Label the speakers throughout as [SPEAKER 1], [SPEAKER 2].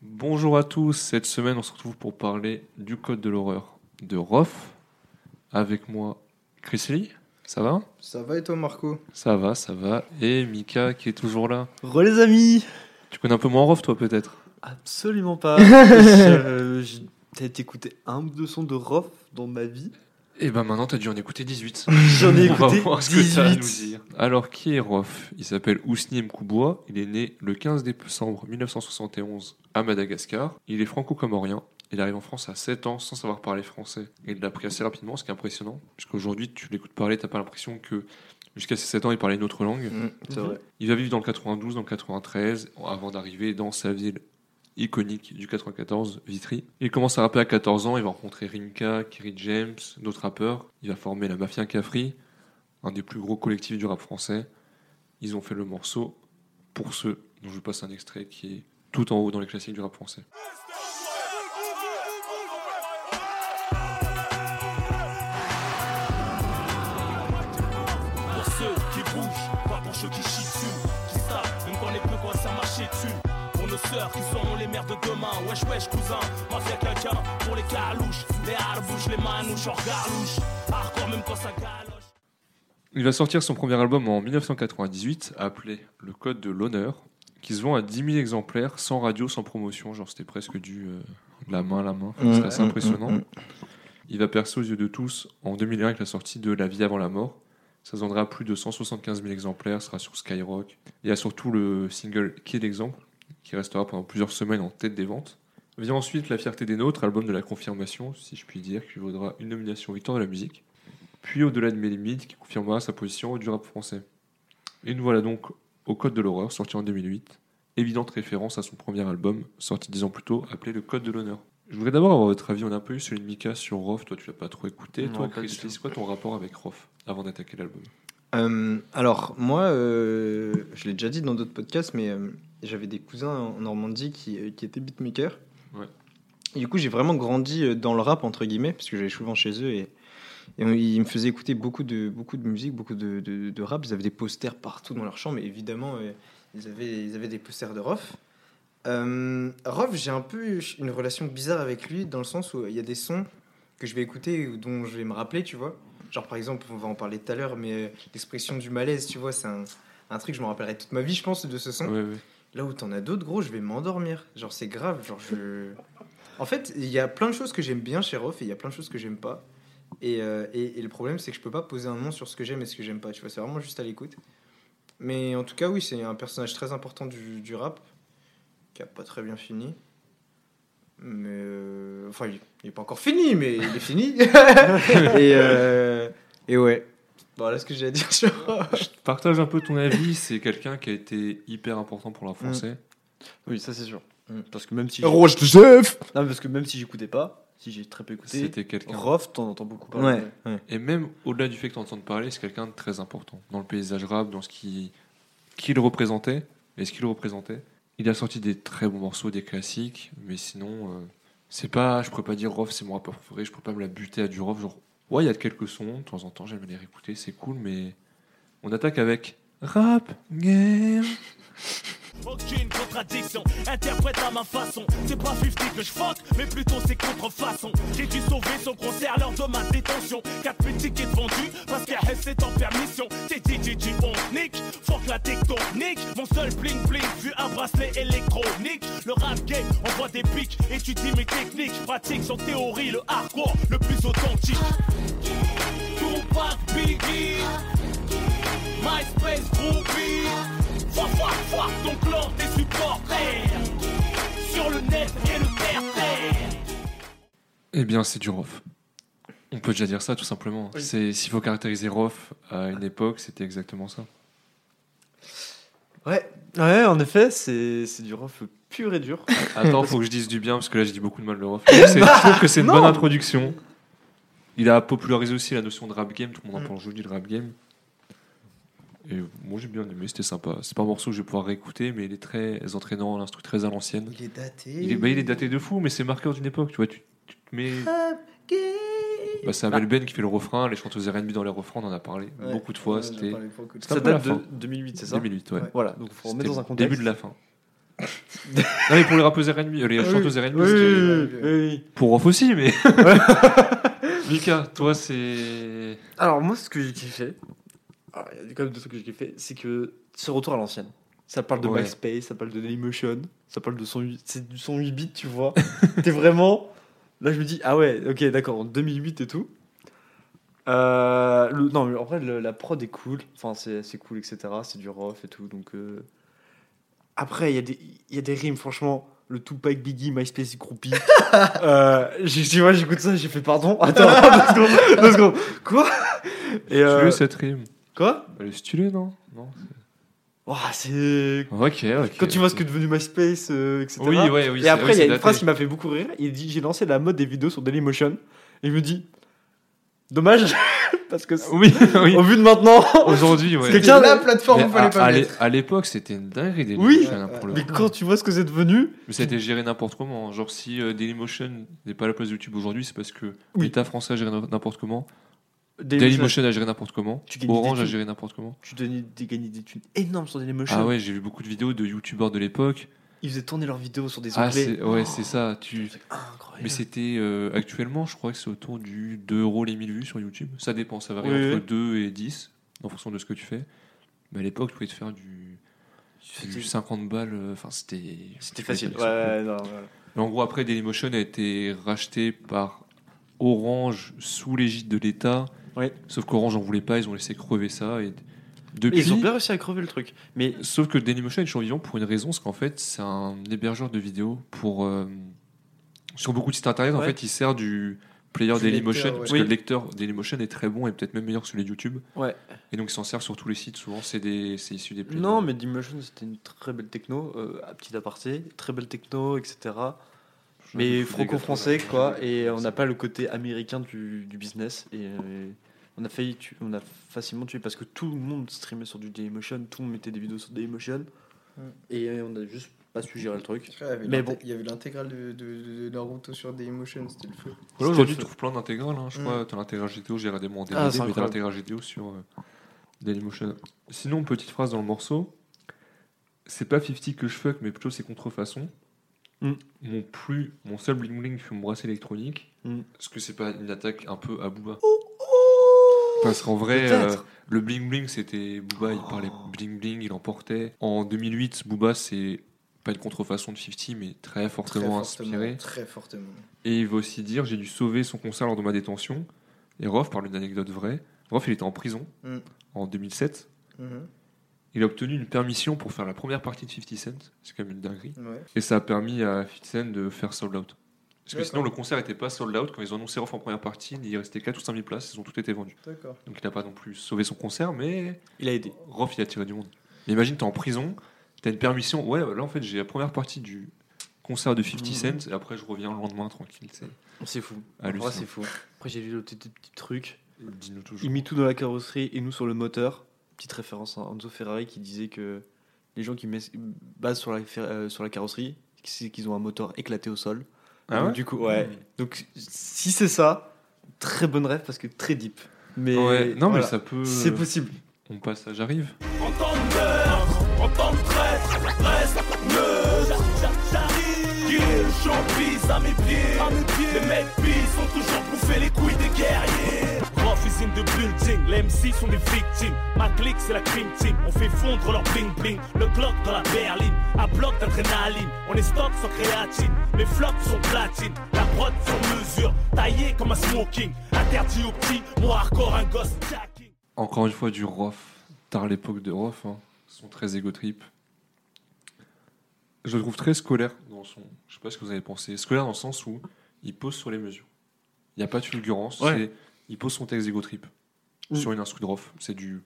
[SPEAKER 1] Bonjour à tous, cette semaine on se retrouve pour parler du code de l'horreur de Rof. Avec moi, Chris Lee, ça va
[SPEAKER 2] Ça va et toi Marco
[SPEAKER 1] Ça va, ça va. Et Mika qui est toujours là.
[SPEAKER 3] Re les amis
[SPEAKER 1] Tu connais un peu moins Rof toi peut-être
[SPEAKER 3] Absolument pas. Euh, Je- J'ai peut-être écouté un ou deux sons de Rof dans ma vie.
[SPEAKER 1] Et ben maintenant t'as dû en écouter 18.
[SPEAKER 3] J'en ai
[SPEAKER 1] On va
[SPEAKER 3] écouté
[SPEAKER 1] voir ce que ça va nous
[SPEAKER 3] 18.
[SPEAKER 1] dire. Alors, qui est Rof Il s'appelle Ousni Mkoubois. Il est né le 15 décembre 1971 à Madagascar. Il est franco-comorien. Il arrive en France à 7 ans sans savoir parler français. Et il l'a pris assez rapidement, ce qui est impressionnant. Puisqu'aujourd'hui, tu l'écoutes parler, t'as pas l'impression que jusqu'à ses 7 ans, il parlait une autre langue.
[SPEAKER 2] Mm,
[SPEAKER 3] C'est vrai.
[SPEAKER 1] Il va vivre dans le 92, dans le 93, avant d'arriver dans sa ville iconique du 94, Vitry. Il commence à rapper à 14 ans, il va rencontrer Rinka, Kerry James, d'autres rappeurs. Il va former la Mafia Cafri, un des plus gros collectifs du rap français. Ils ont fait le morceau Pour ceux, dont je vous passe un extrait qui est tout en haut dans les classiques du rap français.
[SPEAKER 4] Pour ceux qui bougent, pas pour ceux qui chient dessus, qui savent, même quand les peu quoi ça marchait dessus. Pour nos sœurs qui seront les mères de demain, wesh wesh cousin, mafia quelqu'un, pour les calouches, les harbouches, les manouches, en galouche, hardcore même quand ça galoche.
[SPEAKER 1] Il va sortir son premier album en 1998, appelé Le Code de l'honneur, qui se vend à 10 000 exemplaires, sans radio, sans promotion, genre c'était presque du euh, de la main à la main, c'est assez impressionnant. Il va percer aux yeux de tous en 2001 avec la sortie de La vie avant la mort. Ça se vendra à plus de 175 000 exemplaires, sera sur Skyrock. Il y a surtout le single Kid Exemple, qui restera pendant plusieurs semaines en tête des ventes. Vient ensuite La fierté des nôtres, album de la confirmation, si je puis dire, qui vaudra une nomination Victoire de la musique puis Au-delà de mes limites, qui confirmera sa position du rap français. Et nous voilà donc au Code de l'horreur, sorti en 2008, évidente référence à son premier album, sorti dix ans plus tôt, appelé Le Code de l'honneur. Je voudrais d'abord avoir votre avis, on a un peu eu celui de Mika sur Rof, toi tu l'as pas trop écouté,
[SPEAKER 3] Non,
[SPEAKER 1] toi
[SPEAKER 3] pas du
[SPEAKER 1] Chris,
[SPEAKER 3] tout.
[SPEAKER 1] c'est quoi ton rapport avec Rof avant d'attaquer l'album
[SPEAKER 2] Euh, alors, moi, euh, je l'ai déjà dit dans d'autres podcasts, mais euh, j'avais des cousins en Normandie qui, euh, qui étaient beatmakers.
[SPEAKER 1] Ouais.
[SPEAKER 2] Et du coup, j'ai vraiment grandi euh, dans le rap, entre guillemets, parce que j'allais souvent chez eux et, et on- ils me faisaient écouter beaucoup de, beaucoup de musique, beaucoup de, de- de rap. Ils avaient des posters partout dans leur chambre, et évidemment, euh, ils, avaient, ils avaient des posters de Rof. Euh, Rof, j'ai un peu eu une relation bizarre avec lui, dans le sens où il y a des sons que je vais écouter ou dont je vais me rappeler, tu vois. Genre, par exemple, on va en parler tout à l'heure, mais euh, l'expression du malaise, tu vois, c'est un, un truc, je me rappellerai toute ma vie, je pense, de ce son.
[SPEAKER 1] Ouais, ouais.
[SPEAKER 2] Là où t'en as d'autres, gros, je vais m'endormir. Genre, c'est grave. Genre, je. En fait, il y a plein de choses que j'aime bien chez Rof et il y a plein de choses que j'aime pas. Et, euh, et- et le problème, c'est que je peux pas poser un nom sur ce que j'aime et ce que j'aime pas. Tu vois, c'est vraiment juste à l'écoute. Mais en tout cas, oui, c'est un personnage très important du, du rap qui a pas très bien fini. Mais. euh, Enfin, il, il est pas encore fini, mais il est fini. et, euh, et ouais. Voilà ce que j'ai à dire sur Rof.
[SPEAKER 1] Partage un peu ton avis, c'est quelqu'un qui a été hyper important pour le rap français.
[SPEAKER 3] Oui, ça c'est sûr.
[SPEAKER 2] Mm.
[SPEAKER 3] Parce que même si non,
[SPEAKER 2] Roche chef
[SPEAKER 3] parce que même si j'écoutais pas, si j'ai très peu écouté,
[SPEAKER 1] C'était quelqu'un.
[SPEAKER 3] Rof, t'en entends beaucoup parler.
[SPEAKER 2] Ouais, ouais.
[SPEAKER 1] Et même au-delà du fait que tu entends parler, c'est quelqu'un de très important dans le paysage rap, dans ce qui qu'il représentait et ce qu'il représentait. Il a sorti des très bons morceaux, des classiques, mais sinon, euh, c'est pas, je pourrais pas dire Rof, c'est mon rappeur préféré, je pourrais pas me la buter à du Rof. Genre, ouais, il y a de quelques sons, de temps en temps, j'aime les réécouter, c'est cool, mais on attaque avec Rap Game.
[SPEAKER 4] Aucune contradiction, interprète à ma façon. C'est pas 50 que je fuck, mais plutôt c'est contrefaçon. J'ai dû sauver son concert lors de ma détention. Quatre petits tickets vendus parce que RS est en permission. C'est DJ on nique, fuck la tectonique. Mon seul bling bling fut un bracelet électronique. Le rap game, on voit des pics, étudie mes techniques, pratique sans théorie, le hardcore le plus authentique. Tupac Biggie, MySpace Groupie. Fuck, fuck, fuck ton clan, tes supporters. Sur le net et le terre-terre.
[SPEAKER 1] Eh bien, c'est du Rof. On peut déjà dire ça, tout simplement. C'est s'il faut caractériser Rof à une époque, c'était exactement ça.
[SPEAKER 2] Ouais,
[SPEAKER 3] Ouais, en effet, c'est c'est du Rof pur et dur.
[SPEAKER 1] Attends, faut que je dise du bien parce que là j'ai dit beaucoup de mal de Rof. Je trouve que c'est- je trouve que c'est une bonne introduction. Il a popularisé aussi la notion de rap game, tout le
[SPEAKER 3] Mm.
[SPEAKER 1] monde en parle aujourd'hui de rap game. Et moi j'ai bien aimé, c'était sympa. C'est pas un morceau que je vais pouvoir réécouter, mais il est très entraînant, l'instru très à l'ancienne.
[SPEAKER 2] il est daté.
[SPEAKER 1] Il est, bah, il est daté de fou, mais c'est marqueur d'une époque, tu vois. Tu, tu te mets. Bah, c'est Abel Ben qui fait le refrain, les chanteuses RB dans les refrains, on en a parlé
[SPEAKER 2] Ouais.
[SPEAKER 1] beaucoup de fois.
[SPEAKER 2] Ouais,
[SPEAKER 1] C'était
[SPEAKER 2] j'en parlais beaucoup.
[SPEAKER 1] c'est un
[SPEAKER 3] ça
[SPEAKER 1] peu la
[SPEAKER 3] date de
[SPEAKER 1] fin.
[SPEAKER 3] 2008, c'est ça
[SPEAKER 1] 2008, ouais.
[SPEAKER 2] Ouais.
[SPEAKER 3] Voilà, donc faut remettre
[SPEAKER 1] C'était
[SPEAKER 3] dans un
[SPEAKER 1] Début
[SPEAKER 3] contexte.
[SPEAKER 1] de la fin. Non, mais pour les rappeuses RB, euh, les chanteuses RB,
[SPEAKER 3] Oui,
[SPEAKER 1] c'est-
[SPEAKER 3] oui, oui.
[SPEAKER 1] pour Rof aussi, mais. Mika, toi, c'est.
[SPEAKER 3] Alors, moi, ce que j'ai kiffé, alors, il y a quand même deux trucs que j'ai kiffé, c'est que ce retour à l'ancienne. Ça parle de
[SPEAKER 1] Ouais.
[SPEAKER 3] MySpace, ça parle de Dailymotion, ça parle de son, huit- c'est du son 8 bits, tu vois. T'es vraiment. Là, je me dis, ah ouais, ok, d'accord, en 2008 et tout. Euh, le- non, mais en vrai, le- la prod est cool. Enfin, c'est c'est cool, etc. C'est du rough et tout. Donc, euh, Après, il y, a des- il y a des rimes, franchement. Le Tupac Biggie, MySpace Groupie. euh, j'ai- tu vois, j'écoute ça, j'ai fait pardon. Attends, deux secondes, deux secondes. Quoi Et, euh,
[SPEAKER 1] Tu veux cette rime
[SPEAKER 3] Quoi
[SPEAKER 1] Elle est stylée, non, non
[SPEAKER 3] Ouah, c'est.
[SPEAKER 1] Ok, ok.
[SPEAKER 3] Quand tu vois
[SPEAKER 1] ok.
[SPEAKER 3] ce que est devenu MySpace, euh, etc.
[SPEAKER 1] Oui, ouais, oui.
[SPEAKER 3] et
[SPEAKER 1] c'est- oui,
[SPEAKER 3] après, il y a
[SPEAKER 1] c'est
[SPEAKER 3] une
[SPEAKER 1] daté.
[SPEAKER 3] phrase qui m'a fait beaucoup rire. Il dit J'ai lancé la mode des vidéos sur Dailymotion. Et il me dit Dommage, parce que c'est-
[SPEAKER 1] Oui, oui.
[SPEAKER 3] au vu de maintenant.
[SPEAKER 1] Aujourd'hui, ouais.
[SPEAKER 3] Quelqu'un-
[SPEAKER 2] C'est la plateforme,
[SPEAKER 1] Mais
[SPEAKER 2] où fallait
[SPEAKER 1] à,
[SPEAKER 2] pas
[SPEAKER 1] à l'é-
[SPEAKER 2] mettre.
[SPEAKER 1] à l'époque, c'était une dinguerie des
[SPEAKER 3] Oui.
[SPEAKER 1] pour le
[SPEAKER 3] Mais quand tu vois ce que c'est devenu,
[SPEAKER 1] Mais ça a été géré n'importe comment. Genre, si euh, Dailymotion n'est pas à la place de YouTube aujourd'hui, c'est parce que
[SPEAKER 3] Oui.
[SPEAKER 1] l'État français a géré n- n'importe comment.
[SPEAKER 3] Dailymotion,
[SPEAKER 1] Dailymotion a géré n'importe comment.
[SPEAKER 3] Tu gagnes des
[SPEAKER 1] Orange a
[SPEAKER 3] thunes.
[SPEAKER 1] géré n'importe comment.
[SPEAKER 3] tu donnais- tu gagnais des thunes énormes sur Dailymotion.
[SPEAKER 1] Ah ouais, j'ai vu beaucoup de vidéos de youtubeurs de l'époque.
[SPEAKER 3] Ils faisaient tourner leurs vidéos sur des
[SPEAKER 1] Ah,
[SPEAKER 3] onglets.
[SPEAKER 1] c'est- ouais,
[SPEAKER 3] Oh,
[SPEAKER 1] c'est ça. Tu...
[SPEAKER 3] c'est incroyable.
[SPEAKER 1] Mais c'était euh, actuellement, je crois que c'est autour du 2 euros les 1000 vues sur YouTube. Ça dépend, ça varie
[SPEAKER 3] Oui, oui.
[SPEAKER 1] entre 2 et 10 en fonction de ce que tu fais. Mais à l'époque, tu pouvais te faire du, du 50 balles. euh, Enfin, c'était.
[SPEAKER 3] C'était
[SPEAKER 1] tu
[SPEAKER 3] facile.
[SPEAKER 1] pouvais
[SPEAKER 3] Ouais,
[SPEAKER 1] te mettre sur-
[SPEAKER 3] ouais, non, ouais.
[SPEAKER 1] Mais En gros, après, Dailymotion a été racheté par Orange sous l'égide de l'État.
[SPEAKER 3] Oui.
[SPEAKER 1] Sauf qu'Orange en voulait pas, ils ont laissé crever ça. Et depuis,
[SPEAKER 3] Ils ont bien réussi à crever le truc. Mais
[SPEAKER 1] sauf que Dailymotion est toujours vivant pour une raison, c'est qu'en fait, c'est un hébergeur de vidéos pour euh, sur beaucoup de sites internet. En
[SPEAKER 3] Ouais.
[SPEAKER 1] fait, il sert du player
[SPEAKER 2] Du
[SPEAKER 1] Dailymotion
[SPEAKER 2] lecteur, ouais.
[SPEAKER 1] parce
[SPEAKER 3] Oui.
[SPEAKER 1] que le lecteur Dailymotion est très bon et peut-être même meilleur que celui de YouTube.
[SPEAKER 3] Ouais.
[SPEAKER 1] Et donc, ils s'en servent sur tous les sites. Souvent, c'est des, c'est issu des players.
[SPEAKER 3] Non, mais Dimotion, c'était une très belle techno, euh, à petit aparté, très belle techno, etc.
[SPEAKER 1] Je me
[SPEAKER 3] Mais
[SPEAKER 1] fous des gâteaux,
[SPEAKER 3] franco-français,
[SPEAKER 1] là.
[SPEAKER 3] quoi, et on n'a pas le côté américain du, du business. Et euh, on, a failli tu- on a facilement tué parce que tout le monde streamait sur du Dailymotion, tout le monde mettait des vidéos sur Dailymotion,
[SPEAKER 2] Mm.
[SPEAKER 3] et euh, on a juste pas su gérer le truc.
[SPEAKER 2] Après, il y avait
[SPEAKER 3] Mais
[SPEAKER 2] l'inté-
[SPEAKER 3] bon.
[SPEAKER 2] Il y avait l'intégrale de, de- de- de Naruto sur Dailymotion, c'était le feu.
[SPEAKER 1] Voilà, aujourd'hui,
[SPEAKER 3] C'était
[SPEAKER 1] tu
[SPEAKER 3] le
[SPEAKER 1] trouves plein d'intégrales. hein. Je crois, tu as l'intégrale GTO, j'ai regardé mon en
[SPEAKER 3] Ah, c'est
[SPEAKER 1] DVD, mais tu
[SPEAKER 3] incroyable.
[SPEAKER 1] l'intégrale GTO sur euh, Dailymotion. Sinon, petite phrase dans le morceau c'est pas 50 que je fuck, mais plutôt c'est contrefaçon.
[SPEAKER 3] Mm.
[SPEAKER 1] Mon, plus, mon seul bling bling fut mon bracelet électronique.
[SPEAKER 3] Mm.
[SPEAKER 1] Est-ce que c'est pas une attaque un peu à Booba Parce qu'en vrai,
[SPEAKER 3] Peut-être.
[SPEAKER 1] euh, le bling bling c'était Booba, il
[SPEAKER 3] Oh.
[SPEAKER 1] parlait bling bling, il en portait. En 2008, Booba c'est pas une contrefaçon de 50, mais très
[SPEAKER 2] Très
[SPEAKER 1] fortement
[SPEAKER 2] fortement.
[SPEAKER 1] inspiré.
[SPEAKER 2] Très fortement.
[SPEAKER 1] Et il va aussi dire j'ai dû sauver son concert lors de ma détention. Et Roth parle d'une anecdote vraie. Roth, il était en prison
[SPEAKER 2] Mm.
[SPEAKER 1] en 2007.
[SPEAKER 2] Mhm.
[SPEAKER 1] Il a obtenu une permission pour faire la première partie de 50 Cent. C'est quand même une dinguerie.
[SPEAKER 2] Ouais.
[SPEAKER 1] Et ça a permis à 50 Cent de faire sold out. Parce que
[SPEAKER 2] D'accord.
[SPEAKER 1] sinon, le concert n'était pas sold out. Quand ils ont annoncé Roth en première partie, il restait 4 ou 5 000 places. Ils ont toutes été vendues.
[SPEAKER 2] D'accord.
[SPEAKER 1] Donc il n'a pas non plus sauvé son concert, mais
[SPEAKER 3] Il a aidé.
[SPEAKER 1] Roth, il a tiré du monde. Mais imagine, t'es en prison, t'as une permission. Ouais, là, en fait, j'ai la première partie du concert de 50 Cent. Et après, je reviens le lendemain tranquille. tu sais.
[SPEAKER 3] C'est fou. En
[SPEAKER 1] Hallucinant.
[SPEAKER 3] vrai, c'est fou. Après, j'ai lu le petit, petit truc.
[SPEAKER 1] Dis-nous toujours.
[SPEAKER 3] Il mit tout dans la carrosserie et nous sur le moteur. Petite référence à Enzo Ferrari qui disait que les gens qui mettent- basent sur la, fer- euh, sur la carrosserie, c'est qu'ils ont un moteur éclaté au sol.
[SPEAKER 1] Ah
[SPEAKER 3] Donc,
[SPEAKER 1] ouais
[SPEAKER 3] du coup, ouais. Donc si c'est ça, très bonne rêve parce que très deep. Mais
[SPEAKER 1] Ouais, non,
[SPEAKER 3] voilà.
[SPEAKER 1] mais ça peut.
[SPEAKER 3] c'est possible.
[SPEAKER 1] On passe à J'arrive.
[SPEAKER 4] En tant que cœur, en tant que traître, reste neutre. J'a- j'a- J'arrive, yeah, j'empisse à mes pieds, à mes pieds. Les mecs pis sont toujours bouffés les couilles des guerriers. Prof usine de building, les MC sont des victimes. Ma clique c'est la crime team, on fait fondre leur bling bling. Le bloc dans la berline, un bloc d'adrénaline. On est stock sans créatine, mes flops sont platines. La prod sur mesure, taillée comme un smoking. Interdit aux petits, moi hardcore un gosse jacking.
[SPEAKER 1] Encore une fois, du Rof. Tard l'époque de Rof. Hein. Ils sont très égo trip. Je le trouve très scolaire dans son. Je sais pas ce que vous avez pensé. Scolaire dans le sens où il pose sur les mesures. Il n'y a pas de fulgurance.
[SPEAKER 3] Ouais.
[SPEAKER 1] c'est- Il pose son texte égo trip
[SPEAKER 3] Mm.
[SPEAKER 1] sur une instru de Rof. C'est du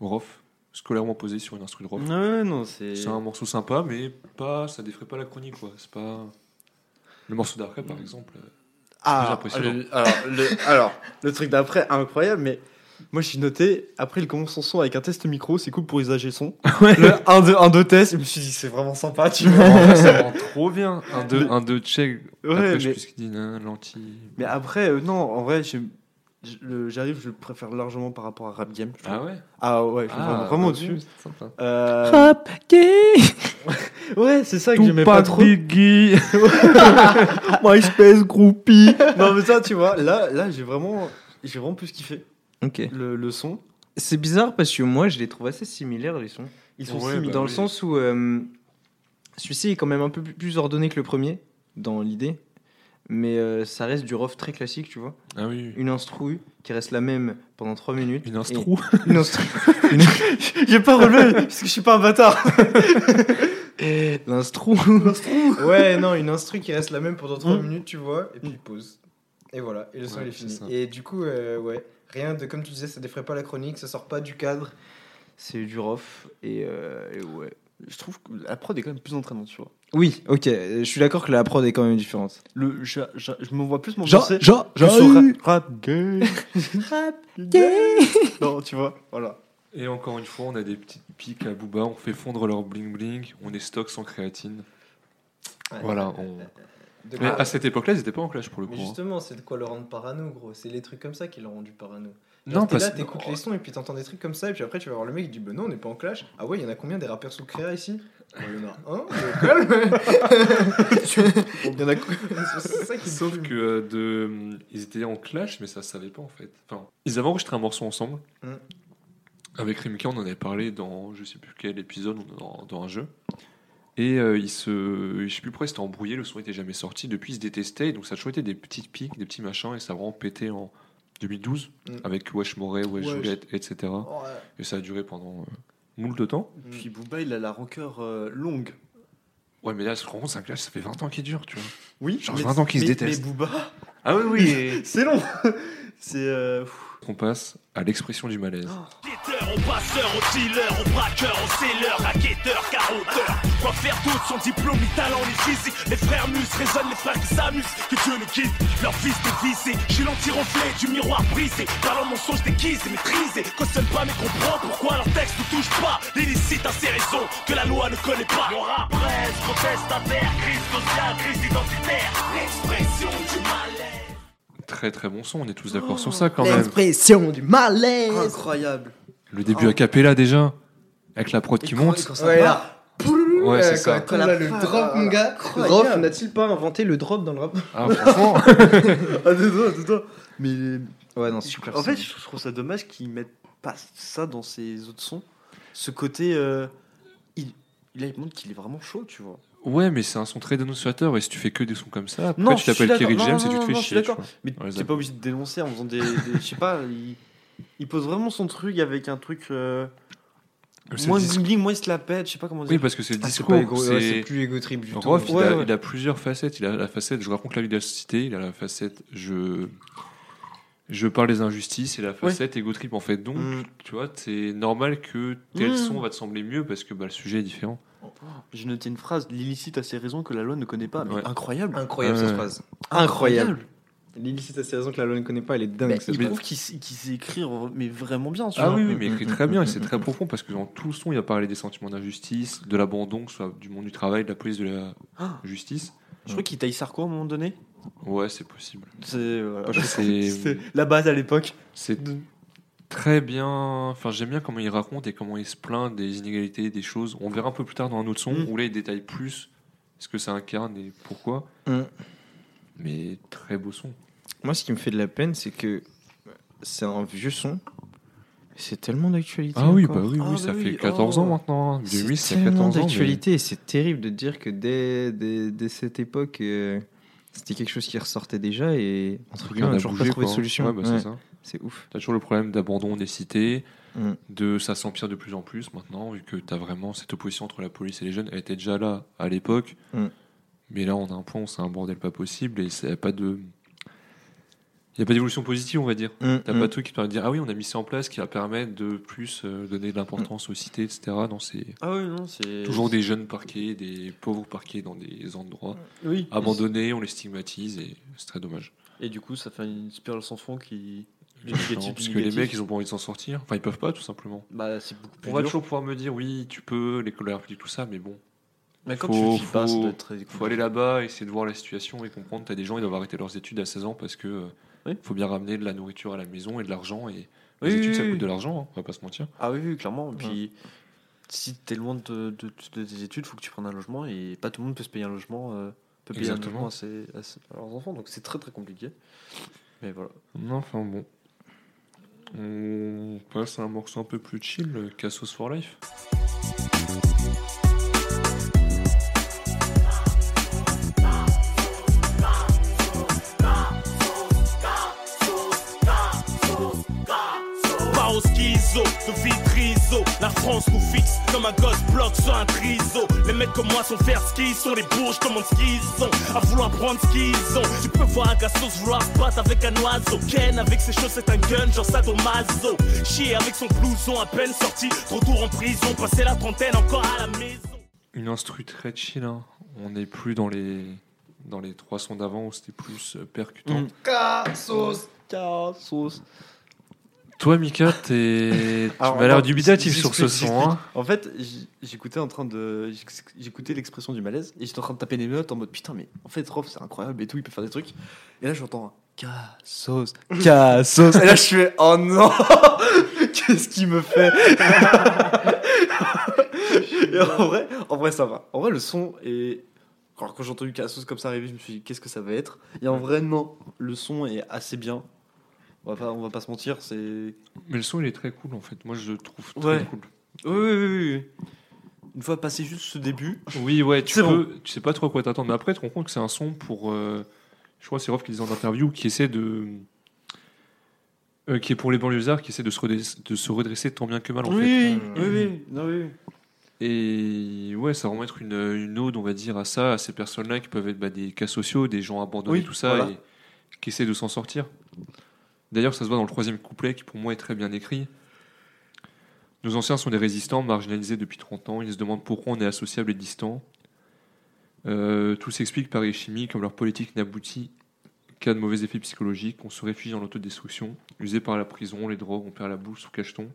[SPEAKER 1] Rof scolairement posé sur une instru de Rof.
[SPEAKER 3] Non, non, c'est.
[SPEAKER 1] C'est un morceau sympa, mais pas, ça défrait pas la chronique. quoi. C'est pas. Le morceau d'après,
[SPEAKER 3] Mm.
[SPEAKER 1] par exemple. euh, plus
[SPEAKER 3] Ah,
[SPEAKER 1] impressionnant.
[SPEAKER 3] le- alors, le, alors, le truc d'après, incroyable, mais moi j'ai noté, après il commence son son avec un test micro, c'est cool pour usager son. Le 1, 2, 1, 2 test, je me suis dit c'est vraiment sympa, tu vois.
[SPEAKER 1] En vrai, ça rend trop bien. Un deux,
[SPEAKER 3] Mais-
[SPEAKER 1] un deux check.
[SPEAKER 3] Ouais,
[SPEAKER 1] Après,
[SPEAKER 3] mais-
[SPEAKER 1] je puisse dire hein, lentille.
[SPEAKER 3] Mais après, euh, non, en vrai, j'aime- j- le- j'arrive, je le préfère largement par rapport à Rap Game. je trouve.
[SPEAKER 1] Ah ouais.
[SPEAKER 3] Ah ouais, je le
[SPEAKER 1] Ah,
[SPEAKER 3] vois vraiment
[SPEAKER 1] bah
[SPEAKER 3] au-dessus.
[SPEAKER 1] oui, c'est sympa.
[SPEAKER 3] Euh, Ouais, c'est ça que
[SPEAKER 1] Tout
[SPEAKER 3] j'aimais pas
[SPEAKER 1] pas
[SPEAKER 3] trop.
[SPEAKER 1] Biggie.
[SPEAKER 5] MySpace groupie.
[SPEAKER 3] Non, mais ça, tu vois, là, là j'ai vraiment, j'ai vraiment plus kiffé
[SPEAKER 5] Ok.
[SPEAKER 3] le, le son.
[SPEAKER 2] C'est bizarre parce que moi, je les trouve assez similaires, les sons.
[SPEAKER 3] Ils sont
[SPEAKER 1] Ouais, bah.
[SPEAKER 3] similaires.
[SPEAKER 2] dans
[SPEAKER 1] oui.
[SPEAKER 2] le sens où euh, celui-ci est quand même un peu plus- plus ordonné que le premier, dans l'idée. Mais euh, ça reste du rough très classique, tu vois.
[SPEAKER 1] Ah oui. oui.
[SPEAKER 2] Une instru qui reste la même pendant 3 minutes.
[SPEAKER 1] Une
[SPEAKER 2] Et-
[SPEAKER 1] instru.
[SPEAKER 2] Une instru.
[SPEAKER 3] J'ai pas relevé parce que je suis pas un bâtard.
[SPEAKER 2] L'instru. Mmh. ouais, non, une instru qui reste la même pendant 3
[SPEAKER 3] Mm.
[SPEAKER 2] minutes, tu vois, et puis pause. Et voilà, et le son
[SPEAKER 1] Ouais,
[SPEAKER 2] il est
[SPEAKER 1] c'est
[SPEAKER 2] fini.
[SPEAKER 1] ça.
[SPEAKER 2] Et du coup, euh, ouais, rien de, comme tu disais, ça défraie pas la chronique, ça sort pas du cadre. C'est du rough, et, euh, et ouais.
[SPEAKER 3] Je trouve que la prod est quand même plus entraînante, tu vois.
[SPEAKER 2] Oui, ok, euh, je suis d'accord que la prod est quand même différente.
[SPEAKER 3] Le, je, je, je me vois plus mon
[SPEAKER 5] Jean,
[SPEAKER 3] français
[SPEAKER 5] Jean,
[SPEAKER 3] que
[SPEAKER 5] Jean,
[SPEAKER 3] sur ra-
[SPEAKER 5] eu.
[SPEAKER 3] rap gay. Non, tu vois, voilà.
[SPEAKER 1] Et encore une fois, on a des petites piques à Booba, on fait fondre leur bling bling, on est stock sans créatine.
[SPEAKER 2] Ouais.
[SPEAKER 1] Voilà. on-
[SPEAKER 2] De
[SPEAKER 1] Mais
[SPEAKER 2] quoi-
[SPEAKER 1] à cette époque-là, ils étaient pas en clash pour le
[SPEAKER 2] Mais
[SPEAKER 1] coup. hein.
[SPEAKER 2] justement, c'est de quoi le rendre parano, gros. C'est les trucs comme ça qui l'ont rendu parano. Genre,
[SPEAKER 1] Non,
[SPEAKER 2] t'es
[SPEAKER 1] parce
[SPEAKER 2] là, t'écoutes les sons et puis t'entends des trucs comme ça, et puis après tu vas voir le mec qui dit Bah non, on n'est pas en clash. Ah ouais, il y en a combien des rappeurs sous créa ici Bah, Il y en a un, le calme. Il y en a combien C'est ça qui me
[SPEAKER 1] Sauf
[SPEAKER 2] fume.
[SPEAKER 1] que euh, de... ils étaient en clash, mais ça se savait pas en fait. Enfin, ils avaient enregistré un morceau ensemble.
[SPEAKER 2] Mm.
[SPEAKER 1] Avec Rimka, on en avait parlé dans je sais plus quel épisode, ou dans, dans un jeu. Et euh, ils se. Je sais plus pourquoi ils s'étaient embrouillés, le son était jamais sorti. Depuis, ils se détestaient. Donc ça a toujours été des petites piques, des petits machins, et ça a vraiment pété en 2012
[SPEAKER 2] Mm.
[SPEAKER 1] avec Wesh Moret, Wesh
[SPEAKER 2] Wesh.
[SPEAKER 1] Juliette, etc.
[SPEAKER 2] Oh, ouais.
[SPEAKER 1] Et ça a duré pendant euh, moult de temps.
[SPEAKER 3] Mm. Puis Booba, il a la rancœur euh, longue.
[SPEAKER 1] Ouais, mais là, ce qu'on c'est un clash, ça fait 20 ans qu'il dure, tu vois.
[SPEAKER 3] Oui,
[SPEAKER 1] Genre
[SPEAKER 3] mais-
[SPEAKER 1] 20 ans qu'ils se
[SPEAKER 3] mais-
[SPEAKER 1] détestent.
[SPEAKER 3] Mais Booba,
[SPEAKER 1] Ah oui, oui
[SPEAKER 3] c'est long. C'est. euh,
[SPEAKER 1] On passe à l'expression du malaise.
[SPEAKER 2] Oh.
[SPEAKER 4] Guetteur, au passeur, au dealer, au braqueur, au selleur, racketteur, carotteur. Quoi faire d'autre Son diplôme, ni talent, ni physique. Les frères mus résonnent, les frères qui s'amusent. Que Dieu nous guide, leur fils dévissé. J'ai l'anti-reflet du miroir brisé. Par leur mensonge déguisé, maîtrisé. Cautionne pas, mais comprends pourquoi leur texte ne touche pas. L'illicite a ses raisons que la loi ne connaît pas. Mon rap reste contestataire, crise sociale, crise identitaire. L'expression du malaise.
[SPEAKER 1] Très très bon son, on est tous d'accord
[SPEAKER 2] Oh.
[SPEAKER 1] sur ça quand même.
[SPEAKER 2] L'expression du malaise
[SPEAKER 3] Incroyable.
[SPEAKER 1] Le début a cappella déjà, avec la prod qui monte.
[SPEAKER 2] Ouais, là.
[SPEAKER 1] Ouais, c'est ça.
[SPEAKER 2] Quand, Oh là, le drop, mon gars.
[SPEAKER 3] Incroyable.
[SPEAKER 2] Rof n'a-t-il pas inventé le drop dans le rap
[SPEAKER 1] Ah franchement
[SPEAKER 3] Ah, désolé, désolé. Mais
[SPEAKER 2] Ouais, non, c'est super.
[SPEAKER 3] en fait,
[SPEAKER 2] ça.
[SPEAKER 3] je trouve ça dommage qu'ils mettent pas ça dans ses autres sons. Ce côté, euh, il, là, il montre qu'il est vraiment chaud, tu vois.
[SPEAKER 1] Ouais, mais c'est un son très dénonciateur, et si tu fais que des sons comme ça, après
[SPEAKER 3] Non,
[SPEAKER 1] tu
[SPEAKER 3] je suis
[SPEAKER 1] t'appelles Kerry
[SPEAKER 3] d'accord.
[SPEAKER 1] James
[SPEAKER 3] Non,
[SPEAKER 1] et tu
[SPEAKER 3] non,
[SPEAKER 1] te
[SPEAKER 3] non,
[SPEAKER 1] fais
[SPEAKER 3] non, je suis
[SPEAKER 1] chier. tu
[SPEAKER 3] d'accord.
[SPEAKER 1] vois.
[SPEAKER 3] Mais
[SPEAKER 1] Ouais,
[SPEAKER 3] t'es
[SPEAKER 1] ça-
[SPEAKER 3] pas obligé de dénoncer en faisant des, des- je sais pas. Il, il pose vraiment son truc avec un truc euh,
[SPEAKER 1] Mais c'est
[SPEAKER 3] moins
[SPEAKER 1] le discours-
[SPEAKER 3] bling, moins il se la pète, je sais pas comment
[SPEAKER 1] Oui,
[SPEAKER 3] dire.
[SPEAKER 1] parce que c'est le
[SPEAKER 2] Ah, c'est pas
[SPEAKER 1] discours.
[SPEAKER 2] égo- ouais, c'est
[SPEAKER 1] c'est-
[SPEAKER 2] plus égo trip du tout.
[SPEAKER 1] Rof, il,
[SPEAKER 3] Ouais,
[SPEAKER 1] a,
[SPEAKER 3] ouais.
[SPEAKER 1] il a plusieurs facettes. Il a la facette, je raconte la vie de la société, il a la facette, je, je parle des injustices, et la facette égo trip en fait. Donc,
[SPEAKER 3] Mm.
[SPEAKER 1] tu vois, c'est normal que tel
[SPEAKER 3] Mm.
[SPEAKER 1] son va te sembler mieux parce que bah, le sujet est différent.
[SPEAKER 3] J'ai noté une phrase l'illicite a ses raisons que la loi ne connaît pas. Mais
[SPEAKER 1] bah. Ouais.
[SPEAKER 3] incroyable.
[SPEAKER 2] Incroyable
[SPEAKER 1] Ouais.
[SPEAKER 2] cette phrase. Incroyable. L'illicite à ses raisons que la loi ne connaît pas, elle est dingue.
[SPEAKER 3] Mais
[SPEAKER 2] cette
[SPEAKER 3] il
[SPEAKER 1] Mais-
[SPEAKER 3] prouve qu'il sait qu'il sait écrire, mais vraiment bien. tu
[SPEAKER 1] Ah
[SPEAKER 3] vois.
[SPEAKER 1] oui, oui, mais il écrit très bien et c'est
[SPEAKER 2] Mm,
[SPEAKER 1] très profond parce que dans tout le son, il a parlé des sentiments d'injustice, de l'abandon, que ce soit du monde du travail, de la police, de la
[SPEAKER 3] Ah.
[SPEAKER 1] justice.
[SPEAKER 3] Je crois qu'il taille Sarko à un moment donné.
[SPEAKER 1] Ouais, c'est possible.
[SPEAKER 3] C'est
[SPEAKER 1] Ah,
[SPEAKER 3] voilà.
[SPEAKER 1] C'est- Mm.
[SPEAKER 3] C'était la base à l'époque.
[SPEAKER 1] C'est très bien. Enfin, j'aime bien comment il raconte et comment il se plaint des inégalités, des choses. On verra un peu plus tard dans un autre son
[SPEAKER 3] Mm.
[SPEAKER 1] où là, il détaille plus ce que ça incarne et pourquoi.
[SPEAKER 2] Mm.
[SPEAKER 1] Mais très beau son.
[SPEAKER 2] Moi, ce qui me fait de la peine, c'est que c'est un vieux son. C'est tellement d'actualité.
[SPEAKER 1] Ah oui,
[SPEAKER 2] encore.
[SPEAKER 1] bah oui,
[SPEAKER 3] Ah
[SPEAKER 1] oui,
[SPEAKER 3] bah
[SPEAKER 1] ça
[SPEAKER 3] oui,
[SPEAKER 1] fait 14 ans
[SPEAKER 3] oh.
[SPEAKER 1] maintenant. hein.
[SPEAKER 2] C'est
[SPEAKER 1] 2008, c'est
[SPEAKER 2] tellement
[SPEAKER 1] 14 ans. mais-
[SPEAKER 2] d'actualité et c'est terrible de dire que dès, dès, dès cette époque, euh, c'était quelque chose qui ressortait déjà et entre
[SPEAKER 1] Rien
[SPEAKER 2] guillemets, on
[SPEAKER 1] n'a
[SPEAKER 2] n'a toujours pas
[SPEAKER 1] bougé,
[SPEAKER 2] trouvé de
[SPEAKER 1] quoi.
[SPEAKER 2] solution.
[SPEAKER 1] Ouais, bah, c'est
[SPEAKER 2] Ouais,
[SPEAKER 1] ça.
[SPEAKER 2] c'est ouf.
[SPEAKER 1] T'as toujours le problème d'abandon des cités,
[SPEAKER 2] Mm.
[SPEAKER 1] de ça s'empire de plus en plus maintenant, vu que t'as vraiment cette opposition entre la police et les jeunes. Elle était déjà là à l'époque,
[SPEAKER 2] Mm.
[SPEAKER 1] mais là on a un point où c'est un bordel pas possible et il n'y a pas de. Il a pas d'évolution positive, on va dire. T'as
[SPEAKER 2] Mm.
[SPEAKER 1] pas de truc qui te permet de dire Ah oui, on a mis ça en place qui va permettre de plus euh, donner de l'importance aux cités, etc. Non, c'est
[SPEAKER 3] Ah oui, non, c'est. Mm.
[SPEAKER 1] toujours des jeunes parqués, des pauvres parqués dans des endroits
[SPEAKER 3] Oui.
[SPEAKER 1] abandonnés, on les stigmatise et c'est très dommage.
[SPEAKER 3] Et du coup, ça fait une spirale sans fond qui. du négatif,
[SPEAKER 1] Exactement,
[SPEAKER 3] du
[SPEAKER 1] Parce que les
[SPEAKER 3] négatif.
[SPEAKER 1] mecs, ils ont pas envie de s'en sortir. Enfin, ils peuvent pas, tout simplement.
[SPEAKER 3] Bah, c'est beaucoup plus
[SPEAKER 1] On va
[SPEAKER 3] dur.
[SPEAKER 1] toujours pouvoir me dire oui, tu peux, l'école applique tout ça, mais bon,
[SPEAKER 3] Mais quand
[SPEAKER 1] Faut-
[SPEAKER 3] tu le dis pas, ça
[SPEAKER 1] faut-
[SPEAKER 3] doit être très
[SPEAKER 1] faut aller là-bas, essayer de voir la situation et comprendre. T'as des gens, ils doivent arrêter leurs études à 16 ans parce que euh,
[SPEAKER 3] Oui.
[SPEAKER 1] faut bien ramener de la nourriture à la maison et de l'argent. Et
[SPEAKER 3] Oui,
[SPEAKER 1] les
[SPEAKER 3] oui,
[SPEAKER 1] études, ça
[SPEAKER 3] oui.
[SPEAKER 1] coûte de l'argent, hein, on va pas se mentir.
[SPEAKER 3] Ah oui, oui, clairement. Et Puis si t'es loin de, de- de tes études, faut que tu prennes un logement et pas tout le monde peut se payer un logement, euh, peut payer un
[SPEAKER 1] Exactement.
[SPEAKER 3] logement à, ses- à ses- à leurs enfants. Donc c'est très très compliqué. Mais voilà.
[SPEAKER 1] Non, enfin bon. On passe à un morceau un peu plus chill, euh, Cassos for Life.
[SPEAKER 4] Pas au schizo, de vitriso. La France nous fixe comme un gosse bloc sur un triso. Les mecs comme moi sont faire ce qu'ils sont, les bourges commandent ce qu'ils ont. À vouloir prendre ce qu'ils ont. Tu peux voir un gassos vouloir se battre avec un oiseau. Ken avec ses chaussettes, un gun, genre sadomaso. Chier avec son blouson à peine sorti. Trop tôt en prison, passer la trentaine encore à la maison.
[SPEAKER 1] Une instru très chill, hein. on n'est plus dans les dans les 300 d'avant où c'était plus euh, percutant.
[SPEAKER 3] Mm.
[SPEAKER 2] Cassos
[SPEAKER 3] Cassos.
[SPEAKER 1] Toi, Mika, t'es- tu
[SPEAKER 3] Alors,
[SPEAKER 1] m'as l'air
[SPEAKER 3] attends,
[SPEAKER 1] dubitatif
[SPEAKER 3] j'explique,
[SPEAKER 1] sur ce
[SPEAKER 3] j'explique.
[SPEAKER 1] son. hein.
[SPEAKER 3] En fait, j'- j'écoutais en train de j'ex- j'écoutais l'expression du malaise et j'étais en train de taper des notes en mode putain mais en fait Rof c'est incroyable et tout il peut faire des trucs et là j'entends un cassos cassos et là je fais oh non qu'est-ce qu'il me fait et en vrai en vrai ça va en vrai le son est alors, quand j'ai entendu cassos comme ça arriver je me suis dit qu'est-ce que ça va être et en vrai non le son est assez bien on va pas on va pas se mentir c'est
[SPEAKER 1] Mais le son, il est très cool en fait. Moi, je le trouve très
[SPEAKER 3] Ouais.
[SPEAKER 1] cool.
[SPEAKER 3] oui, oui, oui, oui. Une fois passé juste ce début,
[SPEAKER 1] Oui, ouais, tu
[SPEAKER 3] C'est
[SPEAKER 1] peux, tu sais pas trop à quoi t'attendre, mais après, tu te rends compte que c'est un son pour. euh, je crois que c'est Rof qui disait en interview, qui essaie de. euh, qui est pour les banlieusards, qui essaie de se, redresse- de se redresser tant bien que mal en fait.
[SPEAKER 2] fait.
[SPEAKER 3] oui, non, oui, oui.
[SPEAKER 1] Et ouais, ça va vraiment être une, une ode, on va dire, à ça, à ces personnes-là qui peuvent être bah, des cas sociaux, des gens abandonnés,
[SPEAKER 3] Oui,
[SPEAKER 1] tout ça,
[SPEAKER 3] voilà.
[SPEAKER 1] et qui essaient de s'en sortir. D'ailleurs, ça se voit dans le troisième couplet qui, pour moi, est très bien écrit. Nos anciens sont des résistants, marginalisés depuis 30 ans. Ils se demandent pourquoi on est associable et distant. Euh, tout s'explique par les chimies, comme leur politique n'aboutit qu'à de mauvais effets psychologiques. On se réfugie dans l'autodestruction, usé par la prison, les drogues, on perd la boule sous cacheton.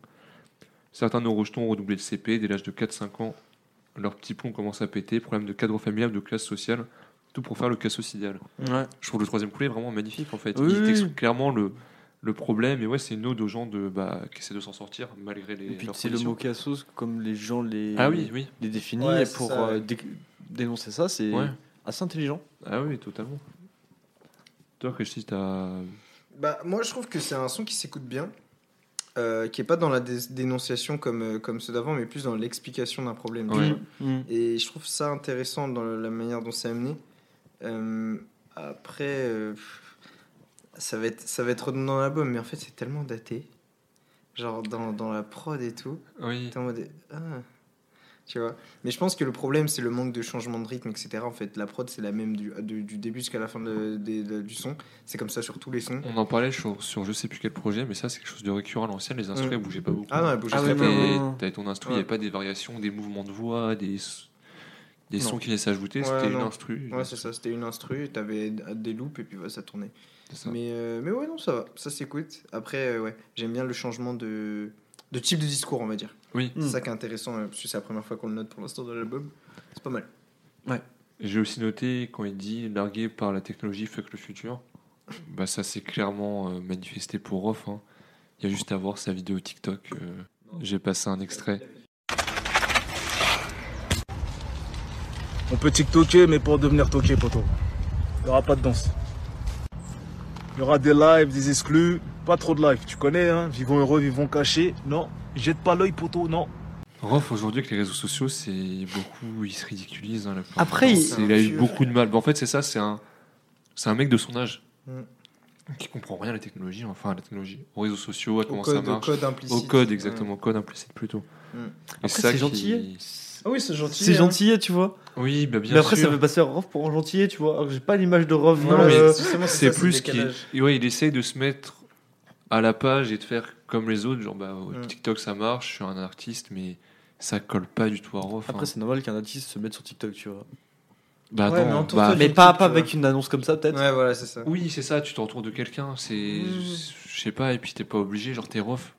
[SPEAKER 1] Certains de nos rejetons ont redoublé le CP dès l'âge de 4-5 ans. Leur petit plomb commence à péter, problème de cadre familial, de classe sociale, tout pour faire le cas social.
[SPEAKER 3] Ouais.
[SPEAKER 1] Je trouve le troisième couplet vraiment magnifique en fait.
[SPEAKER 3] Oui,
[SPEAKER 1] Il
[SPEAKER 3] oui,
[SPEAKER 1] t'explique clairement le, le problème et ouais, c'est une ode aux gens de, bah, qui essaient de s'en sortir malgré les.
[SPEAKER 3] Et puis
[SPEAKER 1] leurs
[SPEAKER 3] c'est le
[SPEAKER 1] conditions.
[SPEAKER 3] mot cassos comme les gens les,
[SPEAKER 1] Ah oui, oui.
[SPEAKER 3] les définissent
[SPEAKER 2] Ouais,
[SPEAKER 3] et
[SPEAKER 2] c'est
[SPEAKER 3] pour
[SPEAKER 2] ça,
[SPEAKER 3] euh,
[SPEAKER 2] ouais.
[SPEAKER 3] dé- dénoncer ça, c'est
[SPEAKER 1] Ouais.
[SPEAKER 3] assez intelligent.
[SPEAKER 1] Ah oui, totalement. Toi, Christy, t'as.
[SPEAKER 2] Bah, moi, je trouve que c'est un son qui s'écoute bien, euh, qui est pas dans la dé- dénonciation comme, euh, comme ceux d'avant, mais plus dans l'explication d'un problème. tu
[SPEAKER 1] Ouais.
[SPEAKER 2] vois.
[SPEAKER 3] Mm.
[SPEAKER 2] Et je trouve ça intéressant dans la manière dont c'est amené. Euh, après, euh, pff, ça, va être, ça va être redondant dans l'album, mais en fait, c'est tellement daté. Genre dans, dans la prod et tout.
[SPEAKER 1] Oui.
[SPEAKER 2] T'es en mode, ah. Tu vois Mais je pense que le problème, c'est le manque de changement de rythme, etc. En fait, la prod, c'est la même du, du, du début jusqu'à la fin de- de- de- du son. C'est comme ça sur tous les sons.
[SPEAKER 1] On en parlait sur, sur je sais plus quel projet, mais ça, c'est quelque chose de récurrent à l'ancienne. Les instruments
[SPEAKER 2] Mm.
[SPEAKER 1] bougeaient pas beaucoup.
[SPEAKER 2] Ah non, elle bouge
[SPEAKER 3] Ah
[SPEAKER 2] très
[SPEAKER 3] oui,
[SPEAKER 2] peu.
[SPEAKER 3] non, non,
[SPEAKER 1] T'avais
[SPEAKER 3] non.
[SPEAKER 1] t'avais ton instru, il
[SPEAKER 2] Ouais.
[SPEAKER 1] n'y avait pas des variations, des mouvements de voix, des, des
[SPEAKER 3] Non.
[SPEAKER 1] sons qui venaient s'ajouter.
[SPEAKER 2] Ouais,
[SPEAKER 1] C'était une
[SPEAKER 2] non.
[SPEAKER 1] instru.
[SPEAKER 2] Ouais, c'est ça, c'était une instru, t'avais des loops et puis voilà, ça tournait.
[SPEAKER 1] C'est ça.
[SPEAKER 2] Mais, euh, mais ouais, non, ça va, ça s'écoute. Après, euh, ouais, j'aime bien le changement de, de type de discours, on va dire.
[SPEAKER 1] Oui.
[SPEAKER 2] C'est
[SPEAKER 3] Mm.
[SPEAKER 2] ça qui est intéressant, euh, parce que c'est la première fois qu'on le note pour l'instant dans l'album. C'est pas mal.
[SPEAKER 1] J'ai aussi noté quand il dit largué par la technologie fuck le futur. Bah ça c'est clairement euh, manifesté pour Rof. hein. Il y a juste à voir sa vidéo TikTok. euh, J'ai passé un extrait.
[SPEAKER 5] On peut TikToker, mais pour devenir toqué, poteau. Il n'y aura pas de danse. Il y aura des lives, des exclus, pas trop de lives. Tu connais, hein Vivons heureux, vivons cachés. Non, jette pas l'œil, poteau, non.
[SPEAKER 1] Rof aujourd'hui avec les réseaux sociaux c'est beaucoup il se ridiculise. hein, la plupart
[SPEAKER 3] Après,
[SPEAKER 1] du temps.
[SPEAKER 3] il-
[SPEAKER 1] C'est- il... a eu beaucoup de mal. Bah, en fait c'est ça c'est un c'est un mec de son âge
[SPEAKER 2] Mm.
[SPEAKER 1] qui comprend rien à la technologie enfin à la technologie aux réseaux sociaux à
[SPEAKER 2] Au
[SPEAKER 1] comment ça
[SPEAKER 2] code, au
[SPEAKER 1] marche
[SPEAKER 2] code implicite.
[SPEAKER 1] au code exactement au code implicite plutôt.
[SPEAKER 2] Mm.
[SPEAKER 1] Et
[SPEAKER 3] Après,
[SPEAKER 1] ça
[SPEAKER 3] c'est
[SPEAKER 1] qui-
[SPEAKER 3] gentil. hein.
[SPEAKER 2] Ah oui, c'est gentil.
[SPEAKER 3] C'est gentillet, tu vois.
[SPEAKER 2] hein.
[SPEAKER 1] Oui bah bien
[SPEAKER 3] mais après,
[SPEAKER 1] sûr.
[SPEAKER 3] ça fait passer à Rof pour un gentillet, tu vois. Alors que J'ai pas l'image de Rof.
[SPEAKER 2] Non,
[SPEAKER 3] dans
[SPEAKER 2] mais
[SPEAKER 3] le-
[SPEAKER 2] euh, justement,
[SPEAKER 1] C'est
[SPEAKER 2] ça,
[SPEAKER 1] plus
[SPEAKER 2] le
[SPEAKER 1] qu'il
[SPEAKER 2] décalage.
[SPEAKER 1] et ouais, il essaye de se mettre à la page et de faire comme les autres, genre bah, ouais,
[SPEAKER 2] Mm.
[SPEAKER 1] TikTok ça marche, je suis un artiste, mais ça colle pas du tout à Rof.
[SPEAKER 3] Après,
[SPEAKER 1] hein.
[SPEAKER 3] c'est normal qu'un artiste se mette sur TikTok, tu vois.
[SPEAKER 1] Bah,
[SPEAKER 2] Ouais,
[SPEAKER 1] non,
[SPEAKER 2] mais entoure-toi
[SPEAKER 1] bah,
[SPEAKER 2] de-
[SPEAKER 3] mais
[SPEAKER 2] YouTube,
[SPEAKER 3] pas,
[SPEAKER 2] tu
[SPEAKER 3] pas
[SPEAKER 2] vois.
[SPEAKER 3] avec une annonce comme ça, peut-être.
[SPEAKER 2] Ouais, voilà, c'est ça.
[SPEAKER 1] oui, c'est ça, tu t'entoures de quelqu'un, c'est.
[SPEAKER 2] Mm.
[SPEAKER 1] Je sais pas, et puis t'es pas obligé, genre t'es Rof.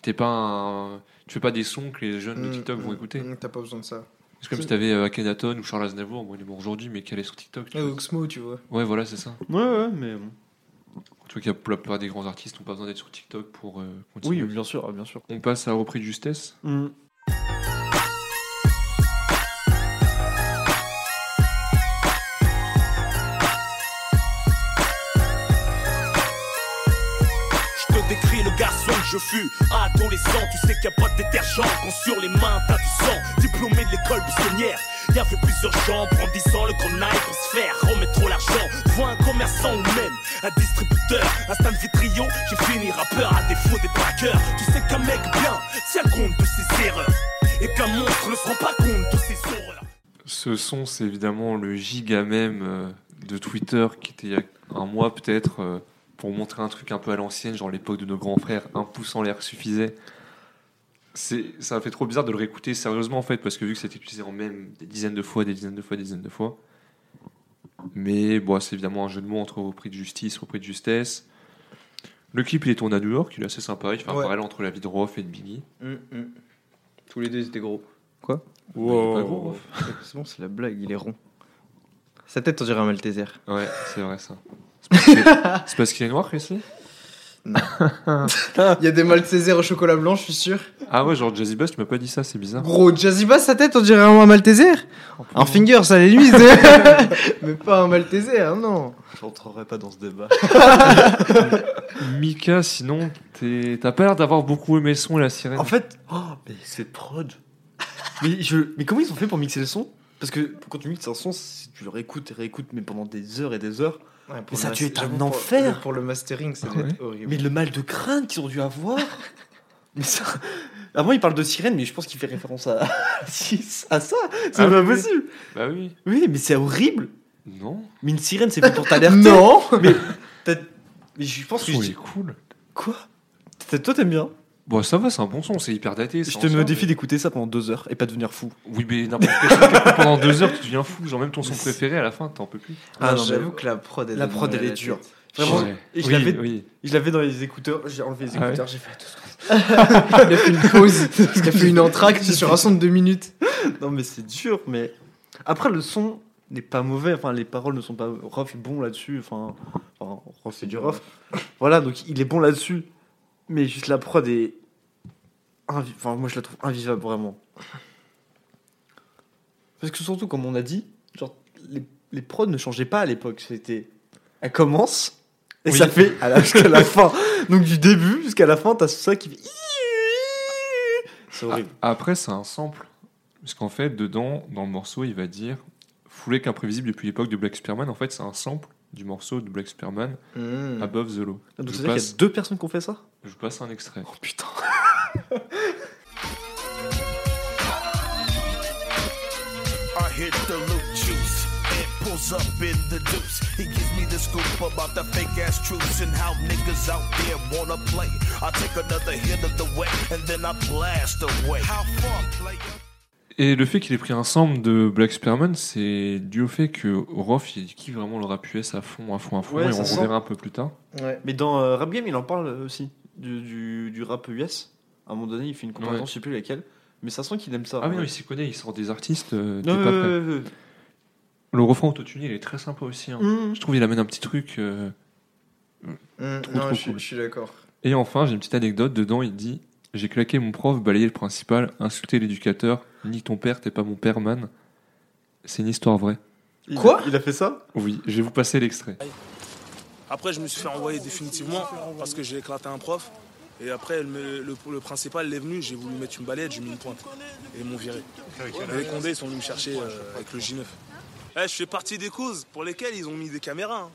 [SPEAKER 1] T'es pas un- Tu fais pas des sons que les jeunes de
[SPEAKER 2] Mm,
[SPEAKER 1] TikTok vont
[SPEAKER 2] mm,
[SPEAKER 1] écouter.
[SPEAKER 2] mm, T'as pas besoin de ça.
[SPEAKER 1] C'est comme si t'avais euh, Akhenaton ou Charles Aznavour, bon, il est mort aujourd'hui, mais qui allait sur TikTok. tu
[SPEAKER 2] Ouais,
[SPEAKER 1] vois.
[SPEAKER 2] Oxmo, tu vois.
[SPEAKER 1] Ouais, voilà, c'est ça.
[SPEAKER 3] Ouais, ouais, mais bon.
[SPEAKER 1] Tu vois qu'il y a la plupart des grands artistes n'ont pas besoin d'être sur TikTok pour euh,
[SPEAKER 3] Oui,
[SPEAKER 1] continuer.
[SPEAKER 3] bien sûr, bien sûr.
[SPEAKER 1] On passe à repris de justesse.
[SPEAKER 3] Mm.
[SPEAKER 4] je fus adolescent. Tu sais qu'il n'y a pas de détergent, quand sur les mains t'as du sang. Diplômé de l'école buissonnière, y avait plusieurs gens brandissant le grand Nike pour se faire remettre trop l'argent. Vois un commerçant ou même un distributeur, un stand vitrio. J'ai fini rappeur à défaut des braqueurs. Tu sais qu'un mec bien tient compte de ses erreurs et qu'un monstre ne se rend pas compte de ses horreurs.
[SPEAKER 1] Ce son, c'est évidemment le giga même euh, de Twitter qui était il y a un mois peut-être euh, pour montrer un truc un peu à l'ancienne, genre l'époque de nos grands frères, un pouce en l'air suffisait. C'est, ça fait trop bizarre de le réécouter sérieusement en fait, parce que vu que c'était utilisé en même des dizaines de fois, des dizaines de fois, des dizaines de fois. Mais bon, c'est évidemment un jeu de mots entre repris de justice, repris de justesse. Le clip il est tourné à New York, il est assez sympa, il fait un
[SPEAKER 2] Ouais.
[SPEAKER 1] parallèle entre la vie de Roth et de Biggie. hmm.
[SPEAKER 2] Tous les deux, ils étaient gros.
[SPEAKER 1] Wow. Il est pas gros, Rof.
[SPEAKER 2] C'est bon, c'est la blague, il est rond. Sa tête, on dirait un Malteser.
[SPEAKER 1] Ouais, c'est vrai ça. C'est parce qu'il- C'est parce qu'il est noir, Chrisley
[SPEAKER 2] Il y a des Malteser au chocolat blanc, je suis sûr.
[SPEAKER 1] Ah ouais, genre Jazzy Bass, tu m'as pas dit ça, c'est bizarre.
[SPEAKER 2] Gros, Jazzy Bass, sa tête, on dirait un Malteser. Un finger, ça les nuise. Mais pas un Malteser, non.
[SPEAKER 3] J'entrerai pas dans ce débat.
[SPEAKER 1] Mika, sinon, t'es- t'as pas l'air d'avoir beaucoup aimé le son et la sirène.
[SPEAKER 3] En fait, oh, mais c'est prod. mais, je, mais comment ils ont fait pour mixer le son Parce que quand tu mixes un son, si tu le réécoutes et réécoutes, mais pendant des heures et des heures. Mais ça, tu es un enfer.
[SPEAKER 2] Pour le mastering, ça doit
[SPEAKER 1] Ouais.
[SPEAKER 2] être horrible.
[SPEAKER 3] Mais le mal de crainte qu'ils ont dû avoir. mais ça. Avant, il parle de sirène, mais je pense qu'il fait référence à, à ça. C'est
[SPEAKER 1] Ah
[SPEAKER 3] pas
[SPEAKER 1] oui.
[SPEAKER 3] possible.
[SPEAKER 1] Bah oui.
[SPEAKER 3] Oui, mais c'est horrible.
[SPEAKER 1] Non.
[SPEAKER 3] Mais une sirène, c'est fait pour t'alerter.
[SPEAKER 2] Non
[SPEAKER 3] Mais, t'as- mais je pense
[SPEAKER 1] Le
[SPEAKER 3] que je
[SPEAKER 1] son, il est
[SPEAKER 3] dis
[SPEAKER 1] cool.
[SPEAKER 3] quoi T'as- Toi, t'aimes bien.
[SPEAKER 1] Bon, ça va, c'est un bon son, c'est hyper daté. c'est
[SPEAKER 3] Je te
[SPEAKER 1] ancien,
[SPEAKER 3] mets au défi
[SPEAKER 1] mais-
[SPEAKER 3] d'écouter ça pendant deux heures et pas devenir fou.
[SPEAKER 1] Oui, mais n'importe quel son que t'écoutes pendant deux heures, tu deviens fou. Genre, même ton son préféré à la fin, t'en peux plus.
[SPEAKER 2] Ah,
[SPEAKER 3] Ah, non, mais-
[SPEAKER 2] J'avoue que la prod, elle
[SPEAKER 3] La
[SPEAKER 2] donne
[SPEAKER 3] prod,
[SPEAKER 2] mal à
[SPEAKER 3] elle est
[SPEAKER 2] la
[SPEAKER 3] dure.
[SPEAKER 2] tête.
[SPEAKER 3] Vraiment,
[SPEAKER 1] Ouais.
[SPEAKER 3] et je
[SPEAKER 1] oui,
[SPEAKER 3] l'avais-
[SPEAKER 1] oui.
[SPEAKER 3] Je l'avais dans les écouteurs, j'ai enlevé les
[SPEAKER 1] Ah ouais
[SPEAKER 3] écouteurs, j'ai fait tout ce
[SPEAKER 2] Il a fait une pause. Il a fait une entracte sur un son de deux minutes.
[SPEAKER 3] Non, mais c'est dur, mais. Après, le son n'est pas mauvais, enfin, les paroles ne sont pas. Rof est bon là-dessus, enfin. enfin Rof, c'est du Rof. Voilà, donc il est bon là-dessus. Mais juste la prod est. invi- Enfin, moi, je la trouve invivable, vraiment. Parce que surtout, comme on a dit, genre, les, les prods ne changeaient pas à l'époque. C'était. Elle commence, et
[SPEAKER 1] Oui.
[SPEAKER 3] ça fait à la- jusqu'à la fin. Donc, du début jusqu'à la fin, t'as ça qui fait. C'est horrible.
[SPEAKER 1] A- Après, c'est un sample. Parce qu'en fait, dedans, dans le morceau, il va dire Foulé qu'imprévisible depuis l'époque de Black Spearman. En fait, c'est un sample du morceau de Black Spearman,
[SPEAKER 2] Mm. Ah,
[SPEAKER 1] Above the Law.
[SPEAKER 3] Mm. Ah, Donc,
[SPEAKER 1] je, vous
[SPEAKER 3] c'est-à-dire qu'il y
[SPEAKER 1] passe,
[SPEAKER 3] a deux personnes qui ont fait ça
[SPEAKER 1] je vous passe un extrait.
[SPEAKER 3] Oh putain.
[SPEAKER 4] I hit the loot juice. It pulls up in the deuce. He gives me the scoop about the fake ass troops and how niggas out there wanna play. I take another hit of the wet and then I blast away. How far, player?
[SPEAKER 1] Et le fait qu'il ait pris un sample de Black Spearman, c'est dû au fait que Roth, il kiffe vraiment le rap US à fond, à fond, à fond,
[SPEAKER 3] Ouais,
[SPEAKER 1] et
[SPEAKER 3] ça
[SPEAKER 1] on
[SPEAKER 3] sent.
[SPEAKER 1] reverra un peu plus tard.
[SPEAKER 2] Ouais.
[SPEAKER 3] Mais dans euh, Rap Game, il en parle aussi du, du, du rap US. À un moment donné, il fait une comparaison,
[SPEAKER 1] Ouais.
[SPEAKER 3] je sais plus laquelle. Mais ça sent qu'il aime ça.
[SPEAKER 1] Ah oui, non,
[SPEAKER 3] Ouais.
[SPEAKER 1] il s'y connaît, il sort des artistes, euh, t'es
[SPEAKER 3] Non,
[SPEAKER 1] pas
[SPEAKER 3] ouais,
[SPEAKER 1] prêt.
[SPEAKER 3] ouais, ouais, ouais.
[SPEAKER 1] Le refrain autotuné, il est très sympa aussi. hein.
[SPEAKER 3] Mmh.
[SPEAKER 1] Je trouve qu'il amène un petit truc. euh. Trop,
[SPEAKER 2] Mm. non,
[SPEAKER 1] trop
[SPEAKER 2] je, suis-
[SPEAKER 1] cool.
[SPEAKER 2] je suis d'accord.
[SPEAKER 1] Et enfin, j'ai une petite anecdote, dedans, il dit « J'ai claqué mon prof, balayé le principal, insulté l'éducateur, nique ton père, t'es pas mon père, man. » C'est une histoire vraie.
[SPEAKER 3] Il-
[SPEAKER 2] Quoi
[SPEAKER 3] il, a fait ça
[SPEAKER 1] Oui, je vais vous passer l'extrait.
[SPEAKER 6] Après, je me suis fait envoyer définitivement parce que j'ai éclaté un prof. Et après, le, le- le principal il est venu, j'ai voulu mettre une balayette, j'ai mis une pointe. Et ils m'ont viré. Et les Condés ils sont venus me chercher euh, avec le J9. Eh, je fais partie des causes pour lesquelles ils ont mis des caméras. hein.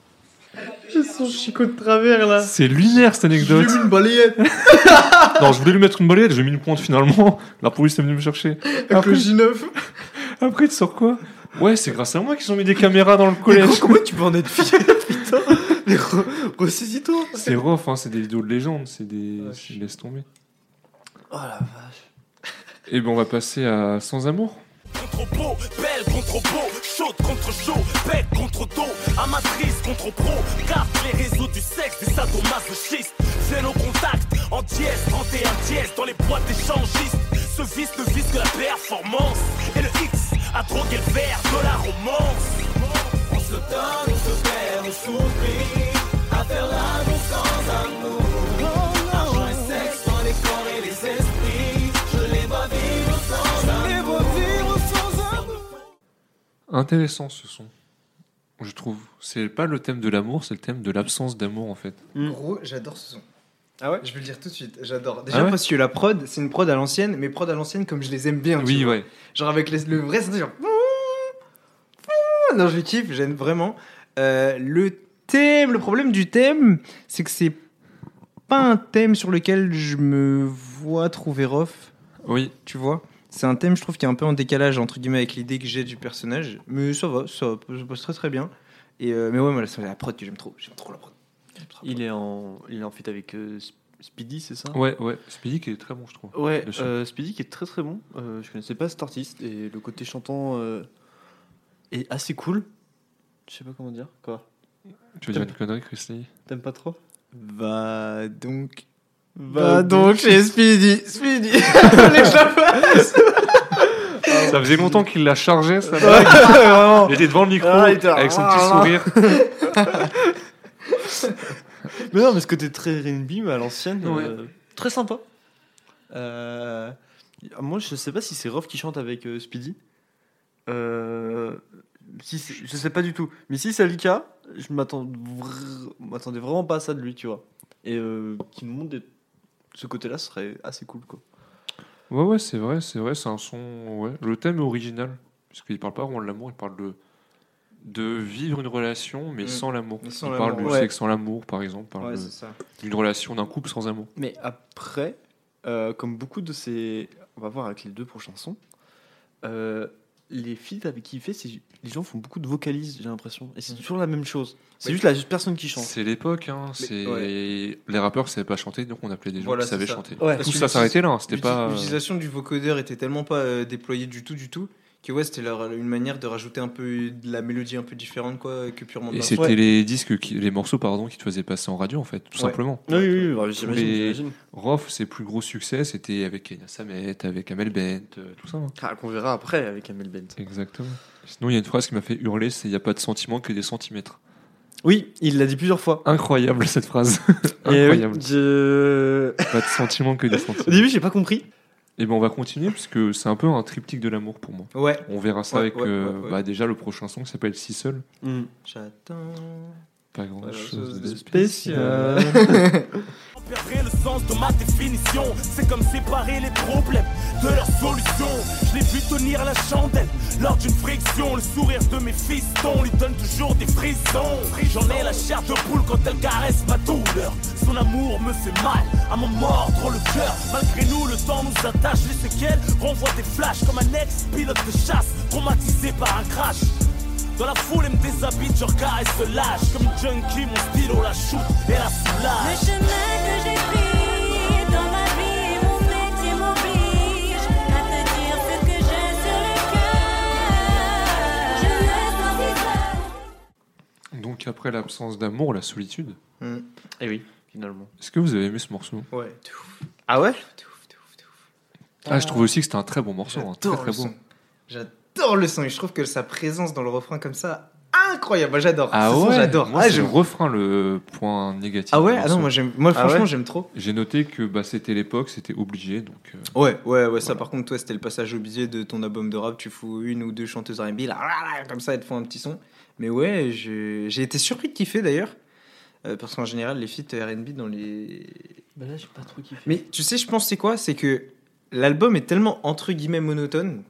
[SPEAKER 2] Son chicot de travers là.
[SPEAKER 1] C'est lunaire, cette anecdote
[SPEAKER 2] une balayette
[SPEAKER 1] Non, je voulais lui mettre une balayette, j'ai mis une pointe finalement. La police est venue me chercher.
[SPEAKER 3] Ah,
[SPEAKER 2] avec
[SPEAKER 1] Après,
[SPEAKER 2] le J9.
[SPEAKER 1] Après, tu sors quoi Ouais, c'est grâce à moi qu'ils ont mis des caméras dans le
[SPEAKER 3] Mais
[SPEAKER 1] collège.
[SPEAKER 3] gros, Comment tu peux en être fier Putain Mais re- ressaisis-toi
[SPEAKER 1] C'est rough, hein, c'est des vidéos de légende, c'est des.
[SPEAKER 3] Ouais.
[SPEAKER 1] c'est- Laisse tomber.
[SPEAKER 3] Oh la vache.
[SPEAKER 1] Et ben, on va passer à Sans Amour.
[SPEAKER 4] Contre beau, belle contre beau, chaude contre chaud, bête contre dos, amatrice contre pro, carte les réseaux du sexe, des sadomasochistes, c'est nos contacts, en dièse, 31 dièse, dans les boîtes d'échangistes, ce vice ne vise que la performance, et le X a drogué le verre de la romance. On se donne, on se perd, on s'oublie, à faire l'amour sans amour, argent et sexe dans les corps et les esprits, je les vois vivre sans amour.
[SPEAKER 1] Intéressant ce son.
[SPEAKER 3] Mm.
[SPEAKER 1] Je trouve. C'est pas le thème de l'amour, c'est le thème de l'absence d'amour en fait.
[SPEAKER 2] Gros, j'adore ce son. Ah ouais Je vais le dire tout de suite, j'adore. Déjà
[SPEAKER 1] Ah ouais
[SPEAKER 2] parce que la prod, c'est une prod à l'ancienne, mais prod à l'ancienne comme je les aime
[SPEAKER 3] Ah,
[SPEAKER 2] bien. tu
[SPEAKER 1] Oui,
[SPEAKER 2] vois.
[SPEAKER 1] ouais.
[SPEAKER 2] Genre avec les- le vrai son, genre. Non, je kiffe, j'aime vraiment. Euh, le thème, le problème du thème, c'est que c'est pas un thème sur lequel je me vois trouver Rof,
[SPEAKER 1] Oui.
[SPEAKER 2] tu vois. C'est un thème, je trouve, qui est un peu en décalage entre guillemets avec l'idée que j'ai du personnage, mais ça va, ça, ça passe très très bien. Et euh, mais ouais, moi, c'est la prod que j'aime trop, j'aime trop la prod. J'aime trop la prod.
[SPEAKER 3] Il est en, il est en feat avec euh, Sp- Speedy, c'est ça
[SPEAKER 1] Ouais, ouais. Speedy qui est très bon, je trouve.
[SPEAKER 3] Ouais,
[SPEAKER 1] Bien sûr.
[SPEAKER 3] euh, Speedy qui est très très bon. Euh, je connaissais pas cet artiste et le côté chantant euh, est assez cool. Je sais pas comment dire. Quoi
[SPEAKER 1] Tu veux dire une connerie, Chrisley
[SPEAKER 3] T'aimes pas trop
[SPEAKER 2] Va Euh, donc
[SPEAKER 3] Bah
[SPEAKER 2] chez Speedy, Speedy.
[SPEAKER 1] Ça faisait longtemps qu'il l'a chargé, ça.
[SPEAKER 3] Vraiment.
[SPEAKER 1] Il était devant le micro,
[SPEAKER 3] Ah, il était-
[SPEAKER 1] avec son petit
[SPEAKER 3] Ah.
[SPEAKER 1] sourire.
[SPEAKER 3] Mais non, mais ce côté très R&B mais à l'ancienne,
[SPEAKER 1] Ouais.
[SPEAKER 3] euh, très sympa. Euh, moi, je sais pas si c'est Rof qui chante avec euh, Speedy. Euh, si c'est- je sais pas du tout. Mais si c'est Alika, je m'attends vr- m'attendais vraiment pas à ça de lui, tu vois. Et euh, qui nous montre des- ce côté-là, ce serait assez cool, quoi.
[SPEAKER 1] Ouais, ouais, c'est vrai, c'est vrai, c'est un son. Ouais. Le thème est original, parce qu'il parle pas vraiment de l'amour, il parle de, de vivre une relation, mais
[SPEAKER 2] Mm.
[SPEAKER 1] sans l'amour.
[SPEAKER 2] Mais
[SPEAKER 1] Il
[SPEAKER 2] sans
[SPEAKER 1] parle
[SPEAKER 2] l'amour,
[SPEAKER 1] du
[SPEAKER 3] ouais.
[SPEAKER 1] sexe sans l'amour, par exemple, parle
[SPEAKER 2] Ouais,
[SPEAKER 1] de-
[SPEAKER 2] c'est ça.
[SPEAKER 1] d'une relation, d'un couple sans amour.
[SPEAKER 3] Mais après, euh, comme beaucoup de ces. On va voir avec les deux prochaines chansons. euh, les filles avec qui il fait, c'est- les gens font beaucoup de vocalises, j'ai l'impression. Et c'est toujours la même chose. C'est
[SPEAKER 2] Oui.
[SPEAKER 3] juste la personne qui chante.
[SPEAKER 1] C'est l'époque, hein, c'est les rappeurs savaient pas chanter, donc on appelait des gens
[SPEAKER 2] Voilà,
[SPEAKER 1] qui
[SPEAKER 2] c'est
[SPEAKER 1] savaient
[SPEAKER 2] ça.
[SPEAKER 1] chanter.
[SPEAKER 3] Ouais.
[SPEAKER 1] Tout
[SPEAKER 2] Parce que
[SPEAKER 1] ça s'arrêtait là, hein, c'était
[SPEAKER 2] L'uti-
[SPEAKER 1] pas.
[SPEAKER 2] L'utilisation du vocodeur était tellement pas euh, déployée du tout, du tout, que ouais, c'était leur- une manière de rajouter un peu de la mélodie un peu différente, quoi, que purement. de
[SPEAKER 1] Et
[SPEAKER 2] la-
[SPEAKER 1] c'était
[SPEAKER 3] Ouais.
[SPEAKER 1] les disques, qui- les morceaux, pardon, qui te faisaient passer en radio, en fait, tout
[SPEAKER 2] Ouais.
[SPEAKER 1] simplement.
[SPEAKER 3] Oui, oui,
[SPEAKER 1] j'imagine, Mais- j'imagine. Rof, ses plus gros succès, c'était avec Kenya Samet, avec Amel Bent, euh, tout ça. hein.
[SPEAKER 3] Qu'on verra après avec Amel Bent.
[SPEAKER 1] Exactement. Sinon, il y a une phrase qui m'a fait hurler, c'est il n'y a pas de sentiment que des centimètres.
[SPEAKER 3] Oui, il l'a dit plusieurs fois.
[SPEAKER 1] Incroyable cette phrase.
[SPEAKER 3] Et oui,
[SPEAKER 1] Incroyable.
[SPEAKER 3] je-
[SPEAKER 1] Pas de sentiment que des
[SPEAKER 3] Au
[SPEAKER 1] centimètres.
[SPEAKER 3] début, j'ai pas compris.
[SPEAKER 1] Et ben on va continuer parce que c'est un peu un triptyque de l'amour pour moi.
[SPEAKER 2] Ouais.
[SPEAKER 1] On verra ça
[SPEAKER 2] Ouais,
[SPEAKER 1] avec
[SPEAKER 2] ouais,
[SPEAKER 1] euh,
[SPEAKER 2] ouais, ouais.
[SPEAKER 1] bah, déjà le prochain son qui s'appelle Si seul.
[SPEAKER 2] J'attends.
[SPEAKER 1] Pas grand chose
[SPEAKER 2] chose
[SPEAKER 1] de
[SPEAKER 2] de
[SPEAKER 3] Euh,
[SPEAKER 1] spécial.
[SPEAKER 4] On perdrait le sens de ma définition. C'est comme séparer les problèmes de leurs solutions. Je l'ai vu tenir la chandelle lors d'une friction. Le sourire de mes fistons lui donne toujours des frissons. J'en ai la chair de poule quand elle caresse ma douleur. Son amour me fait mal à m'en mordre le cœur. Malgré nous, le temps nous attache. Les séquelles renvoient des flashs comme un ex-pilote de chasse traumatisé par un crash. Dans la foule, elle me déshabite, genre caresse le lâche. Comme une junkie, mon stylo la shoot et la
[SPEAKER 7] Le
[SPEAKER 4] soulage.
[SPEAKER 7] chemin que j'ai pris dans ma vie et mon métier m'oblige à te dire ce que j'ai sur le cœur. Je me sens si seule.
[SPEAKER 1] Donc après l'absence d'amour, la solitude.
[SPEAKER 2] Hmm.
[SPEAKER 3] Et oui, finalement.
[SPEAKER 1] Est-ce que vous avez aimé ce morceau
[SPEAKER 2] Ouais. de ouf,
[SPEAKER 3] Ah ouais
[SPEAKER 2] de ouf, de ouf, de ouf.
[SPEAKER 1] Ah, je trouve aussi que c'était un très bon morceau, hein, très
[SPEAKER 2] J'adore
[SPEAKER 1] très
[SPEAKER 2] le
[SPEAKER 1] bon.
[SPEAKER 2] son. J'adore le son et je trouve que sa présence dans le refrain comme ça, incroyable. Moi, J'adore.
[SPEAKER 1] Ah
[SPEAKER 2] Ce son,
[SPEAKER 1] ouais,
[SPEAKER 2] J'adore.
[SPEAKER 1] Moi,
[SPEAKER 2] Ah,
[SPEAKER 1] c'est
[SPEAKER 2] j'aime-
[SPEAKER 1] le refrain le point négatif.
[SPEAKER 2] Ah
[SPEAKER 1] du
[SPEAKER 2] ouais. Ah non,
[SPEAKER 1] morceau.
[SPEAKER 2] moi j'aime. Moi
[SPEAKER 3] Ah
[SPEAKER 2] franchement,
[SPEAKER 3] ouais
[SPEAKER 2] j'aime trop.
[SPEAKER 1] J'ai noté que bah, c'était l'époque, c'était obligé, donc euh,
[SPEAKER 2] Ouais, ouais, ouais, ça
[SPEAKER 1] Voilà.
[SPEAKER 2] par contre, toi, c'était le passage obligé de ton album de rap. Tu fous une ou deux chanteuses R&B, là, là, là, comme ça, elles te font un petit son. Mais ouais, je- j'ai été surpris de kiffer d'ailleurs. euh, parce qu'en général, les feats RB dans les.
[SPEAKER 3] Bah là, j'ai pas trop kiffé.
[SPEAKER 2] Mais tu sais, je pense, c'est quoi C'est que l'album est tellement entre guillemets monotone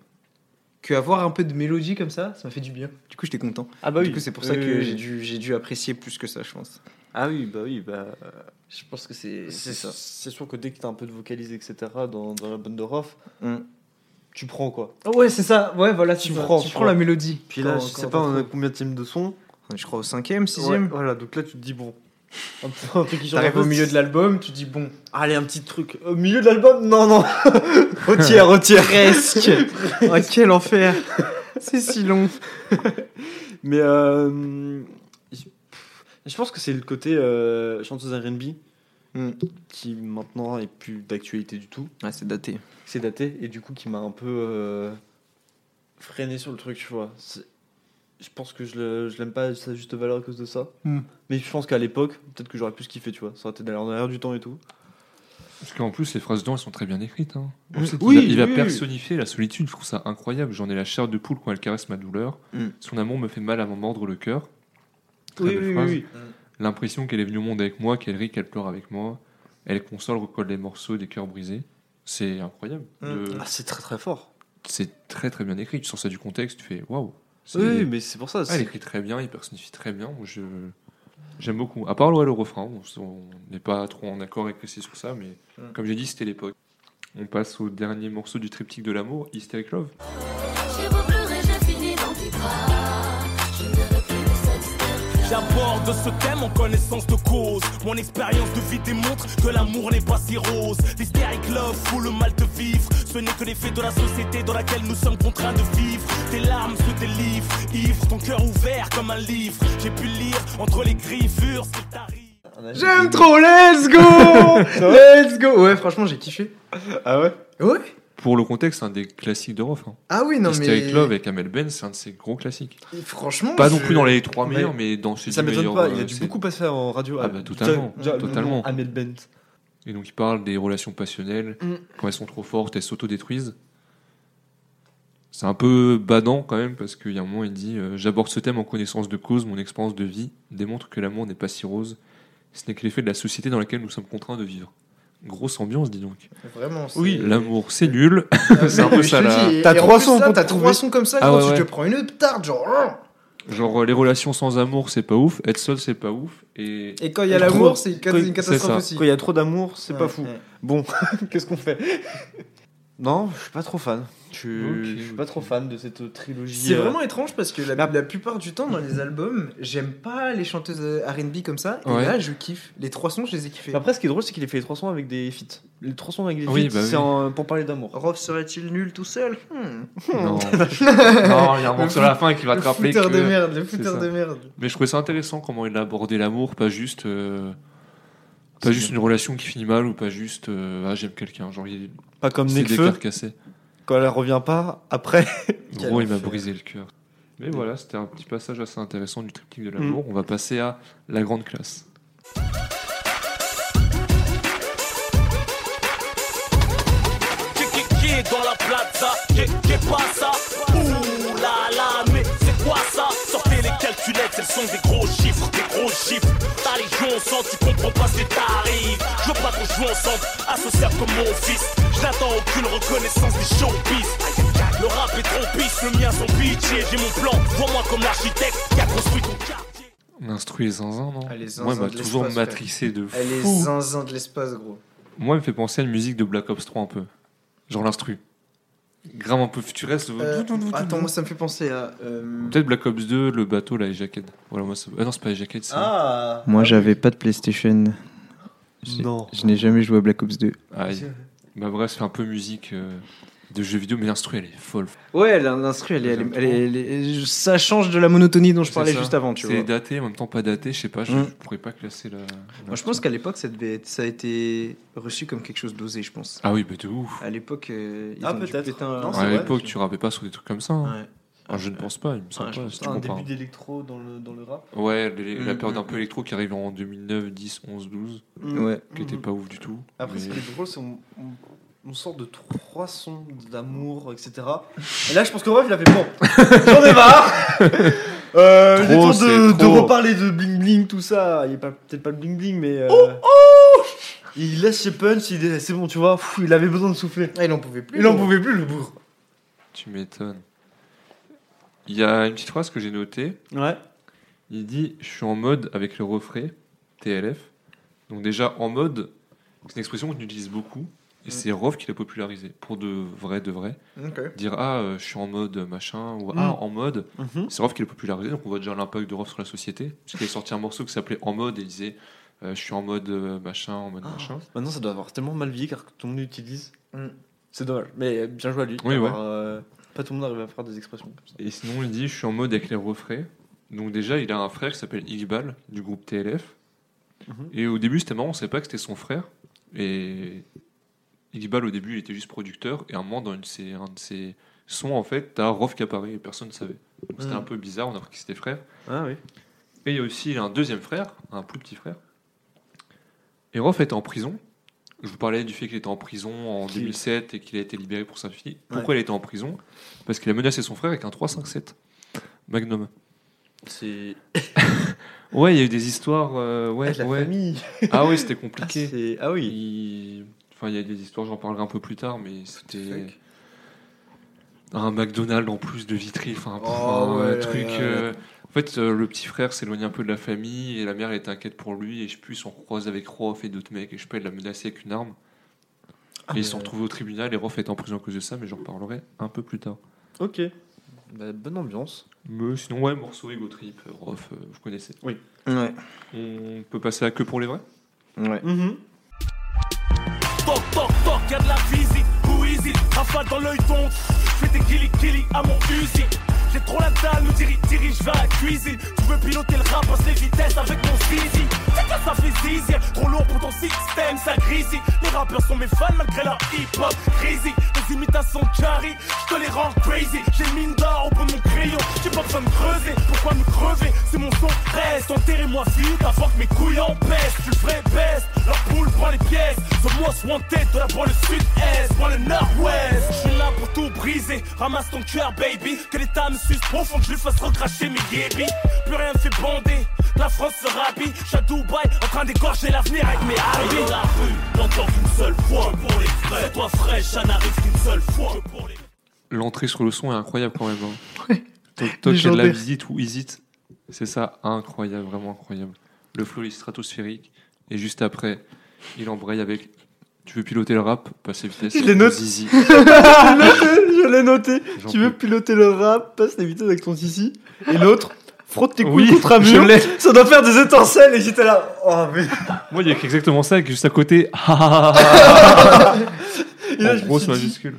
[SPEAKER 2] que avoir un peu de mélodie comme ça, ça m'a fait du bien. Euh, Du coup, j'étais content.
[SPEAKER 3] Ah bah
[SPEAKER 2] du coup, c'est pour ça
[SPEAKER 3] Oui,
[SPEAKER 2] que
[SPEAKER 3] oui,
[SPEAKER 2] j'ai
[SPEAKER 3] oui.
[SPEAKER 2] dû, j'ai dû apprécier plus que ça, je pense.
[SPEAKER 3] Ah oui, bah oui, bah. euh,
[SPEAKER 2] Je pense que c'est
[SPEAKER 3] C'est C'est sûr que dès que t'as un peu de vocalise, etc., dans, dans la bande de Rof,
[SPEAKER 2] Mm.
[SPEAKER 3] tu prends quoi.
[SPEAKER 2] Ouais, c'est ça. Ouais, voilà, tu,
[SPEAKER 3] Tu
[SPEAKER 2] prends,
[SPEAKER 3] prends,
[SPEAKER 2] tu
[SPEAKER 3] tu
[SPEAKER 2] prends
[SPEAKER 3] vois.
[SPEAKER 2] la mélodie.
[SPEAKER 3] Puis là,
[SPEAKER 2] Quand-
[SPEAKER 3] je sais
[SPEAKER 2] quand
[SPEAKER 3] pas,
[SPEAKER 2] t'en
[SPEAKER 3] on a
[SPEAKER 2] trouves.
[SPEAKER 3] combien de times de son
[SPEAKER 2] Je crois au cinquième, sixième.
[SPEAKER 3] Ouais, voilà, donc là tu te dis bon. Un petit un truc qui change. un
[SPEAKER 2] T'arrives
[SPEAKER 3] peu,
[SPEAKER 2] au milieu
[SPEAKER 3] c'est-
[SPEAKER 2] de l'album, tu dis bon,
[SPEAKER 3] Allez, un petit truc. Au milieu de l'album Non, non. au tiers, au tiers.
[SPEAKER 2] presque. Ah, quel enfer. C'est si long.
[SPEAKER 3] Mais euh, je pff, je pense que c'est le côté euh, chanteuse RB Hmm.
[SPEAKER 2] Mm.
[SPEAKER 3] qui maintenant est plus d'actualité du tout.
[SPEAKER 2] Ah, c'est daté.
[SPEAKER 3] C'est daté et du coup qui m'a un peu euh, freiné sur le truc, tu vois. C'est- Je pense que je le- je l'aime pas à sa juste valeur à cause de ça.
[SPEAKER 1] Hmm.
[SPEAKER 2] Mm.
[SPEAKER 3] Mais je pense qu'à l'époque, peut-être que j'aurais plus kiffé, tu vois. Ça aurait été d'aller en arrière du temps et tout.
[SPEAKER 1] Parce qu'en plus, les phrases dedans, elles sont très bien écrites. hein.
[SPEAKER 3] Mm.
[SPEAKER 1] C'est-
[SPEAKER 3] Oui,
[SPEAKER 1] il va, il va
[SPEAKER 3] oui, oui.
[SPEAKER 1] personnifier la solitude, je trouve ça incroyable. J'en ai la chair de poule quand elle caresse ma douleur.
[SPEAKER 2] Mm.
[SPEAKER 1] Son amour me fait mal à m'en mordre le cœur. Très
[SPEAKER 3] Oui,
[SPEAKER 1] belle
[SPEAKER 3] oui,
[SPEAKER 1] phrase.
[SPEAKER 3] oui.
[SPEAKER 1] L'impression qu'elle est venue au monde avec moi, qu'elle rit, qu'elle pleure avec moi. Elle console, recolle les morceaux des cœurs brisés. C'est incroyable.
[SPEAKER 2] Mm.
[SPEAKER 1] Le-
[SPEAKER 3] Ah, c'est très très fort.
[SPEAKER 1] C'est très très bien écrit. Tu sens ça du contexte, tu fais waouh. C'est-
[SPEAKER 3] Oui, mais c'est pour ça.
[SPEAKER 1] Ah, elle
[SPEAKER 3] c'est-
[SPEAKER 1] écrit très bien, il personnifie très bien. Moi, je j'aime beaucoup. À part ouais, le refrain, on- on n'est pas trop en accord avec Chrissy sur ça, mais
[SPEAKER 3] Hmm.
[SPEAKER 2] Mm.
[SPEAKER 1] comme j'ai dit, c'était l'époque. On passe au dernier morceau du triptyque de l'amour, Hysteric Love.
[SPEAKER 7] J'ai beau pleurer, j'ai fini dans tes bras. Je ne veux plus de cette histoire.
[SPEAKER 4] J'aborde ce thème en connaissance de cause. Mon expérience de vie démontre que l'amour n'est pas si rose. L'hystérique love fout le mal de vivre. Ce n'est que l'effet de la société dans laquelle nous sommes contraints de vivre. Tes larmes se délivrent, ivre, ton cœur ouvert comme un livre. J'ai pu lire entre les griffures ce qui t'arrive.
[SPEAKER 2] J'aime trop, let's go Let's go Ouais, franchement, j'ai kiffé.
[SPEAKER 3] Ah ouais
[SPEAKER 2] Ouais
[SPEAKER 1] Pour le contexte, c'est un des classiques de Rof. Hein.
[SPEAKER 2] Ah oui, non,
[SPEAKER 1] Hysteric
[SPEAKER 2] mais.
[SPEAKER 1] Love avec Amel Ben, c'est un de ses gros classiques.
[SPEAKER 3] Ah,
[SPEAKER 2] Franchement.
[SPEAKER 1] Pas
[SPEAKER 2] je-
[SPEAKER 1] non plus dans les trois
[SPEAKER 3] Ouais.
[SPEAKER 1] meilleurs, mais dans ses
[SPEAKER 3] Ça
[SPEAKER 1] dix
[SPEAKER 3] m'étonne
[SPEAKER 1] meilleurs,
[SPEAKER 3] pas, il
[SPEAKER 1] euh,
[SPEAKER 3] a dû
[SPEAKER 1] c'est-
[SPEAKER 3] beaucoup passer en radio.
[SPEAKER 1] Ah bah, totalement, totalement.
[SPEAKER 3] Amel Bent.
[SPEAKER 1] Et donc il parle des relations passionnelles,
[SPEAKER 2] Mm.
[SPEAKER 1] quand elles sont trop fortes, elles s'autodétruisent. C'est un peu badant quand même, parce qu'il y a un moment, il dit euh, J'aborde ce thème en connaissance de cause, mon expérience de vie démontre que l'amour n'est pas si rose, ce n'est que l'effet de la société dans laquelle nous sommes contraints de vivre. Grosse ambiance, dis donc.
[SPEAKER 2] Vraiment. c'est-
[SPEAKER 1] L'amour, c'est nul.
[SPEAKER 2] Ah,
[SPEAKER 1] c'est un
[SPEAKER 2] mais
[SPEAKER 1] peu
[SPEAKER 2] je
[SPEAKER 1] ça,
[SPEAKER 2] te
[SPEAKER 1] là.
[SPEAKER 2] dis, et-
[SPEAKER 3] T'as
[SPEAKER 2] et en
[SPEAKER 3] 300
[SPEAKER 2] plus, là,
[SPEAKER 3] pour
[SPEAKER 2] T'as
[SPEAKER 3] trouver.
[SPEAKER 2] 300 comme ça,
[SPEAKER 1] Ah
[SPEAKER 2] gros,
[SPEAKER 1] ouais,
[SPEAKER 2] tu
[SPEAKER 1] ouais.
[SPEAKER 2] te prends une tarte,
[SPEAKER 8] oh,
[SPEAKER 2] genre.
[SPEAKER 1] Genre, euh, les relations sans amour, c'est pas ouf, être seul, c'est pas ouf. Et
[SPEAKER 2] Et quand il y a
[SPEAKER 3] Trop.
[SPEAKER 2] l'amour, c'est une cat-
[SPEAKER 3] Quand-
[SPEAKER 2] une
[SPEAKER 1] c'est ça.
[SPEAKER 2] catastrophe aussi.
[SPEAKER 3] Quand il y a trop d'amour, c'est pas
[SPEAKER 2] Ouais,
[SPEAKER 3] fou.
[SPEAKER 2] ouais.
[SPEAKER 3] Bon, qu'est-ce qu'on fait Non, je suis pas trop fan. Je
[SPEAKER 1] Ok,
[SPEAKER 3] je suis pas
[SPEAKER 1] ok.
[SPEAKER 3] trop fan de cette euh, trilogie.
[SPEAKER 2] C'est
[SPEAKER 3] euh,
[SPEAKER 2] vraiment étrange parce que la,
[SPEAKER 3] la-
[SPEAKER 2] la plupart du temps dans les albums, j'aime pas les chanteuses euh, R&B comme ça. Et
[SPEAKER 1] Ouais.
[SPEAKER 2] là, je kiffe. Les trois sons, je les ai kiffés.
[SPEAKER 3] Après, ce qui est drôle, c'est qu'il a fait les 300 avec des feats. Les 300 avec des feats,
[SPEAKER 1] Oui, bah oui.
[SPEAKER 3] c'est en- pour parler d'amour.
[SPEAKER 2] Rof serait-il nul tout seul Hmm.
[SPEAKER 1] non, Non, il y a un morceau à la fin qui va
[SPEAKER 2] Le
[SPEAKER 1] te rappeler.
[SPEAKER 2] fouteur de
[SPEAKER 1] que-
[SPEAKER 2] merde, le
[SPEAKER 1] c'est
[SPEAKER 2] fouteur
[SPEAKER 1] ça.
[SPEAKER 2] de merde.
[SPEAKER 1] Mais je trouvais ça intéressant comment il a abordé l'amour, pas juste, euh, pas
[SPEAKER 3] C'est
[SPEAKER 1] juste une relation qui finit mal ou pas juste euh, ah j'aime quelqu'un. Genre il
[SPEAKER 3] Pas comme
[SPEAKER 1] c'est des
[SPEAKER 3] Nekfeu,
[SPEAKER 1] cœurs cassés.
[SPEAKER 3] quand elle revient pas, après.
[SPEAKER 1] En
[SPEAKER 2] Quel
[SPEAKER 1] gros, il m'a
[SPEAKER 2] enfer.
[SPEAKER 3] euh,
[SPEAKER 1] brisé le cœur. Mais voilà, c'était un petit passage assez intéressant du triptyque
[SPEAKER 3] Mm.
[SPEAKER 1] de l'amour. On va passer à la grande classe.
[SPEAKER 4] Qui, qui, qui est dans la plaza Qui, qui est pas ça Ouh là là, mais c'est quoi ça Sortez les calculettes, elles sont des gros chiffres, des gros chiffres. T'as les joues ensemble, tu comprends pas ce qui t'arrive. Je veux pas qu'on joue ensemble, associable comme mon fils. Je n'attends aucune reconnaissance des showbiz. Le rap est trop pisse, le mien sans pitié. J'ai mon plan, vois-moi comme l'architecte qui a construit ton quartier.
[SPEAKER 1] On instruit les zinzins, non
[SPEAKER 2] Ah, les zinzins
[SPEAKER 1] Moi, il m'a
[SPEAKER 2] de
[SPEAKER 1] toujours
[SPEAKER 2] l'espace, frère.
[SPEAKER 1] matricé de
[SPEAKER 2] Elle est
[SPEAKER 1] fou.
[SPEAKER 2] zinzin de l'espace, gros.
[SPEAKER 1] Moi, il me fait penser à une musique de Black Ops 3 un peu. Genre l'instru. Grave un peu futuriste.
[SPEAKER 2] Euh,
[SPEAKER 1] Dou- dou- dou- dou-
[SPEAKER 2] attends,
[SPEAKER 1] dou-
[SPEAKER 2] moi ça me fait penser à. euh,
[SPEAKER 1] Peut-être Black Ops 2, le bateau, là, et Jacket. Voilà, moi, ça... Ah non, c'est pas les Jacket, c'est...
[SPEAKER 3] Ah
[SPEAKER 2] Moi, j'avais pas de PlayStation.
[SPEAKER 3] Non.
[SPEAKER 2] Je n'ai jamais joué à Black Ops 2.
[SPEAKER 1] Aïe. Bah bref, c'est un peu musique euh, de jeux vidéo, mais l'instru elle est folle.
[SPEAKER 2] Ouais, l'in- l'instru, elle, est- elle, est-
[SPEAKER 1] J'aime
[SPEAKER 2] elle est- elle est- ça change de la monotonie dont je
[SPEAKER 1] C'est
[SPEAKER 2] parlais
[SPEAKER 1] ça.
[SPEAKER 2] juste avant, tu
[SPEAKER 1] C'est
[SPEAKER 2] vois.
[SPEAKER 1] daté, en même temps pas daté, je sais pas, je,
[SPEAKER 2] Mm.
[SPEAKER 1] je pourrais pas classer la. la-
[SPEAKER 2] Moi, je pense qu'à l'époque, ça, devait être- ça a été reçu comme quelque chose d'osé, je pense.
[SPEAKER 1] Ah oui, bah de ouf.
[SPEAKER 2] À l'époque, euh, ils ont
[SPEAKER 3] Ah,
[SPEAKER 2] dû
[SPEAKER 3] peut-être.
[SPEAKER 2] péter un-
[SPEAKER 3] Non, c'est
[SPEAKER 1] à
[SPEAKER 3] vrai,
[SPEAKER 1] l'époque,
[SPEAKER 3] c'est-
[SPEAKER 1] tu rappais pas sur des trucs comme ça. hein.
[SPEAKER 2] Ouais.
[SPEAKER 1] Ah, je ne pense pas, il me semble
[SPEAKER 2] Ouais, je
[SPEAKER 1] pas.
[SPEAKER 2] pense
[SPEAKER 1] si tu
[SPEAKER 3] Un
[SPEAKER 1] compares.
[SPEAKER 3] début d'électro dans le, dans le rap.
[SPEAKER 1] Ouais, les- la
[SPEAKER 2] Mm,
[SPEAKER 1] période
[SPEAKER 2] mm,
[SPEAKER 1] un peu électro qui arrive en 2009, 10, 11, 12,
[SPEAKER 2] Ouais.
[SPEAKER 1] qui était
[SPEAKER 3] Mhm.
[SPEAKER 1] pas ouf du tout.
[SPEAKER 3] Après,
[SPEAKER 1] mais-
[SPEAKER 3] ce qui est drôle, c'est qu'on on, on sort de trois sons d'amour, etc. Et là, je pense que Rolf, il a fait bon. J'en ai marre euh,
[SPEAKER 1] Trop,
[SPEAKER 3] Les temps
[SPEAKER 1] c'est
[SPEAKER 3] de, de
[SPEAKER 1] trop.
[SPEAKER 3] reparler de bling bling, tout ça. Il n'y a pas- peut-être pas de bling bling, mais. euh,
[SPEAKER 1] Oh,
[SPEAKER 3] il lâche ses punchs, il est- c'est bon, tu vois. pfff, il avait besoin de souffler.
[SPEAKER 2] Ah, il en pouvait plus.
[SPEAKER 3] Il en
[SPEAKER 2] gros.
[SPEAKER 3] pouvait plus, le bourre.
[SPEAKER 1] Tu m'étonnes. Il y a une petite phrase que j'ai notée.
[SPEAKER 3] Ouais.
[SPEAKER 1] Il dit Je suis en mode avec le refrain, TLF. Donc, déjà, en mode, c'est une expression qu'on utilise beaucoup.
[SPEAKER 3] Mm.
[SPEAKER 1] Et c'est Rof qui l'a popularisé. Pour de vrai, de vrai.
[SPEAKER 2] Ok.
[SPEAKER 1] Dire Ah, euh, je suis en mode machin, ou
[SPEAKER 3] Mm.
[SPEAKER 1] Ah, en mode. C'est Rof qui l'a popularisé. Donc, on voit déjà l'impact de Rof sur la société. Puisqu'il a sorti un morceau qui s'appelait En mode et il disait euh, Je suis en mode euh, machin, en mode
[SPEAKER 3] Ah.
[SPEAKER 1] machin.
[SPEAKER 3] Maintenant, ça doit avoir tellement mal vieilli car que tout le monde l'utilise.
[SPEAKER 2] Mm.
[SPEAKER 3] C'est dommage. Mais euh, bien joué à lui.
[SPEAKER 1] Oui,
[SPEAKER 3] d'avoir, euh, pas tout le monde arrive à faire des expressions comme ça.
[SPEAKER 1] Et sinon, il dit Je suis en mode avec les refrains. Donc, déjà, il a un frère qui s'appelle Iqbal, du groupe TLF.
[SPEAKER 3] Mhm.
[SPEAKER 1] Et au début, c'était marrant, on savait pas que c'était son frère. Et Iqbal, au début, il était juste producteur. Et à un moment, dans une de ses- un de ses sons, en fait, t'as Rof qui apparaît et personne ne savait. Donc, c'était
[SPEAKER 2] Mhm.
[SPEAKER 1] un peu bizarre, on a appris que c'était frère.
[SPEAKER 3] Ah oui.
[SPEAKER 1] Et il y a aussi il a un deuxième frère, un plus petit frère. Et Rof était en prison. Je vous parlais du fait qu'il était en prison en
[SPEAKER 3] Qui-
[SPEAKER 1] 2007 et qu'il a été libéré pour sa fille. Pourquoi il était en prison Parce qu'il a menacé son frère avec un 357 Magnum.
[SPEAKER 3] C'est.
[SPEAKER 1] Ouais, il y a eu des histoires. euh, ouais,
[SPEAKER 3] Avec la
[SPEAKER 1] ouais.
[SPEAKER 3] famille.
[SPEAKER 1] Ah ouais, c'était
[SPEAKER 3] Ah,
[SPEAKER 1] compliqué.
[SPEAKER 3] c'est- ah oui.
[SPEAKER 1] Il- Enfin, il y a des histoires, j'en parlerai un peu plus tard, mais c'était.
[SPEAKER 2] fuck
[SPEAKER 1] Un McDonald's en plus de Vitry, enfin, pff,
[SPEAKER 2] Oh,
[SPEAKER 1] un
[SPEAKER 2] ouais,
[SPEAKER 1] truc.
[SPEAKER 2] ouais, ouais.
[SPEAKER 1] euh, En fait, euh, le petit frère s'éloignait un peu de la famille et la mère était inquiète pour lui. Et je puis, ils sont croisés avec Roth et d'autres mecs. Et je peux, elle l'a menacé avec une arme. et ils se sont retrouvés au tribunal. Et Roth est en prison à cause de ça, mais j'en parlerai un peu plus tard.
[SPEAKER 3] Ok. Bah, bonne ambiance.
[SPEAKER 1] Mais sinon, ouais, morceau Ego Trip, euh, Roth, euh, vous connaissez.
[SPEAKER 2] Ouais.
[SPEAKER 1] On peut passer à que pour les vrais
[SPEAKER 2] Ouais.
[SPEAKER 1] Mhm.
[SPEAKER 4] Toc toc toc, y'a de la visite, who is it Rafale dans l'œil donc, fais des killy killy à mon fusil J'ai trop la dalle, nous dirige, dirige vers la cuisine Tu veux piloter le rap, passe les vitesses avec mon zizi C'est que ça fait zizi, trop lourd pour ton système, ça grisi Les rappeurs sont mes fans malgré leur hip-hop crazy Les imitations de Jarry, je te les rends crazy J'ai mine d'or au bout de mon crayon, j'ai pas besoin de creuser Pourquoi me crever, c'est mon son reste Enterrez-moi vite avant que mes couilles en pèsent Je suis le vrai best, leur poule prend les pièces The most wanted de la branle sud-est, branle nord-ouest Je suis là pour tout briser, ramasse ton cœur baby Que l'état me suce profond, que je lui fasse recracher mes yébis Plus rien ne fait bander, la France se rabie Je suis à Dubaï, en train d'égorger l'avenir avec mes habits Dans la rue, n'entends qu'une seule fois pour les frères C'est toi fraîche, ça n'arrive qu'une seule fois pour les
[SPEAKER 1] L'entrée sur le son est incroyable quand même. hein. Toc Toc et de la
[SPEAKER 3] Légendaire.
[SPEAKER 1] visite ou hésite, c'est ça, incroyable, vraiment incroyable. Le flow est stratosphérique et juste après, il embraye avec Tu veux piloter le rap Passe les vitesses.
[SPEAKER 3] Je les note.
[SPEAKER 1] euh, Zizi.
[SPEAKER 3] Ah, Je l'ai noté.
[SPEAKER 1] J'en
[SPEAKER 3] Tu veux
[SPEAKER 1] peux.
[SPEAKER 3] piloter le rap, passe les vitesses avec ton sissi. Et l'autre, frotte tes couilles
[SPEAKER 1] Oui,
[SPEAKER 3] contre un
[SPEAKER 1] je
[SPEAKER 3] mur.
[SPEAKER 1] l'ai.
[SPEAKER 3] Ça doit faire des étincelles. Et j'étais là. Oh, mais.
[SPEAKER 1] Moi, il y a exactement ça, avec juste à côté. Ah,
[SPEAKER 3] Et là,
[SPEAKER 1] en
[SPEAKER 3] je me
[SPEAKER 1] gros,
[SPEAKER 3] suis
[SPEAKER 1] c'est
[SPEAKER 3] dit,
[SPEAKER 1] majuscule.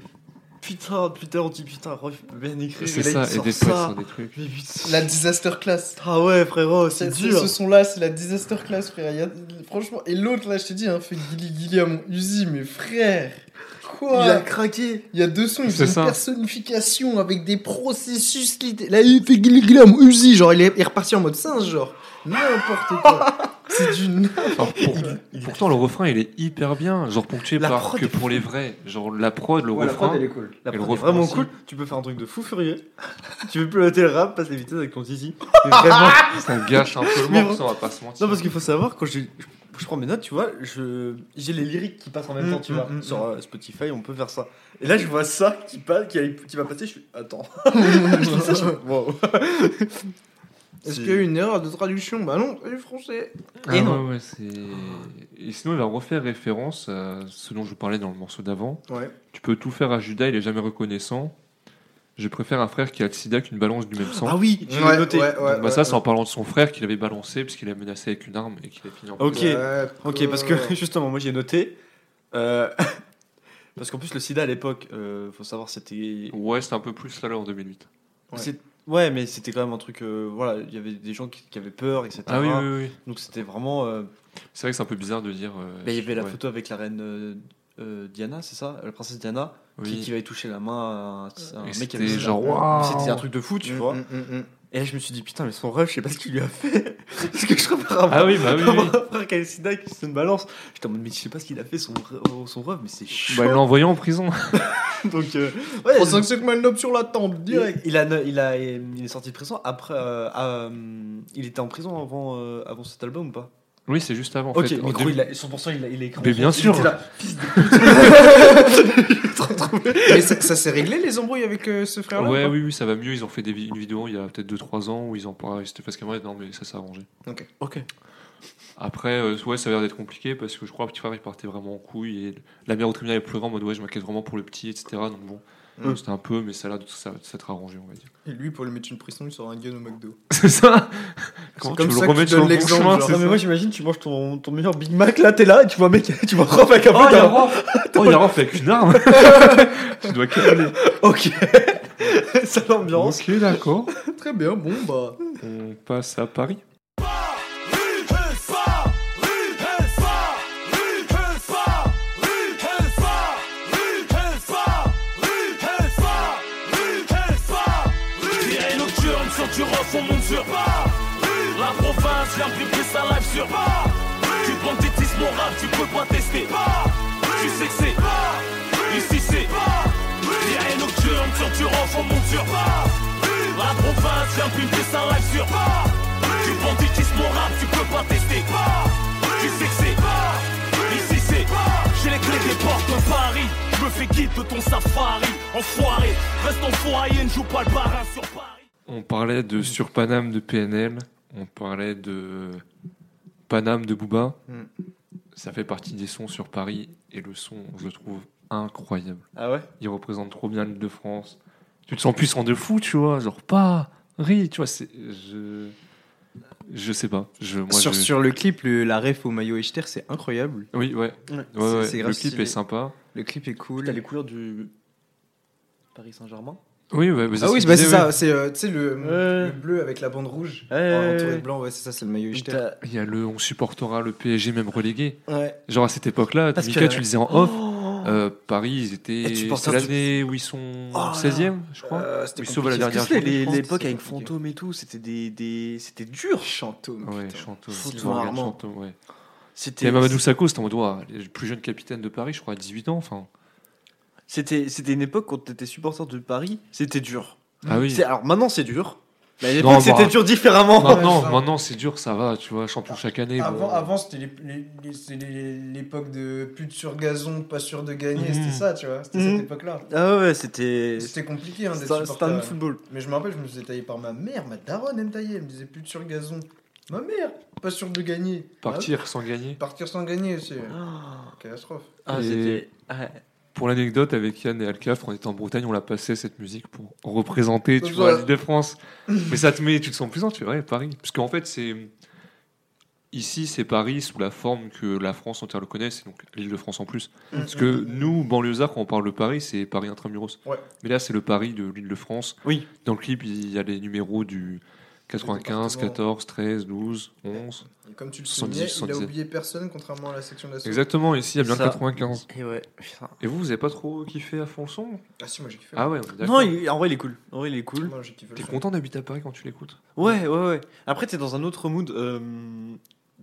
[SPEAKER 3] Putain, putain, on dit putain, Rof il peut bien écrire.
[SPEAKER 1] C'est
[SPEAKER 3] et là,
[SPEAKER 1] ça,
[SPEAKER 3] il
[SPEAKER 1] et des
[SPEAKER 3] sort
[SPEAKER 1] fois, ils
[SPEAKER 3] ça.
[SPEAKER 1] sortent des trucs.
[SPEAKER 3] Mais putain.
[SPEAKER 8] La disaster class.
[SPEAKER 3] Ah ouais, frérot, c'est
[SPEAKER 8] C'est
[SPEAKER 3] dur.
[SPEAKER 8] Ce son-là, c'est la disaster class, frère. Il y a- Franchement, et l'autre, là, je te dis, hein, fait guili guili à mon Uzi, mais frère. Quoi
[SPEAKER 2] Il a craqué.
[SPEAKER 8] Il y a deux sons, il
[SPEAKER 1] C'est
[SPEAKER 8] fait une
[SPEAKER 1] ça.
[SPEAKER 8] personnification avec des processus. lit- Là, il fait guili guili à mon Uzi, genre, il est, il est reparti en mode singe, genre. N'importe quoi. c'est du. n-
[SPEAKER 1] Alors, pour- pourtant, le refrain, il est hyper bien. Genre ponctué
[SPEAKER 3] La
[SPEAKER 1] par
[SPEAKER 3] prod
[SPEAKER 1] que
[SPEAKER 3] est
[SPEAKER 1] pour les vrais. Genre la prod, le
[SPEAKER 3] Ouais, la
[SPEAKER 1] refrain.
[SPEAKER 3] prod, elle est cool. La
[SPEAKER 1] Et le
[SPEAKER 3] prod est
[SPEAKER 1] refrain
[SPEAKER 3] vraiment
[SPEAKER 1] aussi.
[SPEAKER 3] cool. Tu peux faire un truc de fou furieux. tu veux piloter le rap, passe les vitesses avec ton zizi. Mais vraiment.
[SPEAKER 1] Ça gâche un peu le
[SPEAKER 3] Mais
[SPEAKER 1] morceau, on va pas se mentir.
[SPEAKER 3] Non, parce qu'il faut savoir, quand je, je prends mes notes, tu vois, je, j'ai les lyriques qui passent en même
[SPEAKER 2] Mm,
[SPEAKER 3] temps, tu
[SPEAKER 2] mm,
[SPEAKER 3] vois.
[SPEAKER 2] mm,
[SPEAKER 3] Sur euh, Spotify, on peut faire ça. Et là, je vois ça qui, passe, qui, a- qui va passer, je suis. Attends. je lis ça, je fais, Wow.
[SPEAKER 2] Est-ce
[SPEAKER 3] C'est-
[SPEAKER 2] qu'il y a eu une erreur de traduction Bah non, c'est du français.
[SPEAKER 1] Ah
[SPEAKER 2] Et non.
[SPEAKER 1] ouais, ouais, c'est- Et sinon, il va refaire référence à ce dont je vous parlais dans le morceau d'avant.
[SPEAKER 2] Ouais.
[SPEAKER 1] Tu peux tout faire à Judas, il est jamais reconnaissant. Je préfère un frère qui a le sida qu'une balance du même sang.
[SPEAKER 3] Ah oui, je l'ai
[SPEAKER 2] Ouais,
[SPEAKER 3] noté.
[SPEAKER 2] ouais, ouais,
[SPEAKER 1] bah
[SPEAKER 2] ouais,
[SPEAKER 1] ça, c'est en parlant de son frère qu'il avait balancé parce qu'il a menacé avec une arme et qu'il a fini en
[SPEAKER 3] Ok.
[SPEAKER 1] prison.
[SPEAKER 2] Ouais,
[SPEAKER 3] Ok, parce que
[SPEAKER 2] Euh.
[SPEAKER 3] justement, moi j'ai noté. euh, parce qu'en plus, le sida à l'époque, euh, faut savoir, c'était.
[SPEAKER 1] Ouais, c'était un peu plus là, là en 2008.
[SPEAKER 2] Ouais.
[SPEAKER 3] c'est- Ouais, mais c'était quand même un truc. euh, voilà, il y avait des gens qui, qui avaient peur, etc.
[SPEAKER 1] Ah oui, oui, oui.
[SPEAKER 3] Donc c'était vraiment. euh,
[SPEAKER 1] C'est vrai que c'est un peu bizarre de dire. euh,
[SPEAKER 3] bah, il y avait la
[SPEAKER 1] ouais,
[SPEAKER 3] photo avec la reine euh, euh, Diana, c'est ça La princesse Diana,
[SPEAKER 1] oui.
[SPEAKER 3] qui, qui va y toucher la main à un, à un
[SPEAKER 1] Et
[SPEAKER 3] mec qui
[SPEAKER 1] c'était
[SPEAKER 3] avait le sida.
[SPEAKER 1] genre, waouh.
[SPEAKER 3] C'était un truc de fou, tu
[SPEAKER 2] Mm,
[SPEAKER 3] vois.
[SPEAKER 2] mm, mm, mm.
[SPEAKER 3] Et là, je me suis dit, putain, mais son ref, je sais pas ce qu'il lui a fait. Parce que je repars à
[SPEAKER 1] Ah oui, bah oui,
[SPEAKER 3] à
[SPEAKER 1] oui.
[SPEAKER 3] mon frère qui a le sida qui se balance. J'étais en mode, mais je sais pas ce qu'il a fait, son, re- son ref, mais c'est
[SPEAKER 1] Bah,
[SPEAKER 3] chiant.
[SPEAKER 1] il l'a envoyé en prison.
[SPEAKER 3] Donc, euh, ouais,
[SPEAKER 8] On sent que c'est que Malnop sur la tempe, direct.
[SPEAKER 3] Il, il a, il, a, il est sorti de prison après. euh, euh, il était en prison avant, euh, avant cet album ou pas
[SPEAKER 1] oui, c'est juste avant. En
[SPEAKER 3] Ok,
[SPEAKER 1] fait, en
[SPEAKER 3] mais gros,
[SPEAKER 1] 2000.
[SPEAKER 3] il a, 100% il a, il a écrit.
[SPEAKER 1] Mais
[SPEAKER 3] en
[SPEAKER 1] bien
[SPEAKER 3] France,
[SPEAKER 1] sûr.
[SPEAKER 3] Il était là, fils de pute. Je vais te retrouver.
[SPEAKER 2] Mais ça, ça s'est réglé les embrouilles avec euh, ce frère-là
[SPEAKER 1] Ah Ouais,
[SPEAKER 2] ou pas
[SPEAKER 1] oui, oui, ça va mieux. Ils ont fait des vi- une vidéo il y a peut-être 2-3 ans où ils en parlaient. C'était parce qu'à non, mais ça s'est arrangé.
[SPEAKER 3] Ok.
[SPEAKER 1] Après, euh, ouais, ça a l'air d'être compliqué parce que je crois que le petit frère il partait vraiment en couille et la mère au tribunal est pleurant en mode ouais, je m'inquiète vraiment pour le petit, etc. Donc bon,
[SPEAKER 2] Mm.
[SPEAKER 1] c'était un peu, mais ça a l'air de ça, ça être arrangé, on va dire.
[SPEAKER 2] Et lui, pour le mettre une pression, il sort un gun au McDo.
[SPEAKER 1] C'est ça Comment
[SPEAKER 2] comme
[SPEAKER 1] tu
[SPEAKER 2] ça
[SPEAKER 1] veux le
[SPEAKER 2] que
[SPEAKER 1] remettre
[SPEAKER 2] tu
[SPEAKER 1] sur le
[SPEAKER 2] donnes
[SPEAKER 1] bon
[SPEAKER 2] l'exemple,
[SPEAKER 1] chemin
[SPEAKER 2] genre.
[SPEAKER 1] c'est
[SPEAKER 3] Non, mais
[SPEAKER 1] ça
[SPEAKER 3] moi j'imagine, tu manges ton, ton meilleur Big Mac là, t'es là, et tu vois, mec, tu vois, Rof avec un
[SPEAKER 1] Oh, il y a
[SPEAKER 3] peu
[SPEAKER 1] Raph Oh, il y a Raph avec une arme Tu dois calmer.
[SPEAKER 3] Ok. C'est l'ambiance.
[SPEAKER 1] Ok, d'accord.
[SPEAKER 8] Très bien, bon, bah.
[SPEAKER 1] On passe à Paris.
[SPEAKER 4] Dirais nocturne sur du rough, on monte sur bas. La province vient briller sa live sur bas. Tu banditis mon rap, tu peux pas tester. Tu sais que c'est ici c'est. Dirais nocturne sur du rough, on monte sur bas. La province vient briller sa live sur bas. Tu banditis mon rap, ton safari, enfoiré. Reste en foyer, ne joue pas le barin sur Paris.
[SPEAKER 1] On parlait
[SPEAKER 9] Mm.
[SPEAKER 1] de sur Paname de PNL, on parlait de Paname de Booba.
[SPEAKER 9] Mm.
[SPEAKER 1] Ça fait partie des sons sur Paris et le son, je le trouve incroyable.
[SPEAKER 3] Ah ouais
[SPEAKER 1] Il représente trop bien l'île de France. Tu te sens puissant de fou, tu vois, genre Paris, tu vois, c'est. Je. Je sais pas. Je, moi,
[SPEAKER 9] sur,
[SPEAKER 1] je-
[SPEAKER 9] sur le clip, le- la ref au maillot Echter, c'est incroyable.
[SPEAKER 1] Oui, ouais. ouais,
[SPEAKER 3] C'est-
[SPEAKER 1] ouais.
[SPEAKER 9] c'est grave
[SPEAKER 1] Le clip
[SPEAKER 9] stylé.
[SPEAKER 1] est sympa.
[SPEAKER 9] Le clip est cool.
[SPEAKER 3] T'as les couleurs du Paris Saint-Germain
[SPEAKER 1] Oui, ouais, mais
[SPEAKER 9] Ah oui,
[SPEAKER 1] ce
[SPEAKER 9] bah,
[SPEAKER 1] qu'il
[SPEAKER 9] c'est
[SPEAKER 1] disait,
[SPEAKER 9] ça, c'est euh, tu sais, le,
[SPEAKER 3] Ouais.
[SPEAKER 9] le bleu avec la bande rouge,
[SPEAKER 3] Ouais.
[SPEAKER 9] en- entouré de blanc, ouais, c'est ça, c'est le maillot
[SPEAKER 3] Donc,
[SPEAKER 9] Echter.
[SPEAKER 3] t'as-
[SPEAKER 1] Il y a le on supportera le PSG même relégué.
[SPEAKER 3] Ouais.
[SPEAKER 1] Genre à cette époque-là,
[SPEAKER 3] Parce
[SPEAKER 1] Mika,
[SPEAKER 3] que-
[SPEAKER 1] tu le disais en off,
[SPEAKER 3] Oh
[SPEAKER 1] euh, Paris, ils
[SPEAKER 3] Et tu
[SPEAKER 1] étaient.
[SPEAKER 3] penses
[SPEAKER 1] C'est
[SPEAKER 3] à-
[SPEAKER 1] l'année où ils sont
[SPEAKER 3] Oh là.
[SPEAKER 1] 16e, je crois.
[SPEAKER 9] Euh, C'était
[SPEAKER 1] oui, sauf à la
[SPEAKER 9] compliqué.
[SPEAKER 1] dernière
[SPEAKER 3] Qu'est-ce que
[SPEAKER 1] journée,
[SPEAKER 3] les-
[SPEAKER 1] je pense,
[SPEAKER 3] l'époque avec
[SPEAKER 9] compliqué.
[SPEAKER 3] Fantôme et tout, c'était des, des c'était dur.
[SPEAKER 9] Fantôme.
[SPEAKER 1] Ah ouais,
[SPEAKER 9] putain.
[SPEAKER 1] Chanteau.
[SPEAKER 3] Fantôme,
[SPEAKER 1] Morgan
[SPEAKER 3] Armand.
[SPEAKER 1] Chanteau, ouais.
[SPEAKER 3] C'était
[SPEAKER 1] Et Mamadou Sakho, c'était en mode, ouah, le plus jeune capitaine de Paris, je crois, à 18 ans. Enfin.
[SPEAKER 3] c'était c'était une époque quand t'étais supporter de Paris, c'était dur.
[SPEAKER 1] Ah oui.
[SPEAKER 3] C'est- Alors maintenant c'est dur. Mais à
[SPEAKER 1] Non,
[SPEAKER 3] l'époque c'était
[SPEAKER 1] bah,
[SPEAKER 3] dur différemment.
[SPEAKER 1] Maintenant, maintenant c'est dur, ça va, tu vois, champion chaque année. bon.
[SPEAKER 2] Avant, avant c'était les- les- les- c'est les- l'époque de pute sur gazon, pas sûr de gagner,
[SPEAKER 1] Mhm.
[SPEAKER 2] c'était ça, tu vois, c'était
[SPEAKER 3] Mhm.
[SPEAKER 2] cette époque-là.
[SPEAKER 3] Ah ouais, c'était
[SPEAKER 2] C'était compliqué hein, d'être
[SPEAKER 3] c'était un- c'était
[SPEAKER 2] supporter.
[SPEAKER 3] un football.
[SPEAKER 2] Mais je me rappelle, je me faisais tailler par ma mère, ma daronne elle me taillait, elle me disait pute sur gazon. Ma mère, pas sûr de gagner.
[SPEAKER 1] Partir sans gagner.
[SPEAKER 2] Ah, partir sans gagner, c'est
[SPEAKER 3] Ah,
[SPEAKER 2] catastrophe.
[SPEAKER 1] Et-
[SPEAKER 3] c'était ah, ouais.
[SPEAKER 1] Pour l'anecdote, avec Yann et Alcaf, on était en Bretagne, on l'a passé cette musique pour représenter, tu
[SPEAKER 2] Ça,
[SPEAKER 1] vois,
[SPEAKER 2] ça-
[SPEAKER 1] l'île de France. Mais ça te met, tu te sens puissant, tu vois, ouais, Paris. Parce qu'en fait, c'est. Ici, c'est Paris sous la forme que la France entière le connaît, c'est donc l'île de France en plus. Parce que nous, banlieusards, quand on parle de Paris, c'est Paris intramuros.
[SPEAKER 2] Ouais.
[SPEAKER 1] Mais là, c'est le Paris de l'île de France.
[SPEAKER 3] Oui.
[SPEAKER 1] Dans le clip, il y a les numéros du 95,
[SPEAKER 2] départements.
[SPEAKER 1] 14, 13, 12, 11.
[SPEAKER 2] Et comme tu le
[SPEAKER 1] 110,
[SPEAKER 2] soulignais, il a
[SPEAKER 1] 117.
[SPEAKER 2] oublié personne, contrairement à la section d'assaut.
[SPEAKER 1] Exactement, ici, il y a bien le
[SPEAKER 3] Ça.
[SPEAKER 1] 95.
[SPEAKER 3] Et ouais, putain.
[SPEAKER 1] Et vous, vous avez pas trop kiffé à fond le son
[SPEAKER 2] Ah si, moi j'ai kiffé.
[SPEAKER 1] Ah ouais, on est d'accord.
[SPEAKER 3] Non, il- en vrai il est cool. En vrai il est cool.
[SPEAKER 2] Moi, j'ai kiffé le
[SPEAKER 1] T'es
[SPEAKER 2] son.
[SPEAKER 1] content d'habiter à Paris quand tu l'écoutes
[SPEAKER 3] Ouais, ouais, ouais. Après, t'es dans un autre mood. euh,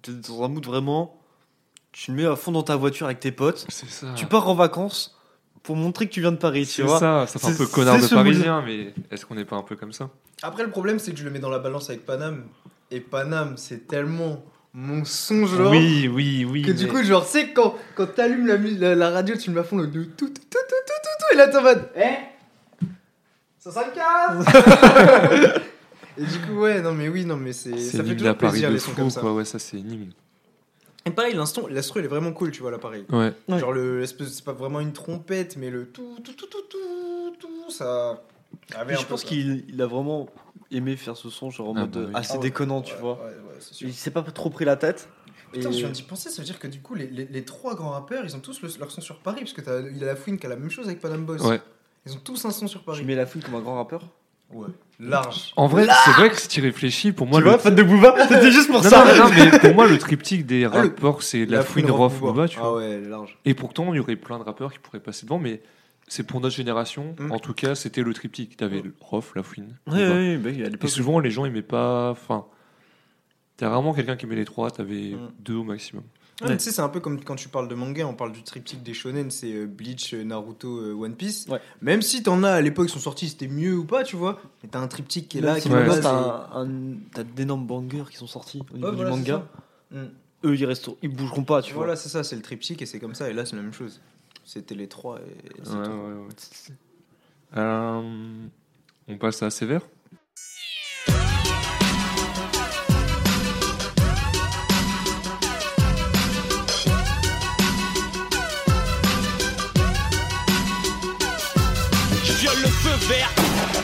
[SPEAKER 3] t'es dans un mood vraiment. Tu le mets à fond dans ta voiture avec tes potes.
[SPEAKER 1] C'est ça.
[SPEAKER 3] Tu pars en vacances pour montrer que tu viens de Paris, tu
[SPEAKER 1] C'est
[SPEAKER 3] vois.
[SPEAKER 1] ça, ça fait un
[SPEAKER 3] C'est-
[SPEAKER 1] peu connard
[SPEAKER 3] c'est
[SPEAKER 1] de
[SPEAKER 3] ce
[SPEAKER 1] parisien, mais est-ce qu'on n'est pas un peu comme ça
[SPEAKER 2] Après, le problème, c'est que je le mets dans la balance avec Paname. Et Paname, c'est tellement mon son, genre.
[SPEAKER 1] oui, oui.
[SPEAKER 2] Que du coup, genre, tu sais, quand, quand t'allumes la, mu- la, la radio, tu me la fonds le tout, tout, tout, tout, tout, tout, et là, t'es en mode,
[SPEAKER 3] Eh
[SPEAKER 2] hein Ça sent le casse Et du coup, ouais, non, mais oui, non, mais c'est.
[SPEAKER 1] c'est
[SPEAKER 2] Ça
[SPEAKER 1] une
[SPEAKER 2] fait
[SPEAKER 1] hymne à
[SPEAKER 2] toujours
[SPEAKER 1] Paris
[SPEAKER 2] plaisir,
[SPEAKER 1] de
[SPEAKER 2] les sons
[SPEAKER 1] fou,
[SPEAKER 2] comme ça.
[SPEAKER 1] quoi. Ouais, ça, c'est une hymne.
[SPEAKER 2] Et pareil, l'instant, l'instru, elle est vraiment cool, tu vois, là, pareil.
[SPEAKER 1] Ouais.
[SPEAKER 3] Ouais.
[SPEAKER 2] Genre, le, l'espèce- c'est pas vraiment une trompette, mais le tout, tout, tout, tout, tout, tout, ça. avait
[SPEAKER 3] Mais
[SPEAKER 2] un
[SPEAKER 3] je
[SPEAKER 2] peu
[SPEAKER 3] pense
[SPEAKER 2] ça.
[SPEAKER 3] qu'il il a vraiment aimé faire ce son, genre en
[SPEAKER 1] Ah
[SPEAKER 3] mode
[SPEAKER 1] bah oui.
[SPEAKER 3] euh, assez
[SPEAKER 2] Ah ouais.
[SPEAKER 3] déconnant, tu
[SPEAKER 2] Ouais,
[SPEAKER 3] vois.
[SPEAKER 2] Ouais, ouais, c'est sûr.
[SPEAKER 3] Il s'est pas trop pris la tête.
[SPEAKER 2] Putain,
[SPEAKER 3] Et-
[SPEAKER 2] je viens d'y penser, ça veut dire que du coup, les, les, les trois grands rappeurs, ils ont tous le- leur son sur Paris, parce que t'as, il a la fouine qui a la même chose avec Panam Boss.
[SPEAKER 1] Ouais.
[SPEAKER 2] Ils ont tous un son sur
[SPEAKER 3] Tu
[SPEAKER 2] Paris.
[SPEAKER 3] mets la fouine comme un grand rappeur.
[SPEAKER 2] Ouais. Large.
[SPEAKER 1] En vrai, c'est vrai que si tu réfléchis, pour moi,
[SPEAKER 3] tu
[SPEAKER 1] le...
[SPEAKER 3] vois, fan de Booba, c'était juste pour
[SPEAKER 1] non,
[SPEAKER 3] ça.
[SPEAKER 1] non, non, mais pour moi, le triptyque des
[SPEAKER 2] Ah, le-
[SPEAKER 1] rapports, c'est la, fouine, rof, Booba, tu
[SPEAKER 2] Ah
[SPEAKER 1] vois.
[SPEAKER 2] ouais, large.
[SPEAKER 1] Et pourtant, il y aurait plein de rappeurs qui pourraient passer devant, mais c'est pour notre génération.
[SPEAKER 2] Mm.
[SPEAKER 1] En tout cas, c'était le triptyque. T'avais le rof, la fouine.
[SPEAKER 3] Ouais,
[SPEAKER 1] Booba.
[SPEAKER 3] ouais, bah, à
[SPEAKER 1] Et
[SPEAKER 3] l'époque.
[SPEAKER 1] souvent, les gens aimaient pas. Enfin, t'as rarement quelqu'un qui aimait les trois, t'avais
[SPEAKER 2] Mm.
[SPEAKER 1] deux au maximum.
[SPEAKER 2] Ouais,
[SPEAKER 3] Ouais.
[SPEAKER 2] mais Tu sais, c'est un peu comme quand tu parles de manga, on parle du triptyque des shonen, c'est euh, Bleach, euh, Naruto, euh, One Piece.
[SPEAKER 3] Ouais.
[SPEAKER 2] Même si t'en as à l'époque, ils sont sortis, c'était mieux ou pas, tu vois. Mais t'as un triptyque qui est là,
[SPEAKER 3] Même si
[SPEAKER 2] qui est
[SPEAKER 1] Ouais.
[SPEAKER 3] maintenant,
[SPEAKER 2] là,
[SPEAKER 3] t'as un- un- t'as d'énormes bangers qui sont sortis au niveau du manga. Eux, ils restent, ils bougeront pas, tu vois.
[SPEAKER 2] Voilà, c'est ça, c'est le triptyque et c'est comme ça, et là, c'est la même chose. C'était les trois et et c'est
[SPEAKER 1] Ouais,
[SPEAKER 2] tout.
[SPEAKER 1] ouais, ouais. Euh, on passe à Sévère
[SPEAKER 4] Je viole le feu vert.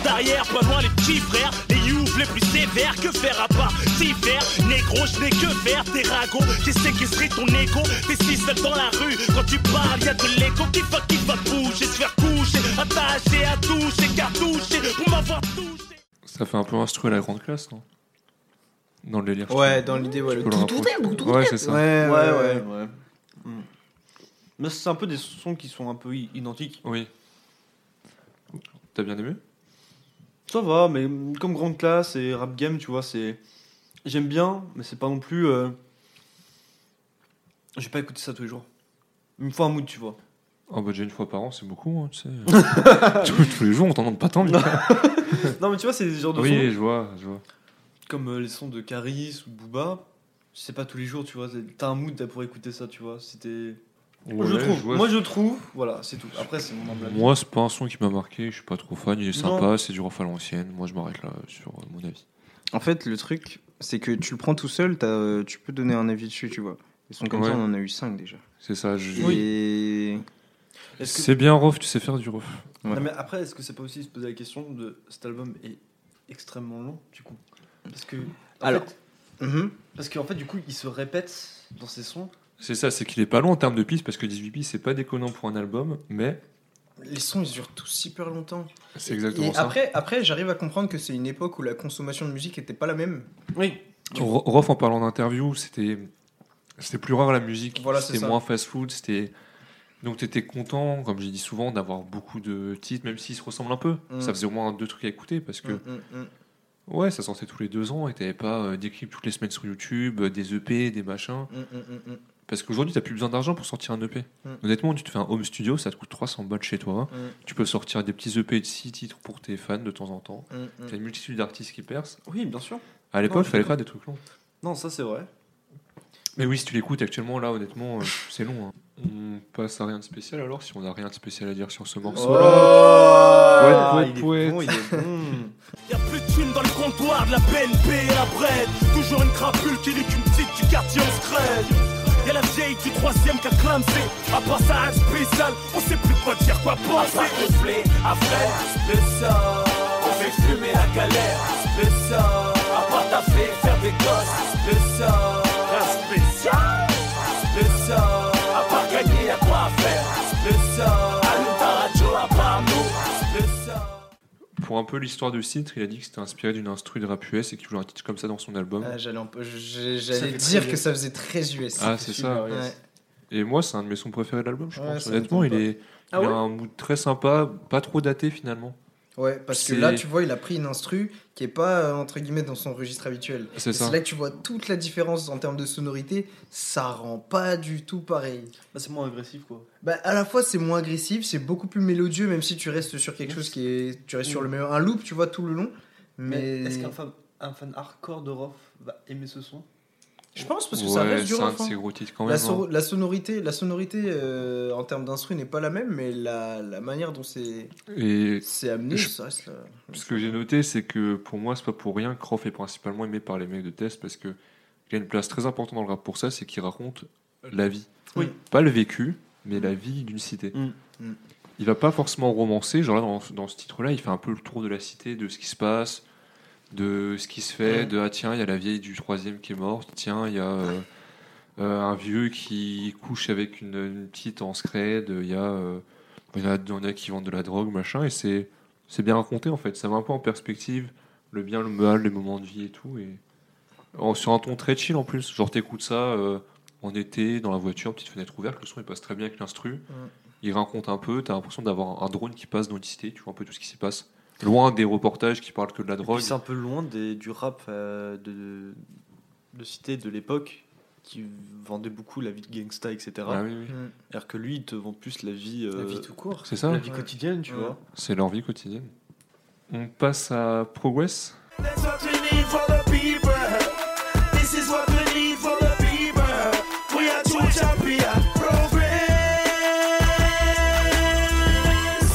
[SPEAKER 4] Derrière, pas loin les petits frères, les youves les plus sévères. Que faire à part t'y faire Négro, je n'ai que faire tes ragots. J'ai séquestré ton écho, t'es si seul dans la rue. Quand tu parles, y'a de l'écho qui va, qui va bouger, se faire coucher, attacher, à toucher, cartoucher, pour m'avoir touché.
[SPEAKER 1] Ça fait un peu instru à la grande classe, non Dans le délire. je
[SPEAKER 2] Ouais,
[SPEAKER 1] trouve.
[SPEAKER 2] dans l'idée,
[SPEAKER 1] Tu
[SPEAKER 2] ouais. le
[SPEAKER 1] peux le
[SPEAKER 2] tout-
[SPEAKER 1] rapprocher.
[SPEAKER 2] tout- tout-
[SPEAKER 1] Ouais, c'est ça.
[SPEAKER 2] Ouais, ouais, ouais.
[SPEAKER 3] ouais. Mm. Mais c'est un peu des sons qui sont un peu i- identiques.
[SPEAKER 1] Oui. T'as bien aimé
[SPEAKER 3] Ça va, mais mm, comme grande classe et rap game, tu vois, c'est. J'aime bien, mais c'est pas non plus. euh, J'ai pas écouté ça tous les jours. Il me faut un mood, tu vois.
[SPEAKER 1] Oh, bah déjà une fois par an, c'est beaucoup, hein, tu sais. tous, tous les jours, on t'en demande pas tant, mais.
[SPEAKER 3] non, mais tu vois, c'est des genres de sons
[SPEAKER 1] oui, je vois, je vois.
[SPEAKER 3] comme euh, les sons de Caris ou Booba. C'est pas tous les jours, tu vois. c'est- T'as un mood pour écouter ça, tu vois. Si t'es
[SPEAKER 1] Ouais,
[SPEAKER 8] je trouve.
[SPEAKER 1] vois-
[SPEAKER 8] Moi, je trouve. Voilà, c'est tout. Après, c'est mon humble avis.
[SPEAKER 1] Moi, c'est pas un son qui m'a marqué, je suis pas trop fan, il est
[SPEAKER 8] Non.
[SPEAKER 1] sympa, c'est du ref à l'ancienne. Moi, je m'arrête là euh, sur euh, mon avis.
[SPEAKER 2] En fait, le truc, c'est que tu le prends tout seul, t'as, euh, tu peux donner un avis dessus, tu vois. Ils sont comme
[SPEAKER 1] Ouais.
[SPEAKER 2] ça, on en a eu 5 déjà.
[SPEAKER 1] C'est ça, je-
[SPEAKER 2] Et.
[SPEAKER 3] Est-ce que-
[SPEAKER 1] c'est bien ref, tu sais faire du ref.
[SPEAKER 2] Ouais.
[SPEAKER 3] Non, mais après, est-ce que c'est pas aussi se poser la question de cet album est extrêmement long du coup Parce que en
[SPEAKER 2] Alors.
[SPEAKER 3] fait-
[SPEAKER 2] Mhm.
[SPEAKER 3] parce qu'en fait du coup il se répète dans ses sons.
[SPEAKER 1] C'est ça, c'est qu'il est pas long en termes de pistes parce que 18 pistes, c'est pas déconnant pour un album, mais
[SPEAKER 2] Les sons, ils durent tous hyper longtemps.
[SPEAKER 1] c'est exactement
[SPEAKER 2] Et
[SPEAKER 1] ça.
[SPEAKER 2] Après, après j'arrive à comprendre que c'est une époque où la consommation de musique était pas la même.
[SPEAKER 3] Oui.
[SPEAKER 1] Ro- Rof, en parlant d'interview, c'était c'était plus rare la musique,
[SPEAKER 2] Voilà, c'est
[SPEAKER 1] c'était
[SPEAKER 2] ça.
[SPEAKER 1] moins fast-food, c'était donc t'étais content, comme j'ai dit souvent, d'avoir beaucoup de titres, même s'ils se ressemblent un peu.
[SPEAKER 2] Mm.
[SPEAKER 1] Ça faisait au moins deux trucs à écouter parce que
[SPEAKER 2] Mm, mm, mm.
[SPEAKER 1] ouais, ça sortait tous les deux ans et t'avais pas euh, des clips toutes les semaines sur YouTube, euh, des EP, des machins.
[SPEAKER 2] Mm, mm, mm, mm.
[SPEAKER 1] Parce qu'aujourd'hui, t'as plus besoin d'argent pour sortir un EP.
[SPEAKER 2] Mm.
[SPEAKER 1] Honnêtement, tu te fais un home studio, ça te coûte 300 balles chez toi.
[SPEAKER 2] Mm.
[SPEAKER 1] Tu peux sortir des petits EP de 6 titres pour tes fans de temps en temps.
[SPEAKER 2] Mm, mm.
[SPEAKER 1] T'as une multitude d'artistes qui percent.
[SPEAKER 3] Oui, bien sûr.
[SPEAKER 1] À
[SPEAKER 3] Non,
[SPEAKER 1] l'époque,
[SPEAKER 3] je
[SPEAKER 1] il fallait
[SPEAKER 3] suis
[SPEAKER 1] faire des trucs longs.
[SPEAKER 3] Non, ça c'est vrai.
[SPEAKER 1] Mais oui, si tu l'écoutes actuellement, là, honnêtement, euh, c'est long. hein. On passe à rien de spécial alors, si on a rien de spécial à dire sur ce morceau.
[SPEAKER 3] Ah,
[SPEAKER 1] Poète,
[SPEAKER 3] il est
[SPEAKER 1] poète,
[SPEAKER 3] bon, il est bon.
[SPEAKER 4] Y'a plus de thunes dans le comptoir de la BNP et la Brette Toujours une crapule qui nique une petite du quartier en secret Y'a la vieille du troisième qui a clamsé À part ça, un spécial, on sait plus quoi dire, quoi penser À gonfler, à faire, spécial On fait fumer la galère, spécial À part ta fée, faire des gosses, spécial Un spécial, spécial À part gagner, y'a quoi à faire, spécial Allume ta radio, à part nous, spécial
[SPEAKER 1] Pour un peu l'histoire de ce titre, il a dit que c'était inspiré d'une instru de rap US et qu'il voulait un titre comme ça dans son album.
[SPEAKER 2] Ah, j'allais en- je- j'allais
[SPEAKER 3] fait
[SPEAKER 2] dire
[SPEAKER 3] très
[SPEAKER 2] que ça faisait très US.
[SPEAKER 1] Ah, c'est ça.
[SPEAKER 2] Ouais.
[SPEAKER 1] Et moi, c'est un de mes sons préférés de l'album, je
[SPEAKER 2] Ouais,
[SPEAKER 1] pense.
[SPEAKER 2] ça
[SPEAKER 1] Honnêtement, il
[SPEAKER 2] m'étonne
[SPEAKER 1] est.
[SPEAKER 2] Ah
[SPEAKER 1] il
[SPEAKER 2] ouais
[SPEAKER 1] a un mood très sympa, pas trop daté finalement.
[SPEAKER 2] Ouais, parce que
[SPEAKER 1] C'est-
[SPEAKER 2] là, tu vois, il a pris une instru qui est pas, euh, entre guillemets, dans son registre habituel.
[SPEAKER 1] C'est
[SPEAKER 2] Et
[SPEAKER 1] ça.
[SPEAKER 2] C'est là que tu vois toute la différence en termes de sonorité. Ça rend pas du tout pareil.
[SPEAKER 3] Bah, c'est moins agressif quoi.
[SPEAKER 2] Bah, à la fois, c'est moins agressif, c'est beaucoup plus mélodieux, même si tu restes sur quelque chose qui est. Tu restes sur le même. Un loop, tu vois, tout le long. Mais.
[SPEAKER 3] est-ce qu'un fan, un fan hardcore de Rof va aimer ce son
[SPEAKER 2] Je pense, parce que ça
[SPEAKER 1] Ouais,
[SPEAKER 2] reste du
[SPEAKER 1] c'est un
[SPEAKER 2] rough.
[SPEAKER 1] de
[SPEAKER 2] hein.
[SPEAKER 1] ses gros titres quand
[SPEAKER 2] La,
[SPEAKER 1] même. hein.
[SPEAKER 2] sor- la sonorité, la sonorité euh, en termes d'instru n'est pas la même, mais la, la manière dont c'est
[SPEAKER 1] Et
[SPEAKER 2] c'est amené,
[SPEAKER 1] Je-
[SPEAKER 2] ça reste. euh,
[SPEAKER 1] Ce que j'ai noté, c'est que pour moi, c'est pas pour rien que Croft est principalement aimé par les mecs de test parce que il a une place très importante dans le rap pour ça, c'est qu'il raconte la vie.
[SPEAKER 2] Oui.
[SPEAKER 1] Pas le vécu, mais la vie d'une cité.
[SPEAKER 3] Mm.
[SPEAKER 2] Mm.
[SPEAKER 1] Il va pas forcément romancer, genre là, dans, dans ce titre-là, il fait un peu le tour de la cité, de ce qui se passe, de ce qui se fait, de ah tiens, il y a la vieille du troisième qui est morte, tiens, il y a. euh, euh, un vieux qui couche avec une, une petite en scred, il y a euh, il y en a, il y en a qui vendent de la drogue, machin, et c'est c'est bien raconté en fait. Ça met un peu en perspective le bien, le mal, les moments de vie et tout. Et... en- sur un ton très chill en plus. Genre, t'écoutes ça euh, en été, dans la voiture, petite fenêtre ouverte, le son il passe très bien avec l'instru. Il raconte un peu, t'as l'impression d'avoir un drone qui passe dans une cité, tu vois un peu tout ce qui s'y passe. Loin des reportages qui parlent que de la
[SPEAKER 3] Puis
[SPEAKER 1] drogue.
[SPEAKER 3] C'est un peu loin des- du rap euh, de, de cité de l'époque qui vendait beaucoup la vie de gangsta, etc.
[SPEAKER 1] Ah oui, oui.
[SPEAKER 3] Alors que lui, il te vend plus la vie, euh,
[SPEAKER 2] la vie tout court.
[SPEAKER 1] C'est ça,
[SPEAKER 3] la vie quotidienne, tu
[SPEAKER 2] Ouais.
[SPEAKER 3] vois.
[SPEAKER 1] c'est leur vie quotidienne. On passe à Progress.
[SPEAKER 4] That's what we need for the people. This is what we need for the people. We are two champions. Progress.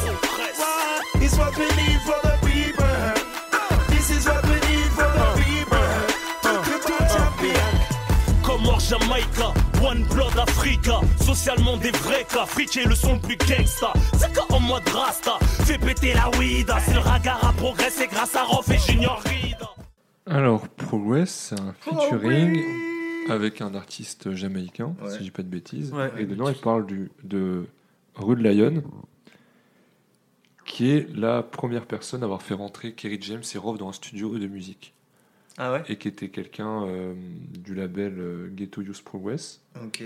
[SPEAKER 4] What is what we need for the people. This is what we need for the people. Two, two, two champions. Comores, Jamaïca, One Blood Africa, socialement des vrais cas, friquer le son le plus gangsta, c'est qu'en en mode rasta, fait péter la weed, c'est le ragara progresse et grâce à Rof et Junior Reed.
[SPEAKER 1] Alors, Progress, c'est un featuring avec un artiste jamaïcain,
[SPEAKER 2] Ouais.
[SPEAKER 1] si je dis pas de bêtises.
[SPEAKER 3] Ouais.
[SPEAKER 1] et dedans, il parle du, de Rude Lion, qui est la première personne à avoir fait rentrer Kerry James et Rove dans un studio de musique.
[SPEAKER 3] Ah ouais
[SPEAKER 1] Et qui était quelqu'un euh, du label euh, Ghetto Youth Progress.
[SPEAKER 2] Ok.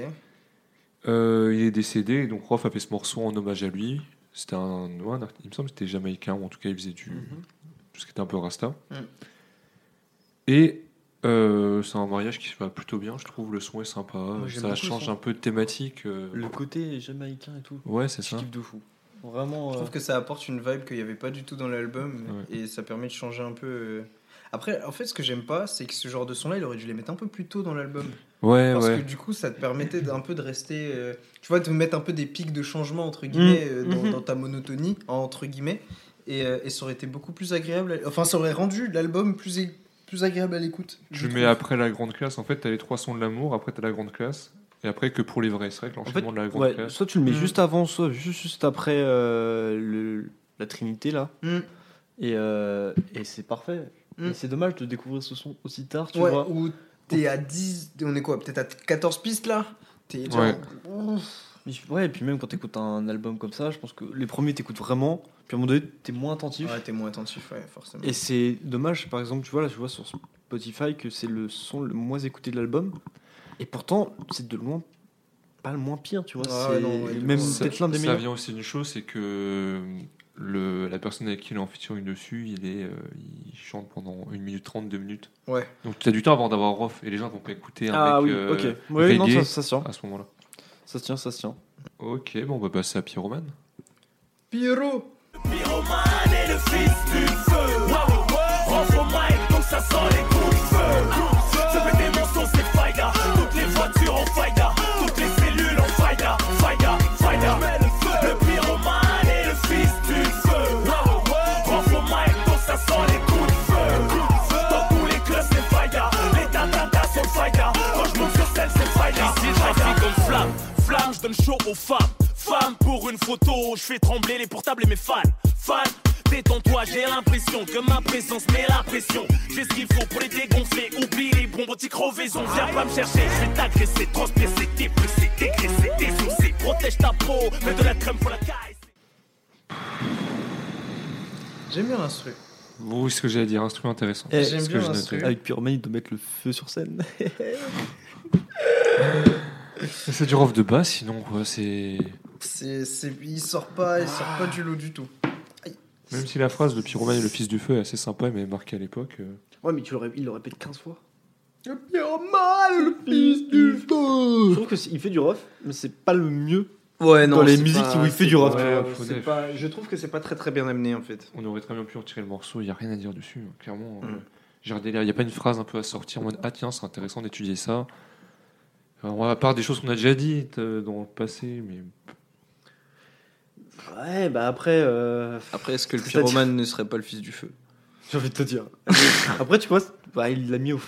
[SPEAKER 1] Euh, il est décédé, et donc Roth a fait ce morceau en hommage à lui. C'était un, ouais, un art- il me semble que c'était jamaïcain, ou en tout cas il faisait du.
[SPEAKER 3] Mhm.
[SPEAKER 1] tout ce qui était un peu rasta.
[SPEAKER 2] Mhm.
[SPEAKER 1] Et euh, c'est un mariage qui se va plutôt bien, je trouve. Le son est sympa,
[SPEAKER 3] j'aime
[SPEAKER 1] ça
[SPEAKER 3] beaucoup le
[SPEAKER 1] change
[SPEAKER 3] son.
[SPEAKER 1] un peu de thématique. euh,
[SPEAKER 3] Le côté jamaïcain et tout.
[SPEAKER 1] Ouais, c'est
[SPEAKER 3] Je
[SPEAKER 1] ça.
[SPEAKER 3] kiffe de fou. Vraiment.
[SPEAKER 2] Je
[SPEAKER 3] euh,
[SPEAKER 2] trouve que ça apporte une vibe qu'il n'y avait pas du tout dans l'album
[SPEAKER 1] Ouais.
[SPEAKER 2] et ça permet de changer un peu. euh. Après, en fait, ce que j'aime pas, c'est que ce genre de son-là, il aurait dû les mettre un peu plus tôt dans l'album.
[SPEAKER 1] Ouais,
[SPEAKER 2] Parce que
[SPEAKER 1] Eh ouais.
[SPEAKER 2] du coup, ça te permettait d'un peu de rester. euh, tu vois, de te mettre un peu des pics de changement, entre guillemets, euh, dans, dans ta monotonie, entre guillemets. Et, euh, et ça aurait été beaucoup plus agréable. à- Enfin, ça aurait rendu l'album plus, é- plus agréable à l'écoute.
[SPEAKER 1] Tu
[SPEAKER 2] je
[SPEAKER 1] mets
[SPEAKER 2] trouve.
[SPEAKER 1] après la grande classe. En fait, t'as les trois sons de l'amour, après t'as la grande classe, et après que pour les vrais. C'est vrai que l'enchaînement de la grande
[SPEAKER 3] Ouais,
[SPEAKER 1] classe.
[SPEAKER 3] soit tu le mets
[SPEAKER 2] Mm.
[SPEAKER 3] juste avant, soit juste, juste après euh, le- la Trinité là.
[SPEAKER 2] Mm.
[SPEAKER 3] Et, euh, et c'est parfait.
[SPEAKER 2] Mm.
[SPEAKER 3] Et C'est dommage de découvrir ce son aussi tard, tu
[SPEAKER 2] Ouais,
[SPEAKER 3] vois.
[SPEAKER 2] ou t'es à 10. On est quoi Peut-être à 14 pistes là T'es genre-
[SPEAKER 1] Ouais.
[SPEAKER 3] Mais je- ouais, et puis même quand t'écoutes un album comme ça, je pense que les premiers t'écoutes vraiment, puis à un moment donné t'es moins attentif.
[SPEAKER 2] Ouais, t'es moins attentif, ouais, forcément.
[SPEAKER 3] Et c'est dommage, par exemple, tu vois là, tu vois sur Spotify que c'est le son le moins écouté de l'album, et pourtant c'est de loin pas le moins pire, tu vois.
[SPEAKER 2] Ah
[SPEAKER 3] c'est
[SPEAKER 2] ouais, non, ouais, de
[SPEAKER 3] même
[SPEAKER 2] ouf.
[SPEAKER 1] Ça,
[SPEAKER 3] peut-être l'un des
[SPEAKER 1] ça
[SPEAKER 3] meilleurs.
[SPEAKER 1] vient aussi d'une chose, c'est que euh, le, la personne avec qui il est en featuring dessus, il, est, euh, il chante pendant 1 minute 30, 2 minutes.
[SPEAKER 2] Ouais.
[SPEAKER 1] Donc tu as du temps avant d'avoir off, et les gens vont pas écouter un
[SPEAKER 3] Ah
[SPEAKER 1] mec
[SPEAKER 3] oui,
[SPEAKER 1] euh,
[SPEAKER 3] ok. Ouais, non,
[SPEAKER 1] reggae
[SPEAKER 3] ça, ça se tient,
[SPEAKER 1] à ce moment-là.
[SPEAKER 3] ça se tient, ça se tient.
[SPEAKER 1] Ok, bon, on va passer à Pyroman.
[SPEAKER 2] Pierrot
[SPEAKER 4] Pyromane est le fils du feu. Waouh, waouh, off au mic, donc ça sent les coups de feu. Se fait des mensonges, c'est faïda. Toutes les voitures en faïda. Toutes les cellules en faïda. Faïda, faïda. Le pyromane est le fils du feu. Waouh, waouh, off au mic, donc ça sent les coups de feu. Dans tous les clubs, c'est faïda. Les tatatas, c'est faïda. Quand je monte sur scène, c'est faïda. Ici, je raffique comme flamme. Flamme, je donne chaud aux femmes. Femme pour une photo, je fais trembler les portables et mes fans. Fan, détends-toi, j'ai l'impression que ma présence met la pression. J'ai ce qu'il faut pour les dégonfler, oublie les bombes anti-crevaison. Viens pas me chercher, je vais t'agresser, transpercer, dépecer, dégraisser, désousser. Protège ta peau, mets de la crème pour la caille.
[SPEAKER 2] J'aime bien l'instru.
[SPEAKER 1] Vous, ce que j'ai à dire, instrument intéressant.
[SPEAKER 3] Eh,
[SPEAKER 1] C'est
[SPEAKER 2] j'aime
[SPEAKER 1] ce que
[SPEAKER 2] bien
[SPEAKER 1] j'ai
[SPEAKER 2] l'instru.
[SPEAKER 1] noté.
[SPEAKER 3] Avec Pyroman, il doit mettre le feu sur scène.
[SPEAKER 1] C'est du rough de basse, sinon, quoi. C'est.
[SPEAKER 2] C'est, c'est- il sort pas, il sort pas du lot du tout.
[SPEAKER 1] Même si la phrase de Pyroman et le fils du feu est assez sympa et m'avait marqué à l'époque. euh,
[SPEAKER 3] ouais, mais tu le, il le répète 15 fois.
[SPEAKER 2] Le Pierrot, le fils du
[SPEAKER 3] Je
[SPEAKER 2] feu
[SPEAKER 3] trouve qu'il fait du rough, mais c'est pas le mieux
[SPEAKER 2] Ouais, non,
[SPEAKER 3] dans les
[SPEAKER 2] c'est
[SPEAKER 3] musiques
[SPEAKER 2] pas-
[SPEAKER 3] où il fait
[SPEAKER 2] c'est
[SPEAKER 3] du rough.
[SPEAKER 2] pas-
[SPEAKER 1] Ouais,
[SPEAKER 2] c'est
[SPEAKER 1] faut dire.
[SPEAKER 2] pas- je trouve que c'est pas très très bien amené en fait.
[SPEAKER 1] On aurait très bien pu en tirer le morceau, il n'y a rien à dire dessus, hein. clairement. euh,
[SPEAKER 2] Mm.
[SPEAKER 1] j'ai regardé là, il n'y a pas une phrase un peu à sortir en mode Ah tiens, c'est intéressant d'étudier ça. Alors, à part des choses qu'on a déjà dites euh, dans le passé, mais.
[SPEAKER 3] Ouais, bah après, euh,
[SPEAKER 2] Après, est-ce que le
[SPEAKER 3] C'est-à-dire- pyromane
[SPEAKER 2] ne serait pas le fils du feu
[SPEAKER 3] j'ai envie de te dire. après, tu vois, c'est- bah, il l'a mis au, f-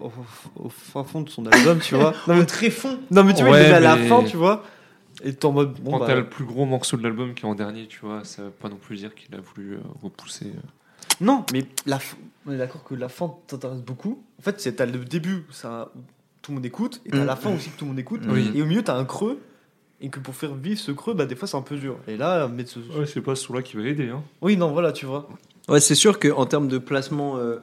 [SPEAKER 3] au, f- au fin fond de son album, tu vois. Non mais,
[SPEAKER 2] Très fond
[SPEAKER 3] non, mais tu vois, il
[SPEAKER 1] Ouais,
[SPEAKER 3] est à la
[SPEAKER 1] mais-
[SPEAKER 3] fin, tu vois. Et t'es en mode. Bon,
[SPEAKER 1] Quand
[SPEAKER 3] bah,
[SPEAKER 1] t'as le plus gros morceau de l'album qui est en dernier, tu vois, ça veut pas non plus dire qu'il a voulu euh, repousser. euh.
[SPEAKER 3] Non, mais la f- on est d'accord que la fin t'intéresse beaucoup. En fait, c'est- t'as le début où ça, où tout le monde écoute, et t'as
[SPEAKER 2] Mm.
[SPEAKER 3] la fin aussi que tout le monde écoute.
[SPEAKER 1] Oui.
[SPEAKER 3] Et au milieu, t'as un creux. Et que pour faire vivre ce creux, bah des fois c'est un peu dur. Et là, mettre ce.
[SPEAKER 1] Ouais, c'est pas ce son-là qui va aider, hein.
[SPEAKER 3] Oui, non, voilà, tu vois.
[SPEAKER 2] Ouais, c'est sûr qu'en termes de placement, euh,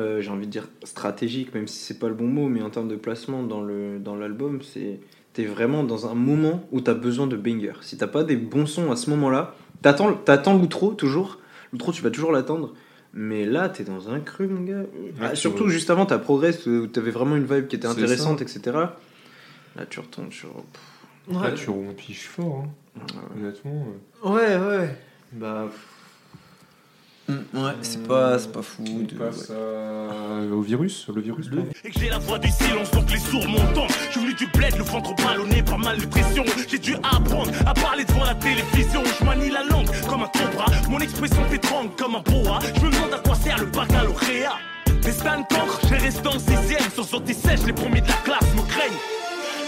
[SPEAKER 2] euh, j'ai envie de dire stratégique, même si c'est pas le bon mot, mais en termes de placement dans le dans l'album, c'est t'es vraiment dans un moment où t'as besoin de banger. Si t'as pas des bons sons à ce moment-là, t'attends t'attends l'outro toujours. L'outro, tu vas toujours l'attendre. Mais là, t'es dans un cru, mon gars. Ah,
[SPEAKER 1] tu
[SPEAKER 2] surtout
[SPEAKER 1] vois.
[SPEAKER 2] juste avant, t'as progressé, où t'avais vraiment une vibe qui était
[SPEAKER 1] C'est
[SPEAKER 2] intéressante, etc. Là, tu retombes sur.
[SPEAKER 1] Là, tu rompiches fort, hein. Honnêtement. euh.
[SPEAKER 3] Ouais, ouais. Bah,
[SPEAKER 2] Mm, Ouais, c'est
[SPEAKER 1] Mm, pas-
[SPEAKER 2] c'est pas fou.
[SPEAKER 1] On passe à- euh, au virus, le virus. pardon.
[SPEAKER 4] Et que j'ai la voix du silence, donc les sourds m'entendent. Je suis venu du bled, le ventre ballonné par malnutrition. J'ai dû apprendre à parler devant la télévision. Je manie la langue comme un cobra, mon expression t'étrangle comme un boa. Je me demande à quoi sert le baccalauréat. Des stands cancres, j'ai resté en sixième. Sur sortie sèche, les premiers de la classe me craignent.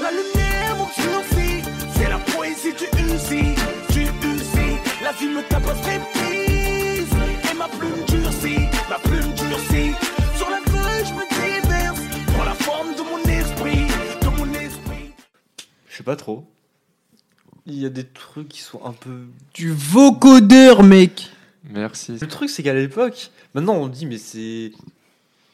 [SPEAKER 4] La lumière, mon philosophie, c'est la poésie du Uzi, du Uzi. La vie me tape à striptease et ma plume durcit, ma plume durcit. Sur la feuille, je me déverse, prends la forme de mon esprit, de mon esprit.
[SPEAKER 3] je sais pas trop. Il y a des trucs qui sont un peu.
[SPEAKER 8] Du vocodeur, mec
[SPEAKER 1] Merci.
[SPEAKER 3] Le truc, c'est qu'à l'époque, maintenant on dit, mais c'est.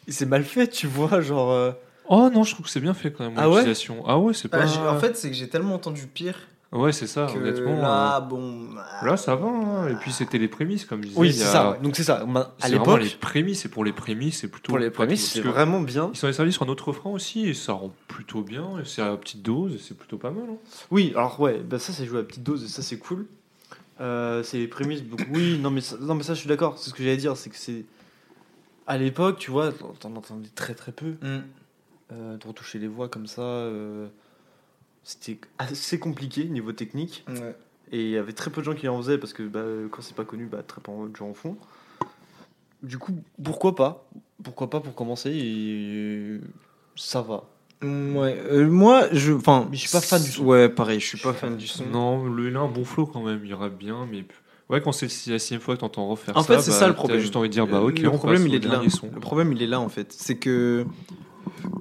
[SPEAKER 3] C'est mal fait, tu vois, genre. euh,
[SPEAKER 1] Oh non, je trouve que c'est bien fait quand même.
[SPEAKER 3] Ah ouais
[SPEAKER 1] l'utilisation. Ah ouais, c'est pas.
[SPEAKER 2] en fait, c'est que Bah, j'ai tellement entendu pire
[SPEAKER 1] Ouais, c'est ça,
[SPEAKER 8] Ah,
[SPEAKER 2] que
[SPEAKER 1] honnêtement.
[SPEAKER 2] là, bon. bah.
[SPEAKER 1] euh, Là, ça va. hein. Et puis, c'était les prémices, comme je disais.
[SPEAKER 3] Oui,
[SPEAKER 1] il y
[SPEAKER 3] c'est
[SPEAKER 1] a-
[SPEAKER 3] ça. ouais. Donc c'est ça. Ma- À
[SPEAKER 1] C'est vraiment
[SPEAKER 3] l'époque,
[SPEAKER 1] les prémices, et pour les prémices, c'est plutôt.
[SPEAKER 3] pour les
[SPEAKER 1] pas
[SPEAKER 3] prémices,
[SPEAKER 1] tout,
[SPEAKER 3] c'est
[SPEAKER 1] parce que
[SPEAKER 3] vraiment bien.
[SPEAKER 1] Ils sont desservis sur un autre refrain aussi, et ça rend plutôt bien, et c'est à petite dose, et c'est plutôt pas mal. hein.
[SPEAKER 3] Oui, alors ouais, bah ça c'est joué à petite dose et ça c'est cool. Euh, c'est les prémices. donc oui, non mais, ça, non mais ça je suis d'accord. C'est ce
[SPEAKER 8] hmm,
[SPEAKER 3] que j'allais dire, c'est que c'est à l'époque, tu vois, t'en entendais très très peu. euh, de retoucher les voix comme ça. euh, C'était assez compliqué niveau technique.
[SPEAKER 8] Ouais.
[SPEAKER 3] Et il y avait très peu de gens qui en faisaient parce que bah, quand c'est pas connu, bah, très peu de gens en font. Du coup, pourquoi pas Pourquoi pas pour commencer et... Ça va.
[SPEAKER 8] Ouais, euh, moi, je. Enfin.
[SPEAKER 3] Mais je suis pas fan du son.
[SPEAKER 8] Ouais, pareil, je suis pas fan du son.
[SPEAKER 1] Non, le, il a un bon flow quand même, il ira bien, mais. Ouais, quand c'est la sixième fois que t'entends refaire
[SPEAKER 8] En
[SPEAKER 1] ça,
[SPEAKER 8] fait, c'est
[SPEAKER 1] bah,
[SPEAKER 8] ça le problème.
[SPEAKER 1] T'as juste envie de dire, bah
[SPEAKER 8] Euh,
[SPEAKER 1] ok,
[SPEAKER 8] le
[SPEAKER 1] on
[SPEAKER 8] problème,
[SPEAKER 1] passe
[SPEAKER 8] il
[SPEAKER 1] au
[SPEAKER 8] est de là.
[SPEAKER 1] dernier son.
[SPEAKER 8] Le problème, il est là, en fait. C'est que.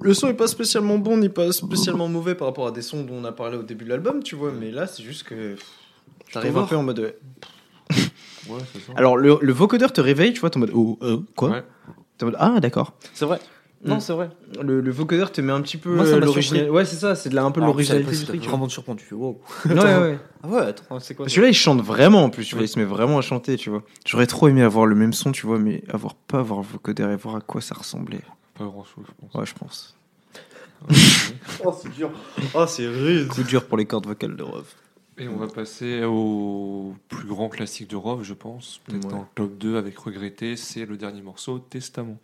[SPEAKER 8] Le son est pas spécialement bon ni pas spécialement mauvais par rapport à des sons dont on a parlé au début de l'album, tu vois, mais là, c'est juste que. pff, T'arrives un peu en mode. ouais.
[SPEAKER 1] Ouais, c'est ça.
[SPEAKER 8] Alors, le, le vocodeur te réveille, tu vois, t'es en mode. Oh, euh, quoi
[SPEAKER 1] Ouais.
[SPEAKER 8] T'es en mode. Ah, d'accord.
[SPEAKER 3] C'est vrai.
[SPEAKER 8] Mm.
[SPEAKER 3] Non, c'est vrai.
[SPEAKER 8] Le, le vocodeur te met un petit peu
[SPEAKER 3] Moi, ça
[SPEAKER 8] euh,
[SPEAKER 3] m'a
[SPEAKER 8] l'original.
[SPEAKER 3] surpris.
[SPEAKER 8] Ouais, c'est ça, c'est de la- un
[SPEAKER 2] Ah,
[SPEAKER 8] peu
[SPEAKER 3] Alors,
[SPEAKER 8] l'originalité
[SPEAKER 3] Ah, ça,
[SPEAKER 8] du truc.
[SPEAKER 3] Tu vraiment surprendre, tu fais wow.
[SPEAKER 8] Ouais, ouais, ouais.
[SPEAKER 3] Ah ouais, attends, c'est quoi
[SPEAKER 8] Parce que là, il chante vraiment en plus, tu vois, il se met vraiment à chanter, tu vois. J'aurais trop aimé avoir le même son, tu vois, mais avoir pas avoir le vocodeur et voir à quoi ça ressemblait.
[SPEAKER 1] Pas grand chose, je pense.
[SPEAKER 8] Ouais, je pense.
[SPEAKER 3] Oh, c'est dur. Oh, c'est rude.
[SPEAKER 8] Coup dur pour les cordes vocales de Rove.
[SPEAKER 1] Et on va passer au plus grand classique de Rove, je pense. Peut-être
[SPEAKER 8] Ouais.
[SPEAKER 1] dans le top 2 avec Regretté, c'est le dernier morceau, Testament.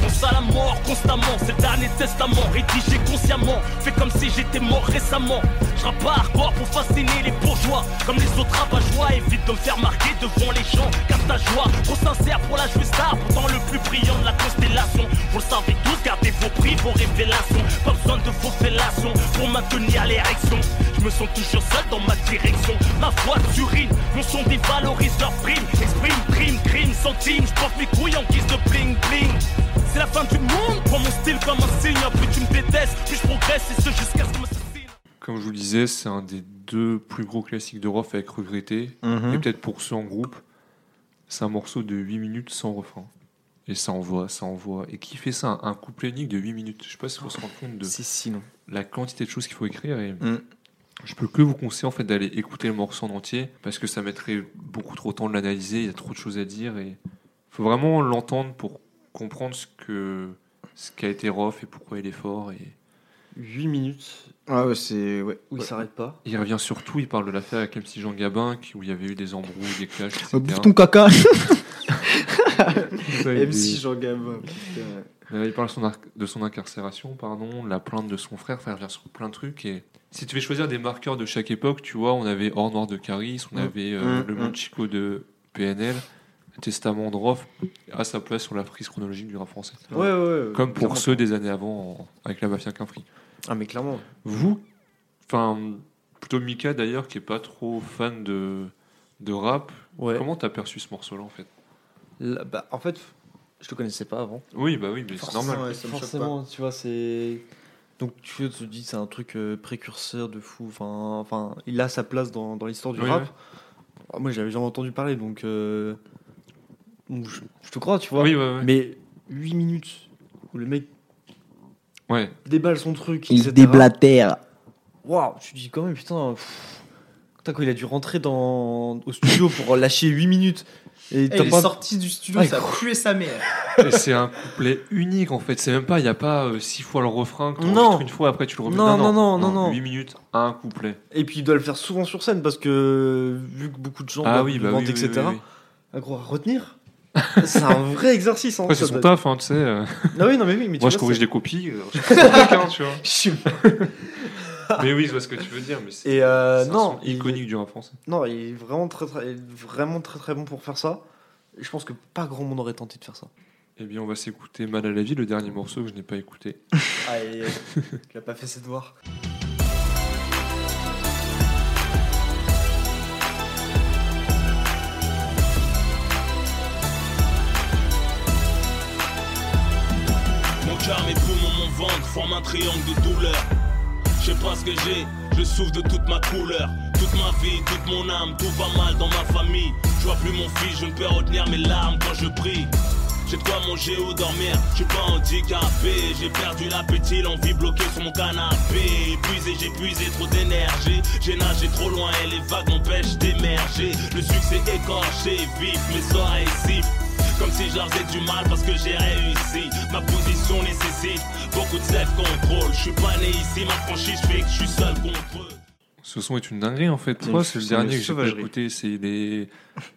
[SPEAKER 4] pense à la mort constamment, c'est le dernier testament rédigé consciemment, fait comme si j'étais mort récemment. Je rappe pas hardcore pour fasciner les bourgeois, comme les autres rabat joie, évite de me faire marquer devant les gens. Garde ta joie, trop sincère pour la jouer star, pourtant le plus brillant de la constellation. Vous le savez tous, gardez vos prix, vos révélations, pas besoin de vos fellations pour maintenir l'érection. Je me sens toujours seul dans ma direction, ma voix surine, mon son dévalorise leur prime, exprime, prime, crime, centime, je porte mes couilles en guise de bling bling. C'est la fin du monde, prends mon style comme un signe Plus tu me détestes, plus je progresse Et ce jusqu'à ce que me suicide
[SPEAKER 1] Comme je vous le disais, c'est un des deux plus gros classiques de Rove avec Regretté. Et peut-être pour ceux en groupe, c'est un morceau de 8 minutes sans refrain. Et ça envoie, ça envoie. Et qui fait ça Un couplet unique de 8 minutes. Je sais pas si vous se rendre compte de
[SPEAKER 3] C'est sinon.
[SPEAKER 1] la quantité de choses qu'il faut écrire. Et
[SPEAKER 8] Mm.
[SPEAKER 1] Je peux que vous conseiller en fait d'aller écouter le morceau en entier parce que ça mettrait beaucoup trop de temps de l'analyser. Il y a trop de choses à dire et faut vraiment l'entendre pour comprendre ce que ce qu'a été Roth et pourquoi il est fort. Et
[SPEAKER 3] 8 minutes
[SPEAKER 8] Ah ouais, c'est. Ouais.
[SPEAKER 3] où il s'arrête pas.
[SPEAKER 1] il revient surtout. Il parle de l'affaire avec MC Jean Gabin qui- où il y avait eu des embrouilles, des clashs, etc.
[SPEAKER 8] Bouffe ton Euh, caca
[SPEAKER 1] Ça, il est-
[SPEAKER 8] MC Jean Gabin,
[SPEAKER 1] Euh, il parle son arc- de son incarcération, pardon, la plainte de son frère, enfin, il revient sur plein de trucs. Et si tu veux choisir des marqueurs de chaque époque, tu vois, on avait Or Noir de Caris, on
[SPEAKER 8] Mm.
[SPEAKER 1] avait euh,
[SPEAKER 8] Mm,
[SPEAKER 1] Le
[SPEAKER 8] mm.
[SPEAKER 1] Monde Chico de PNL, Testament de Roth, à sa place sur la frise chronologique du rap français.
[SPEAKER 3] Ouais, ouais, ouais.
[SPEAKER 1] Comme pour
[SPEAKER 3] Clairement.
[SPEAKER 1] ceux des années avant, en- avec la mafia qu'un fric.
[SPEAKER 3] Ah, mais clairement.
[SPEAKER 1] Vous, enfin, plutôt Mika d'ailleurs, qui est pas trop fan de, de rap,
[SPEAKER 3] Ouais.
[SPEAKER 1] comment t'as perçu ce morceau-là en fait
[SPEAKER 3] Là, bah, en fait, je te connaissais pas avant.
[SPEAKER 1] Oui, bah oui, mais c'est
[SPEAKER 8] Forcément,
[SPEAKER 1] normal.
[SPEAKER 8] ouais, ça me choque
[SPEAKER 3] Forcément, tu vois, c'est. Donc, tu te dis, c'est un truc euh, précurseur de fou. Enfin, enfin, il a sa place dans, dans l'histoire du
[SPEAKER 1] Oui,
[SPEAKER 3] rap.
[SPEAKER 1] ouais.
[SPEAKER 3] Ah, Moi, j'avais jamais entendu parler, donc. euh, donc, je, je te crois, tu vois.
[SPEAKER 1] Oui, ouais, ouais.
[SPEAKER 3] Mais 8 minutes où le mec
[SPEAKER 1] Ouais,
[SPEAKER 3] déballe son truc.
[SPEAKER 8] Il
[SPEAKER 3] etc.
[SPEAKER 8] déblatère.
[SPEAKER 3] Waouh, tu te dis quand même, putain. pff, Putain, quand il a dû rentrer dans, au studio pour lâcher 8 minutes. Et
[SPEAKER 2] Elle
[SPEAKER 3] Ah. t'as
[SPEAKER 2] est
[SPEAKER 3] pas.
[SPEAKER 2] sortie du studio,
[SPEAKER 3] Ah,
[SPEAKER 2] ça a pué sa mère.
[SPEAKER 1] Et c'est un couplet unique en fait. C'est même pas, il n'y a pas euh, six fois le refrain que tu
[SPEAKER 3] Non.
[SPEAKER 1] une fois après tu le remets.
[SPEAKER 3] Non, non, non, non, non.
[SPEAKER 1] 8 minutes, un couplet.
[SPEAKER 3] Et puis il doit le faire souvent sur scène parce que vu que beaucoup de gens
[SPEAKER 1] ah
[SPEAKER 3] doivent
[SPEAKER 1] oui,
[SPEAKER 3] le
[SPEAKER 1] bah oui,
[SPEAKER 3] demander,
[SPEAKER 1] oui,
[SPEAKER 3] etc.
[SPEAKER 1] oui, oui.
[SPEAKER 3] Ah, gros, à retenir C'est un vrai exercice. Hein,
[SPEAKER 1] Après,
[SPEAKER 3] ça
[SPEAKER 1] c'est son
[SPEAKER 3] doit-
[SPEAKER 1] taf, hein, tu sais. euh.
[SPEAKER 3] Ah oui, non, mais oui, mais tu
[SPEAKER 1] Moi, je
[SPEAKER 3] vois,
[SPEAKER 1] corrige
[SPEAKER 3] c'est-
[SPEAKER 1] des copies. euh, je suis quelqu'un, tu vois.
[SPEAKER 3] Je suis-
[SPEAKER 1] Mais oui, je vois ce que tu veux dire. Mais c'est
[SPEAKER 3] Et euh,
[SPEAKER 1] c'est un
[SPEAKER 3] non,
[SPEAKER 1] son
[SPEAKER 3] il
[SPEAKER 1] iconique du rap français.
[SPEAKER 3] non, il est vraiment très, très, il est vraiment très, très bon pour faire ça. Et Je pense que pas grand monde aurait tenté de faire ça.
[SPEAKER 1] Eh bien, on va s'écouter Mal à la vie, le dernier morceau que je n'ai pas écouté.
[SPEAKER 3] Ah, et, il a pas fait ses devoirs.
[SPEAKER 4] Mon cœur, mes poumons, mon ventre forment un triangle de douleur Je sais pas ce que j'ai, je souffre de toute ma couleur Toute ma vie, toute mon âme, tout va mal dans ma famille Je vois plus mon fils, je ne peux retenir mes larmes quand je prie j'ai de quoi manger ou dormir, je suis pas handicapé J'ai perdu l'appétit, l'envie bloquée sur mon canapé Épuisé, j'ai puisé trop d'énergie J'ai nagé trop loin et les vagues m'empêchent d'émerger Le succès écorché, vif, mes oreilles sifflent comme si je leur faisais du mal parce que j'ai réussi Ma position nécessite beaucoup de self-control Je suis pas né ici, ma franchise fait que je suis seul contre eux
[SPEAKER 1] Ce son est une dinguerie en fait. Pour
[SPEAKER 3] une-
[SPEAKER 1] moi, c'est le
[SPEAKER 3] c'est une
[SPEAKER 1] dernier que j'ai pas
[SPEAKER 3] sauvagerie.
[SPEAKER 1] écouté. C'est les.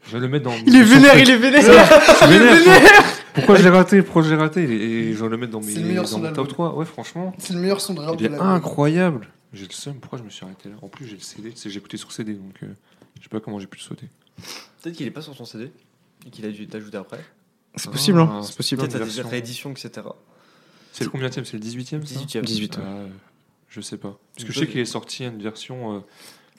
[SPEAKER 1] Je vais le mettre dans.
[SPEAKER 2] Il est vénère, il est vénère.
[SPEAKER 1] Je suis vénère, Pourquoi je l'ai raté Pourquoi je l'ai raté Et et je vais le mettre dans
[SPEAKER 2] C'est
[SPEAKER 1] mes
[SPEAKER 2] le meilleur son
[SPEAKER 1] dans mon
[SPEAKER 2] d'album.
[SPEAKER 1] top 3. Ouais, franchement.
[SPEAKER 2] C'est le meilleur son de rap
[SPEAKER 1] Il
[SPEAKER 2] de
[SPEAKER 1] est
[SPEAKER 2] la
[SPEAKER 1] incroyable. J'ai le seum. Pourquoi je me suis arrêté là En plus, j'ai le CD. C'est j'ai écouté sur CD, donc euh, je sais pas comment j'ai pu le sauter.
[SPEAKER 3] Peut-être qu'il est pas sur son CD et qu'il a dû t'ajouter après.
[SPEAKER 2] C'est
[SPEAKER 1] possible, hein. Ah, C'est
[SPEAKER 2] possible.
[SPEAKER 3] Peut-être t'as déjà
[SPEAKER 1] version.
[SPEAKER 3] fait édition, etc.
[SPEAKER 1] C'est le combien C'est le 18ème ça
[SPEAKER 3] 18 e
[SPEAKER 10] 18. ouais.
[SPEAKER 1] Euh, Je sais pas. Parce que
[SPEAKER 3] Une
[SPEAKER 1] je sais
[SPEAKER 3] bonne
[SPEAKER 1] qu'il est sorti une version euh,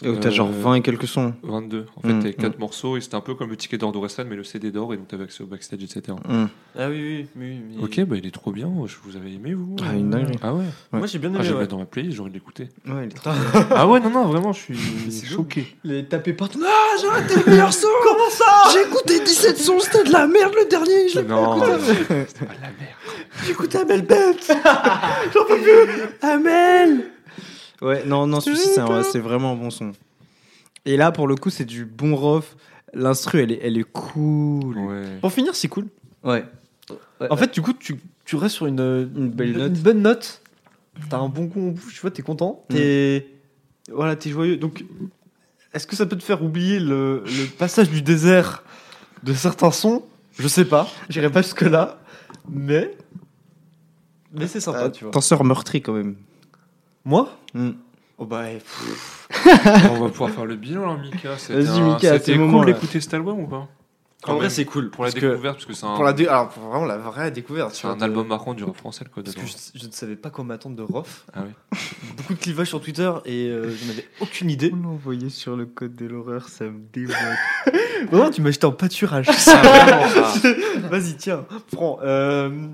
[SPEAKER 10] Et où t'as genre
[SPEAKER 1] Euh,
[SPEAKER 10] 20 et quelques sons.
[SPEAKER 1] 22. En fait,
[SPEAKER 10] Mm,
[SPEAKER 1] t'avais 4 morceaux et c'était un peu comme le ticket d'or d'Orelsan, mais le CD d'or et donc t'avais accès au backstage, etc.
[SPEAKER 8] Hmm.
[SPEAKER 10] Hum.
[SPEAKER 3] Ah oui, oui, oui. oui, oui.
[SPEAKER 1] Ok, bah il est trop bien. Je vous avais aimé, vous
[SPEAKER 10] Ah, une dinguerie.
[SPEAKER 1] Ah ouais
[SPEAKER 3] Moi j'ai bien aimé.
[SPEAKER 1] Ah, je vais le
[SPEAKER 3] ouais.
[SPEAKER 1] mettre dans ma playlist, j'aurais de l'écouter.
[SPEAKER 10] Ouais, il est trop
[SPEAKER 1] ah ouais, non, non, vraiment, je
[SPEAKER 3] c'est
[SPEAKER 1] suis choqué.
[SPEAKER 2] Il est tapé partout. Ah, j'ai raté le meilleur son. Comment ça J'ai écouté 17 sons, c'était de la merde le dernier. Je l'ai pas
[SPEAKER 1] Non,
[SPEAKER 2] écouté.
[SPEAKER 1] c'était pas de la merde.
[SPEAKER 2] J'ai écouté Amel Bent. J'en peux plus. Amel.
[SPEAKER 10] Ouais, non, non, celui-ci, c'est un- c'est vraiment un bon son. Et là, pour le coup, c'est du bon rough. L'instru, elle est, elle est cool.
[SPEAKER 1] Ouais.
[SPEAKER 3] Pour finir, c'est cool.
[SPEAKER 10] Ouais.
[SPEAKER 3] En fait, du coup, tu, tu restes sur une,
[SPEAKER 10] Une belle note.
[SPEAKER 3] Une bonne note. Mm. T'as un bon con au bout, tu vois, t'es content.
[SPEAKER 10] Mm.
[SPEAKER 3] T'es. Voilà, t'es joyeux. Donc, est-ce que ça peut te faire oublier le, le passage du désert de certains sons Je sais pas. J'irai pas jusque-là. Mais. Mais c'est
[SPEAKER 10] Ah,
[SPEAKER 3] sympa, Ah, tu vois.
[SPEAKER 10] Tenseur meurtri, quand même.
[SPEAKER 3] Moi
[SPEAKER 10] Mm.
[SPEAKER 3] Oh bah. eh, pff.
[SPEAKER 1] on va pouvoir faire le bilan, là, Mika. C'était
[SPEAKER 3] Vas-y,
[SPEAKER 1] un-
[SPEAKER 3] Mika, c'est
[SPEAKER 1] c'était
[SPEAKER 3] le
[SPEAKER 1] cool
[SPEAKER 3] moment, là.
[SPEAKER 1] d'écouter cet album ou pas Quand
[SPEAKER 3] En vrai,
[SPEAKER 1] même,
[SPEAKER 3] c'est cool.
[SPEAKER 1] Pour la
[SPEAKER 3] parce que-
[SPEAKER 1] découverte, parce que c'est un,
[SPEAKER 3] pour la dé- Alors, pour vraiment la vraie découverte.
[SPEAKER 1] c'est
[SPEAKER 3] tu vois,
[SPEAKER 1] un
[SPEAKER 3] de-
[SPEAKER 1] album marrant du rap français, le code.
[SPEAKER 3] Parce que je, je ne savais pas quoi m'attendre de Rof.
[SPEAKER 1] Ah oui.
[SPEAKER 3] Beaucoup de clivage sur Twitter et euh, je n'avais aucune idée.
[SPEAKER 10] On l'a envoyé sur le code de l'horreur, ça me dégoûte.
[SPEAKER 3] Vraiment, tu m'as jeté en pâturage. Vas-y, tiens, prends. Euh,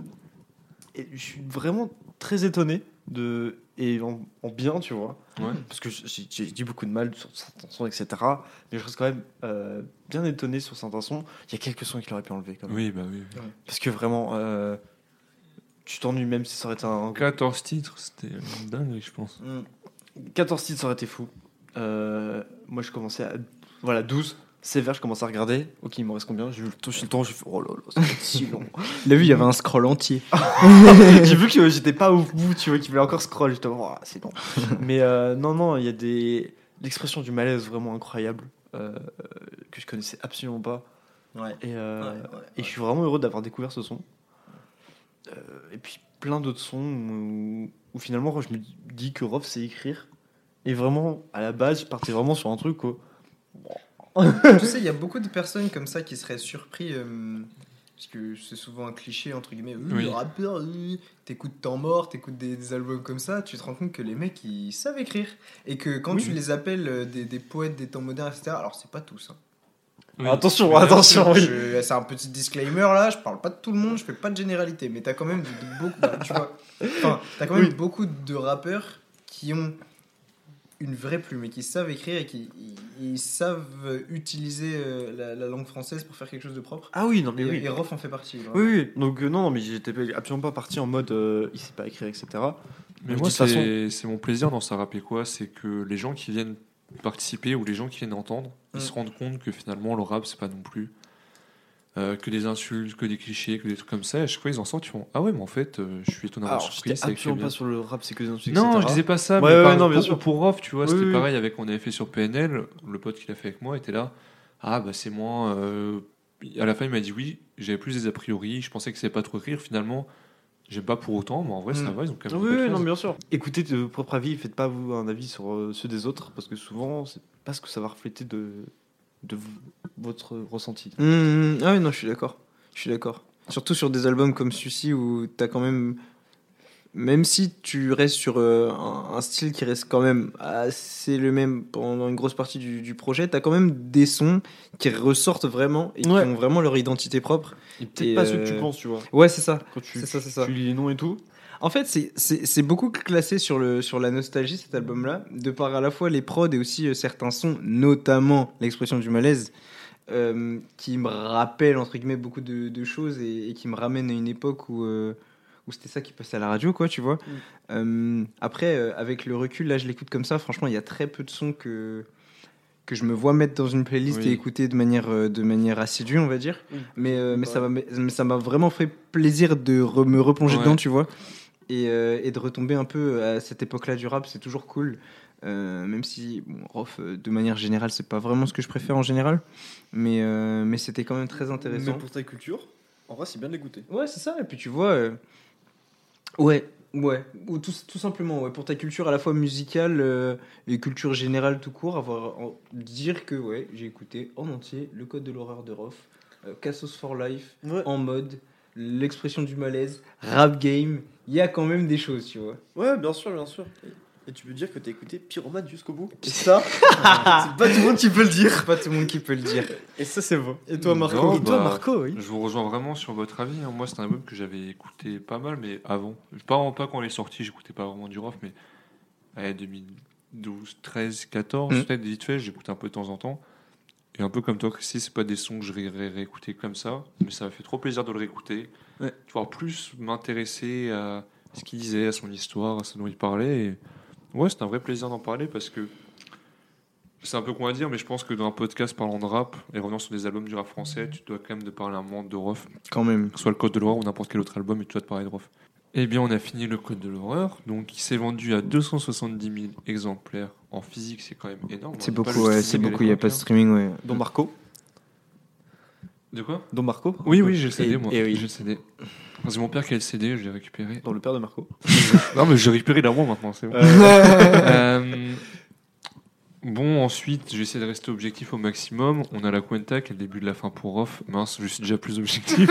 [SPEAKER 3] et je suis vraiment très étonné de et en, en bien, tu vois.
[SPEAKER 1] Ouais.
[SPEAKER 3] Parce que j'ai j'ai dit beaucoup de mal sur certains sons, etc. Mais je reste quand même euh, bien étonné sur certains sons. Il y a quelques sons qu'il aurait pu enlever, quand même.
[SPEAKER 1] Oui, bah oui.
[SPEAKER 3] Parce que vraiment, euh, tu t'ennuies même si ça aurait été un
[SPEAKER 1] 14 titres, c'était euh, dingue, je pense.
[SPEAKER 3] 14 titres, ça aurait été fou. Euh, moi, je commençais à. Voilà, 12. Sévère, je commençais à regarder. Ok, il m'en reste combien J'ai eu le temps, j'ai eu le temps, j'ai fait oh là là, ça va être si long.
[SPEAKER 10] Il a vu, il y avait un scroll entier.
[SPEAKER 3] j'ai vu que j'étais pas au bout, tu vois, qu'il fallait encore scroll. J'étais, oh, c'est long. Mais euh, non, non, il y a des. L'expression du malaise vraiment incroyable euh, euh, que je connaissais absolument pas.
[SPEAKER 2] Ouais.
[SPEAKER 3] Et, euh, et je suis vraiment heureux d'avoir découvert ce son. Euh, et puis plein d'autres sons où, où finalement je me dis que Rof c'est écrire. Et vraiment, à la base, je partais vraiment sur un truc. Quoi.
[SPEAKER 2] tu sais, il y a beaucoup de personnes comme ça qui seraient surpris. euh, parce que c'est souvent un cliché, entre guillemets. Euh,
[SPEAKER 1] Oui.
[SPEAKER 2] Le rappeur, euh, t'écoutes Temps Mort, t'écoutes des, des albums comme ça. Tu te rends compte que les mecs, ils savent écrire. Et que quand tu les appelles euh, des, des poètes des temps modernes, etc. Alors, c'est pas tous. hein.
[SPEAKER 3] Attention, attention, oui.
[SPEAKER 2] Je- C'est un petit disclaimer là, je parle pas de tout le monde, je fais pas de généralité, mais t'as quand même de- de beaucoup, bah, tu vois, Enfin, t'as quand même
[SPEAKER 3] Oui.
[SPEAKER 2] beaucoup de rappeurs qui ont une vraie plume et qui savent écrire et qui ils, ils savent utiliser euh, la, la langue française pour faire quelque chose de propre.
[SPEAKER 3] Ah oui, non mais
[SPEAKER 2] et,
[SPEAKER 3] oui.
[SPEAKER 2] et Rof en fait partie. hein. vraiment.
[SPEAKER 3] Oui, oui. Donc euh, non, non, mais j'étais pas- absolument pas parti en mode euh, il sait pas écrire, etc.
[SPEAKER 1] Mais
[SPEAKER 3] De
[SPEAKER 1] moi,
[SPEAKER 3] toute façon-
[SPEAKER 1] c'est c'est mon plaisir dans ça rappeler quoi C'est que les gens qui viennent participer ou les gens qui viennent entendre, ils
[SPEAKER 2] Mm.
[SPEAKER 1] se rendent compte que finalement, le rap, c'est pas non plus euh, que des insultes, que des clichés, que des trucs comme ça. Et à chaque fois, ils en sortent, ils font Ah ouais, mais en fait, euh, je suis étonnamment
[SPEAKER 3] Alors,
[SPEAKER 1] surpris.
[SPEAKER 3] j'étais
[SPEAKER 1] ça écrit
[SPEAKER 3] absolument
[SPEAKER 1] bien.
[SPEAKER 3] pas sur le rap, c'est que des insultes,
[SPEAKER 1] Non,
[SPEAKER 3] etc.
[SPEAKER 1] je disais pas ça,
[SPEAKER 3] Ouais,
[SPEAKER 1] mais
[SPEAKER 3] ouais,
[SPEAKER 1] par-
[SPEAKER 3] non, bien
[SPEAKER 1] pour,
[SPEAKER 3] sûr.
[SPEAKER 1] pour Rof, tu vois,
[SPEAKER 3] Oui,
[SPEAKER 1] c'était
[SPEAKER 3] oui.
[SPEAKER 1] pareil avec on avait fait sur PNL, le pote qu'il a fait avec moi était là. Ah bah c'est moins. euh, À la fin, il m'a dit oui, j'avais plus des a priori, je pensais que c'est pas trop rire. Finalement, j'aime pas pour autant, mais en vrai, ça
[SPEAKER 2] Mm.
[SPEAKER 1] va, ils ont quand même.
[SPEAKER 3] Oui,
[SPEAKER 1] fait
[SPEAKER 3] oui,
[SPEAKER 1] quelque
[SPEAKER 3] non,
[SPEAKER 1] chose.
[SPEAKER 3] bien sûr. Écoutez de votre propre avis, faites pas vous un avis sur euh, ceux des autres, parce que souvent, c'est pas ce que ça va refléter de, de v- votre ressenti.
[SPEAKER 10] Mmh,
[SPEAKER 2] Ah oui, non, je suis d'accord. Je suis d'accord. Surtout sur des albums comme celui-ci où t'as quand même. Même si tu restes sur euh, un, un style qui reste quand même assez le même pendant une grosse partie du, du projet, t'as quand même des sons qui ressortent vraiment et
[SPEAKER 3] Ouais.
[SPEAKER 2] qui ont vraiment leur identité propre.
[SPEAKER 3] Et
[SPEAKER 2] Et,
[SPEAKER 3] peut-être pas ceux que tu
[SPEAKER 2] euh,
[SPEAKER 3] penses, tu vois.
[SPEAKER 2] Ouais, c'est ça.
[SPEAKER 3] Quand tu,
[SPEAKER 2] c'est ça, c'est ça.
[SPEAKER 3] tu lis les noms et tout.
[SPEAKER 2] En fait, c'est- c'est c'est beaucoup classé sur, le, sur la nostalgie cet album-là, de par à la fois les prods et aussi euh, certains sons, notamment l'expression du malaise, euh, qui me rappellent entre guillemets beaucoup de, de choses et, et qui me ramènent à une époque où, euh, où c'était ça qui passait à la radio, quoi, tu vois. Euh, après, euh, avec le recul, là je l'écoute comme ça, franchement, il y a très peu de sons que, que je me vois mettre dans une playlist
[SPEAKER 1] Oui.
[SPEAKER 2] et écouter de manière, euh, de manière assidue, on va dire.
[SPEAKER 3] Oui.
[SPEAKER 2] Mais, euh, mais
[SPEAKER 3] Ouais.
[SPEAKER 2] ça m'a- mais ça m'a vraiment fait plaisir de re- me replonger
[SPEAKER 1] Ouais.
[SPEAKER 2] dedans, tu vois. et, euh, et de retomber un peu à cette époque-là du rap, c'est toujours cool. Euh, même si, bon, Rof, euh, de manière générale, c'est pas vraiment ce que je préfère en général, mais, euh, mais c'était quand même très
[SPEAKER 3] Mais
[SPEAKER 2] intéressant.
[SPEAKER 3] pour ta culture, en vrai, c'est bien de les goûter.
[SPEAKER 2] Ouais, c'est ça. Et puis tu vois. euh, Ouais, ouais. Ou tout, tout simplement, ouais. Pour ta culture à la fois musicale euh, et culture générale tout court, avoir, en- dire que, ouais, j'ai écouté en entier le code de l'horreur de Rof, euh, Cassos for Life,
[SPEAKER 3] Ouais.
[SPEAKER 2] en mode, l'expression du malaise, rap game. Il y a quand même des choses, tu vois.
[SPEAKER 3] Ouais, bien sûr, bien sûr. Et tu peux dire que t'as écouté Pyromane jusqu'au bout. Et ça, c'est pas tout le monde qui peut le dire.
[SPEAKER 2] Pas tout le monde qui peut le dire.
[SPEAKER 3] Et ça, c'est beau. Et
[SPEAKER 1] toi, Marco Non,
[SPEAKER 3] Et toi,
[SPEAKER 1] bah,
[SPEAKER 3] Marco, oui.
[SPEAKER 1] Je vous rejoins vraiment sur votre avis. hein. Moi, c'est un album que j'avais écouté pas mal, mais avant. Pas, en- pas quand il est sorti, j'écoutais pas vraiment du rock, mais eh, à 2012, 13, 14,
[SPEAKER 2] Mm.
[SPEAKER 1] peut-être vite fait, j'écoutais un peu de temps en temps. Et un peu comme toi, Christy, c'est pas des sons que je ré- ré- réécoutais comme ça, mais ça m'a fait trop plaisir de le réécouter.
[SPEAKER 3] Ouais.
[SPEAKER 1] Tu vois, plus m'intéresser à ce qu'il disait, à son histoire, à ce dont il parlait. et Ouais, c'est un vrai plaisir d'en parler parce que c'est un peu con à dire, mais je pense que dans un podcast parlant de rap et revenant sur des albums du rap français, tu dois quand même de parler un moment de Rof,
[SPEAKER 2] Quand même.
[SPEAKER 1] que ce soit le Code de l'horreur ou n'importe quel autre album, et tu dois te parler de Rof. Eh bien, on a fini le Code de l'horreur, donc il s'est vendu à 270 000 exemplaires en physique, c'est quand même énorme.
[SPEAKER 2] C'est
[SPEAKER 1] On dit pas
[SPEAKER 2] beaucoup,
[SPEAKER 1] le streaming
[SPEAKER 2] ouais. C'est
[SPEAKER 1] à
[SPEAKER 2] beaucoup. Il n'y a
[SPEAKER 1] l'époque,
[SPEAKER 2] pas de streaming, ouais.
[SPEAKER 3] Don Marco.
[SPEAKER 1] hein. De quoi
[SPEAKER 3] Don Marco.
[SPEAKER 1] Oui, oui, j'ai le CD,
[SPEAKER 3] Et-
[SPEAKER 1] moi.
[SPEAKER 3] et oui.
[SPEAKER 1] J'ai le CD. C'est mon père qui a le CD, je l'ai récupéré.
[SPEAKER 3] Dans le père de Marco.
[SPEAKER 1] non, mais j'ai récupéré la maintenant, c'est bon. Euh, bon, ensuite, j'essaie de rester objectif au maximum. On a la Cuenta qui est le début de la fin pour Off. Mince, je suis déjà plus objectif.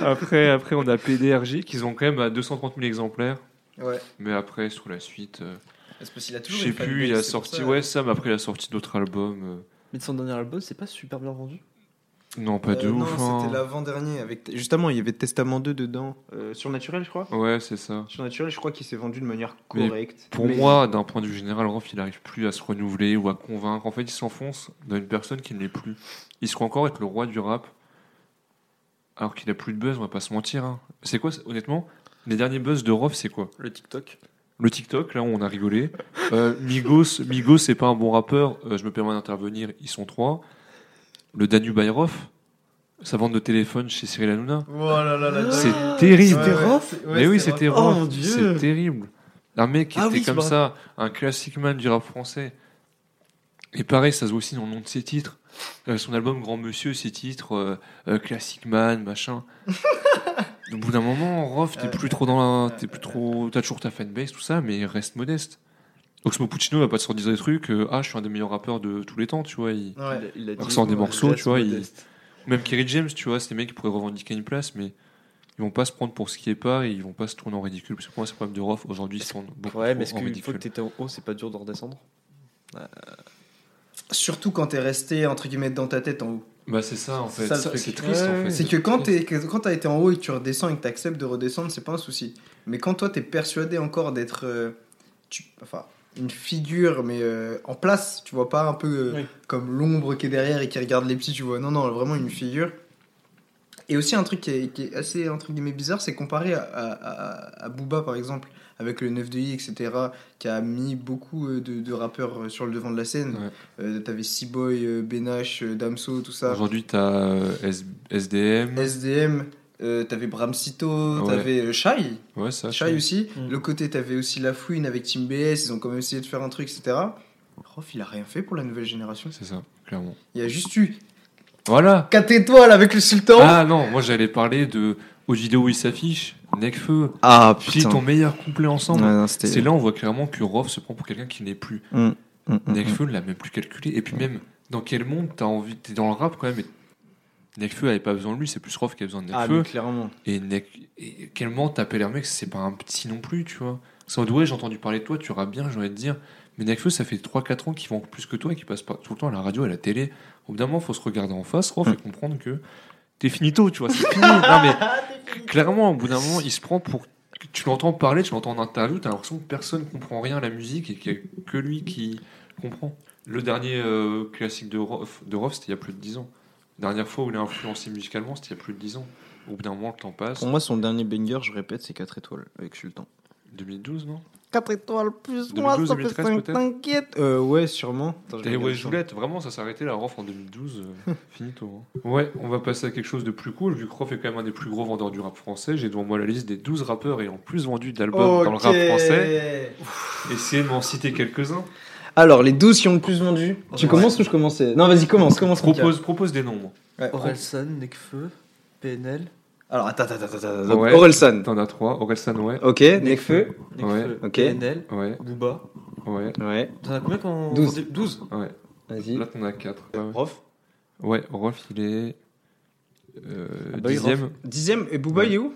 [SPEAKER 1] après, après, on a PDRG qu'ils ont quand même à 230 000 exemplaires.
[SPEAKER 2] Ouais.
[SPEAKER 1] Mais après, sur la suite, euh,
[SPEAKER 2] C'est parce qu'il a
[SPEAKER 1] je sais plus, il a sorti, ouais, ça, mais après, il a sorti d'autres albums.
[SPEAKER 3] Mais de son dernier album, c'est pas super bien vendu.
[SPEAKER 1] euh, Non, pas de
[SPEAKER 2] Euh,
[SPEAKER 1] ouf.
[SPEAKER 2] Non,
[SPEAKER 1] hein.
[SPEAKER 2] c'était l'avant-dernier. Avec... Justement, il y avait Testament 2 dedans. Euh, surnaturel, je crois.
[SPEAKER 1] Ouais, c'est ça.
[SPEAKER 2] Surnaturel, je crois qu'il s'est vendu de manière
[SPEAKER 1] Mais
[SPEAKER 2] correcte.
[SPEAKER 1] Pour
[SPEAKER 2] Mais-
[SPEAKER 1] moi, d'un point de vue général, Rof, il n'arrive plus à se renouveler ou à convaincre. En fait, il s'enfonce dans une personne qui ne l'est plus. Il se croit encore être le roi du rap, alors qu'il n'a plus de buzz, on va pas se mentir. hein. C'est quoi, c'est- honnêtement Les derniers buzz de Rof, c'est quoi
[SPEAKER 3] Le TikTok.
[SPEAKER 1] Le TikTok, là, on a rigolé. Euh, Migos, Migos, c'est pas un bon rappeur, euh, je me permets d'intervenir, ils sont trois. Le Danube by Rof, sa vente de téléphone chez Cyril Hanouna.
[SPEAKER 8] Oh là là là.
[SPEAKER 1] C'est
[SPEAKER 3] Ah,
[SPEAKER 1] terrible
[SPEAKER 8] C'était
[SPEAKER 3] Rof
[SPEAKER 1] mais oui, c'était
[SPEAKER 3] Oh
[SPEAKER 1] rough.
[SPEAKER 3] mon Dieu.
[SPEAKER 1] C'est terrible. Un mec qui
[SPEAKER 3] Ah
[SPEAKER 1] était
[SPEAKER 3] oui, je
[SPEAKER 1] comme
[SPEAKER 3] me
[SPEAKER 1] ça, un classic man du rap français. Et pareil, ça se voit aussi dans le nom de ses titres. Euh, son album Grand Monsieur, ses titres euh, euh, Classic Man, machin. Au bout d'un moment, Rof, t'es plus trop dans la. T'es plus trop. T'as toujours ta fanbase, tout ça, mais reste modeste. Oxmo Puccino va pas te sortir des trucs. euh, ah, je suis un des meilleurs rappeurs de tous les temps, tu vois. il-
[SPEAKER 8] Ouais.
[SPEAKER 3] Il, a
[SPEAKER 1] Il ressort des morceaux, tu vois, il- Même Kerry James, tu vois, c'est des mecs qui pourraient revendiquer une place, mais ils vont pas se prendre pour ce qui est pas et ils vont pas se tourner en ridicule. Parce que pour moi, c'est le problème de Rof. Aujourd'hui, ils se tournent beaucoup
[SPEAKER 3] Ouais, mais est-ce
[SPEAKER 1] trop en
[SPEAKER 3] qu'une fois
[SPEAKER 1] ridicule.
[SPEAKER 3] que t'étais en haut, c'est pas dur de redescendre
[SPEAKER 8] Surtout quand t'es resté entre guillemets dans ta tête en haut.
[SPEAKER 1] Bah, c'est ça, en
[SPEAKER 8] C'est
[SPEAKER 1] fait.
[SPEAKER 8] ça, le
[SPEAKER 1] C'est
[SPEAKER 8] truc.
[SPEAKER 1] c'est triste,
[SPEAKER 3] Ouais,
[SPEAKER 1] en fait.
[SPEAKER 8] C'est que quand t'es que- quand t'as été en haut et que tu redescends et que t'acceptes de redescendre, c'est pas un souci. Mais quand toi t'es persuadé encore d'être, euh, tu- enfin, une figure mais euh, en place, tu vois pas un peu euh,
[SPEAKER 3] Oui.
[SPEAKER 8] comme l'ombre qui est derrière et qui regarde les petits, tu vois. Non non, vraiment une figure. Et aussi un truc qui est, qui est assez entre guillemets bizarre, c'est comparé à, à, à- à Booba par exemple, avec le 9 de i etc, qui a mis beaucoup euh, de, de rappeurs euh, sur le devant de la scène. Euh, T'avais C-Boy, euh, Benache, euh, Damso, tout ça.
[SPEAKER 1] Aujourd'hui, t'as euh, S- SDM.
[SPEAKER 8] SDM, euh, t'avais Bramsito,
[SPEAKER 1] Ouais. Ah,
[SPEAKER 8] t'avais euh, Shai,
[SPEAKER 1] Ouais, ça.
[SPEAKER 8] Shai aussi.
[SPEAKER 3] Mm.
[SPEAKER 8] Le côté, t'avais aussi La Fouine avec Team BS, ils ont quand même essayé de faire un truc, etc. Rof, il a rien fait pour la nouvelle génération.
[SPEAKER 1] C'est ça, clairement.
[SPEAKER 8] Il a juste eu
[SPEAKER 1] Voilà
[SPEAKER 8] 4 étoiles avec le Sultan.
[SPEAKER 1] Ah non, moi, j'allais parler de. Aux vidéos où ils s'affichent, Necfeu,
[SPEAKER 2] Ah
[SPEAKER 1] pris
[SPEAKER 2] putain.
[SPEAKER 1] ton meilleur couplet
[SPEAKER 2] Ouais,
[SPEAKER 3] Ah,
[SPEAKER 1] ensemble.
[SPEAKER 2] non, c'était-
[SPEAKER 1] C'est là on voit clairement que Rof se prend pour quelqu'un qui n'est plus.
[SPEAKER 2] Mm, mm, mm.
[SPEAKER 1] Nekfeu ne l'a même plus calculé. Et puis même, dans quel monde t'as envie T'es dans le rap quand même. Et... Nekfeu avait pas besoin de lui, c'est plus Rof qui a besoin de
[SPEAKER 2] Ah,
[SPEAKER 1] Nekfeu.
[SPEAKER 2] mais clairement.
[SPEAKER 1] et, Nek- et quel monde t'appelles un mec C'est pas un petit non plus, tu vois. Sans doute, ouais, j'ai entendu parler de toi, tu auras bien, j'ai envie de dire. Mais Nekfeu, ça fait 3-4 ans qu'il vend plus que toi et qu'il passe pas tout le temps à la radio, à la télé. Au bout d'un moment, faut se regarder en face, Rof, et comprendre que t'es finito, tu vois. C'est fini. non, mais clairement, au bout d'un moment, il se prend pour. Tu l'entends parler, tu l'entends en interview, t'as l'impression que personne comprend rien à la musique et qu'il y a que lui qui comprend. Le dernier euh, classique de Rof, de Rof, c'était il y a plus de 10 ans. Dernière fois où il a influencé musicalement, c'était il y a plus de 10 ans. Au bout d'un moment, le temps passe.
[SPEAKER 2] Pour moi, son dernier banger, je répète, c'est 4 étoiles avec Sultan.
[SPEAKER 1] 2012, non
[SPEAKER 8] 4 étoiles plus
[SPEAKER 1] 2012, 2013
[SPEAKER 8] cinq,
[SPEAKER 1] peut-être
[SPEAKER 8] t'inquiète.
[SPEAKER 2] Euh, ouais, sûrement. Attends, je
[SPEAKER 1] T'as les
[SPEAKER 2] regarde
[SPEAKER 1] Wes
[SPEAKER 2] ça.
[SPEAKER 1] Joulette, vraiment, ça s'arrêtait la Rof en 2012, euh, finito. hein. Ouais, on va passer à quelque chose de plus cool, vu que Rof est quand même un des plus gros vendeurs du rap français. J'ai devant moi la liste des 12 rappeurs ayant plus vendu d'albums dans le rap
[SPEAKER 8] Ok.
[SPEAKER 1] français. Essayez de m'en citer quelques-uns.
[SPEAKER 8] Alors, les 12 qui ont le plus vendu. Tu
[SPEAKER 3] Ouais.
[SPEAKER 8] commences ou je commence Non, vas-y, commence, commence. Mika.
[SPEAKER 1] Propose, propose des nombres.
[SPEAKER 8] Ouais.
[SPEAKER 3] Orelsan, Necfeu, PNL.
[SPEAKER 8] Alors, attends, attends, attends, attends.
[SPEAKER 1] Donc, Ouais.
[SPEAKER 8] Orelsan.
[SPEAKER 1] T'en as 3, Orelsan, ouais.
[SPEAKER 8] Euh, Ok, Nekfeu.
[SPEAKER 3] Necfeu,
[SPEAKER 8] Ouais. Ok.
[SPEAKER 3] PNL,
[SPEAKER 1] Ouais,
[SPEAKER 3] Booba.
[SPEAKER 1] ouais,
[SPEAKER 8] Ouais,
[SPEAKER 3] T'en as combien quand
[SPEAKER 8] Douze.
[SPEAKER 3] 12.
[SPEAKER 1] ouais.
[SPEAKER 8] vas-y.
[SPEAKER 1] Là, t'en as 4. Ouais,
[SPEAKER 2] Rof.
[SPEAKER 1] ouais Rof, il est. Euh,
[SPEAKER 3] Ah bah oui,
[SPEAKER 1] dixième,
[SPEAKER 2] Dixième, et Booba,
[SPEAKER 1] Ouais.
[SPEAKER 2] il est où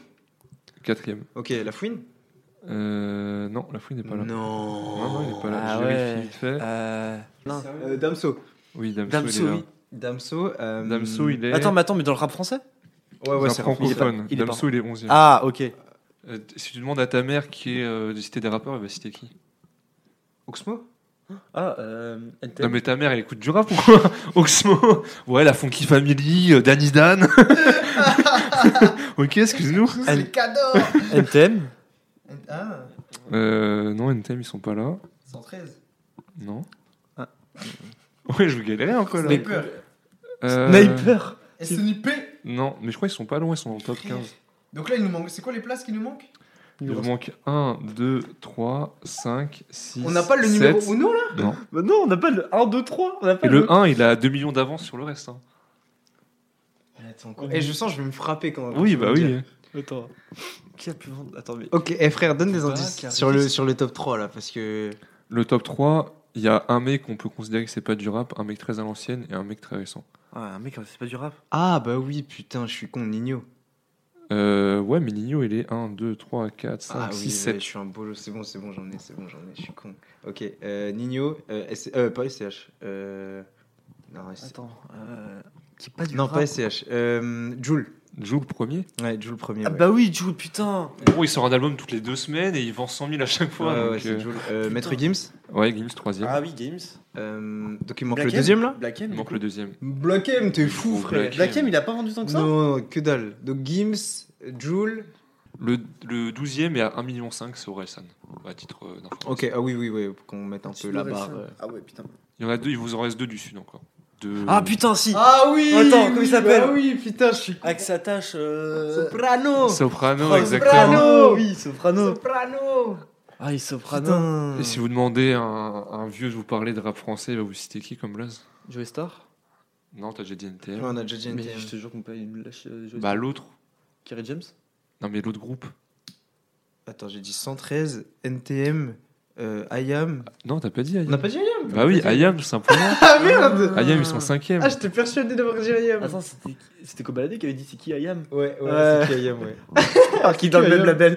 [SPEAKER 1] quatrième.
[SPEAKER 2] Ok, la fouine
[SPEAKER 1] Euh, non, la fouine n'est pas là.
[SPEAKER 2] Non.
[SPEAKER 1] Non, non, il n'est pas là.
[SPEAKER 3] Ah
[SPEAKER 1] Je vérifie
[SPEAKER 3] ouais.
[SPEAKER 1] vite fait.
[SPEAKER 3] Euh,
[SPEAKER 2] Euh, Damso.
[SPEAKER 1] Oui, Damso,
[SPEAKER 3] Damso,
[SPEAKER 1] il est là.
[SPEAKER 3] oui.
[SPEAKER 2] Damso. euh,
[SPEAKER 1] Damso, il est.
[SPEAKER 3] Attends, mais attends, mais dans le rap français
[SPEAKER 2] Ouais, ouais,
[SPEAKER 1] c'est
[SPEAKER 2] c'est
[SPEAKER 1] un
[SPEAKER 2] Rof.
[SPEAKER 1] francophone.
[SPEAKER 3] il est pas-
[SPEAKER 1] Damso, il est 11 e
[SPEAKER 3] Ah, ok.
[SPEAKER 1] Euh, Si tu demandes à ta mère qui est euh, de citer des rappeurs, elle va citer qui
[SPEAKER 2] Oxmo
[SPEAKER 3] Ah, euh,
[SPEAKER 1] Non, mais ta mère, elle écoute du rap ou quoi Oxmo Ouais, la Funky Family, euh, Danny Dan. ok, excuse-nous.
[SPEAKER 3] Elle-
[SPEAKER 2] cadeau
[SPEAKER 3] NTM
[SPEAKER 2] Ah,
[SPEAKER 1] Euh, non, NTM, ils sont pas là.
[SPEAKER 2] 113.
[SPEAKER 1] Non.
[SPEAKER 3] Ah.
[SPEAKER 1] Ouais, je vous galérais un peu là.
[SPEAKER 2] Sniper.
[SPEAKER 1] Euh,
[SPEAKER 3] Sniper
[SPEAKER 2] Et Sniper
[SPEAKER 1] Non, mais je crois qu'ils sont pas loin, ils sont en top 15.
[SPEAKER 2] Donc là, il nous manque. C'est quoi les places qui nous manquent
[SPEAKER 1] Il
[SPEAKER 3] Bah
[SPEAKER 1] vous manque 1, 2, 3, 5, 6.
[SPEAKER 2] On n'a pas le
[SPEAKER 1] 7.
[SPEAKER 2] numéro Uno là
[SPEAKER 1] Non.
[SPEAKER 3] Bah non, on n'a pas le 1, 2, 3. On n'a pas
[SPEAKER 1] Et le 1, il a 2 millions d'avance sur le reste. hein.
[SPEAKER 2] Attends, quoi. Et Eh, je sens, je vais me frapper quand
[SPEAKER 1] Oui,
[SPEAKER 2] quand
[SPEAKER 1] bah
[SPEAKER 2] tu vas me dire.
[SPEAKER 1] oui.
[SPEAKER 3] Attends. Qui a pu vendre Attends, mais.
[SPEAKER 2] Ok, eh, frère, donne des
[SPEAKER 3] Booba,
[SPEAKER 2] indices
[SPEAKER 3] Karis.
[SPEAKER 2] sur le, sur le top 3 là, parce que.
[SPEAKER 1] Le top 3, il y a un mec qu'on peut considérer que c'est pas du rap, un mec très à l'ancienne et un mec très récent.
[SPEAKER 3] Ah, un mec, c'est pas du rap.
[SPEAKER 2] Ah bah oui, putain, je suis con, Nino.
[SPEAKER 1] Euh, ouais, mais Nino, il est 1, 2, 3, 4, 5,
[SPEAKER 2] Ah
[SPEAKER 1] 6,
[SPEAKER 2] oui,
[SPEAKER 1] 7.
[SPEAKER 2] ouais, je suis un boulot, c'est bon, c'est bon, j'en ai, c'est bon, j'en ai, je suis con. Ok, euh, Nino, euh, S- euh, pas SCH. Euh... Non, S-
[SPEAKER 3] Attends. Euh... Qui est pas du
[SPEAKER 2] non
[SPEAKER 3] rap.
[SPEAKER 2] pas SCH. Euh, Joule.
[SPEAKER 1] Joue le premier.
[SPEAKER 2] Ouais, Joule premier.
[SPEAKER 3] Ah,
[SPEAKER 2] ouais.
[SPEAKER 3] bah oui, Joe, putain.
[SPEAKER 1] Bon, il sort un album toutes les deux semaines et il vend 100 000 à chaque fois.
[SPEAKER 2] ouais, ouais,
[SPEAKER 1] donc,
[SPEAKER 2] c'est
[SPEAKER 1] euh,
[SPEAKER 2] Jul. Euh, Maître
[SPEAKER 3] putain.
[SPEAKER 2] Gims.
[SPEAKER 1] ouais, Gims, troisième.
[SPEAKER 3] oui, Games.
[SPEAKER 2] Euh, donc il manque
[SPEAKER 8] Black
[SPEAKER 2] le
[SPEAKER 8] M
[SPEAKER 2] deuxième là
[SPEAKER 8] Black
[SPEAKER 1] il
[SPEAKER 8] M
[SPEAKER 1] manque le deuxième.
[SPEAKER 2] Black M, t'es fou,
[SPEAKER 1] Oh,
[SPEAKER 2] frère.
[SPEAKER 1] Black M.
[SPEAKER 8] Black M, il a pas vendu tant que ça
[SPEAKER 2] Non, que dalle. Donc Gims, Joule.
[SPEAKER 1] Le, le 12e est à 1,5 million, c'est Orelsan, à titre euh, d'information.
[SPEAKER 2] Ok, ah oui, oui, oui, pour qu'on mette un peu la barre. euh.
[SPEAKER 8] Ah ouais, putain.
[SPEAKER 1] Il y en a deux, il vous en reste deux du Sud encore. Deux-
[SPEAKER 3] Ah, putain, si.
[SPEAKER 8] Ah oui
[SPEAKER 3] Attends, comment
[SPEAKER 8] oui,
[SPEAKER 3] il s'appelle
[SPEAKER 8] Ah oui, putain, je suis.
[SPEAKER 3] Avec sa tâche. Euh...
[SPEAKER 8] Soprano
[SPEAKER 1] Soprano,
[SPEAKER 8] Oh,
[SPEAKER 1] exactement.
[SPEAKER 8] Soprano
[SPEAKER 3] Oui, Soprano.
[SPEAKER 8] Soprano
[SPEAKER 3] Ah, il Soprano.
[SPEAKER 2] Putain.
[SPEAKER 1] Et si vous demandez à un, à un vieux de vous parler de rap français, il va vous citer qui comme blaze
[SPEAKER 3] Joe Star
[SPEAKER 1] Non, t'as déjà dit
[SPEAKER 2] Ouais,
[SPEAKER 1] NTM.
[SPEAKER 2] on a déjà dit
[SPEAKER 3] Mais
[SPEAKER 2] NTM.
[SPEAKER 3] je te jure qu'on peut il me lâche euh, Joe
[SPEAKER 1] Bah,
[SPEAKER 3] Star.
[SPEAKER 1] l'autre.
[SPEAKER 3] Kerry James
[SPEAKER 1] Non, mais l'autre groupe.
[SPEAKER 2] Attends, j'ai dit 113, NTM, euh, IAM.
[SPEAKER 1] Non, t'as pas dit Ayam.
[SPEAKER 2] On n'a pas dit IAM
[SPEAKER 1] Bah oui, Ayam, tout simplement.
[SPEAKER 2] Ah merde
[SPEAKER 1] Ayam, ils sont cinquième.
[SPEAKER 2] Ah, j'étais persuadé d'avoir dit IAM.
[SPEAKER 3] Attends, c'était qui- c'était Kobalade qui avait dit c'est qui I am
[SPEAKER 2] Ouais, ouais,
[SPEAKER 3] Euh.
[SPEAKER 2] c'est IAM, ouais.
[SPEAKER 3] Alors qu'il est dans le même
[SPEAKER 2] Ayam.
[SPEAKER 3] label.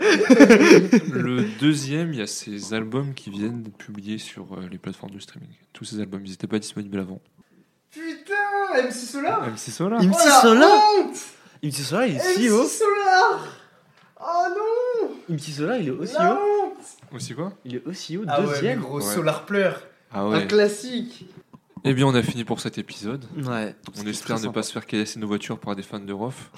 [SPEAKER 1] Le deuxième, il y a ces albums qui viennent d'être publiés sur euh, les plateformes de streaming. Tous ces albums, ils n'étaient pas disponibles avant.
[SPEAKER 2] Putain, MC Solar Oh,
[SPEAKER 1] MC Solar
[SPEAKER 3] Il me dit
[SPEAKER 2] la
[SPEAKER 3] cela Il me dit cela, Ah. il est si haut.
[SPEAKER 2] MC Solar Oh non
[SPEAKER 3] Il me dit cela, il est aussi
[SPEAKER 2] la
[SPEAKER 8] Ah.
[SPEAKER 3] haut.
[SPEAKER 2] honte
[SPEAKER 1] Aussi quoi
[SPEAKER 3] Il est aussi haut,
[SPEAKER 2] Ah ouais, mais
[SPEAKER 3] oh. deuxième.
[SPEAKER 2] gros,
[SPEAKER 1] Ouais.
[SPEAKER 2] Solar pleure.
[SPEAKER 1] Ah
[SPEAKER 2] Un
[SPEAKER 1] ouais.
[SPEAKER 2] classique.
[SPEAKER 1] Eh bien, on a fini pour cet épisode.
[SPEAKER 3] Ouais.
[SPEAKER 1] On espère ne pas se faire caillasser nos voitures par des fans de Rof.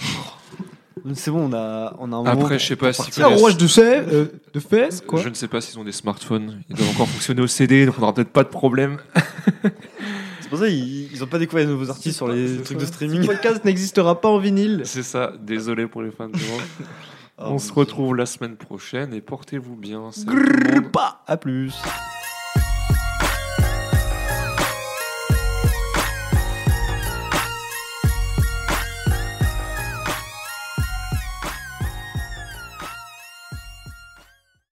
[SPEAKER 3] C'est bon, on a, on a un moment.
[SPEAKER 1] Après, je sais pas si.
[SPEAKER 2] Tiens, rouage de sais, euh, de fesses, quoi.
[SPEAKER 1] Je ne sais pas s'ils ont des smartphones. Ils doivent encore fonctionner au CD, donc on n'aura peut-être pas de problème.
[SPEAKER 3] C'est pour ça ils, ils ont pas découvert les nouveaux artistes sur les
[SPEAKER 2] c'est
[SPEAKER 3] trucs
[SPEAKER 2] ça.
[SPEAKER 3] de
[SPEAKER 2] Le
[SPEAKER 3] streaming.
[SPEAKER 2] podcast n'existera pas en vinyle.
[SPEAKER 1] C'est ça. Désolé pour les fans de Rof.
[SPEAKER 3] Ah,
[SPEAKER 1] On se retrouve la semaine prochaine et portez-vous bien. Salut tout le monde.
[SPEAKER 3] Pas à plus.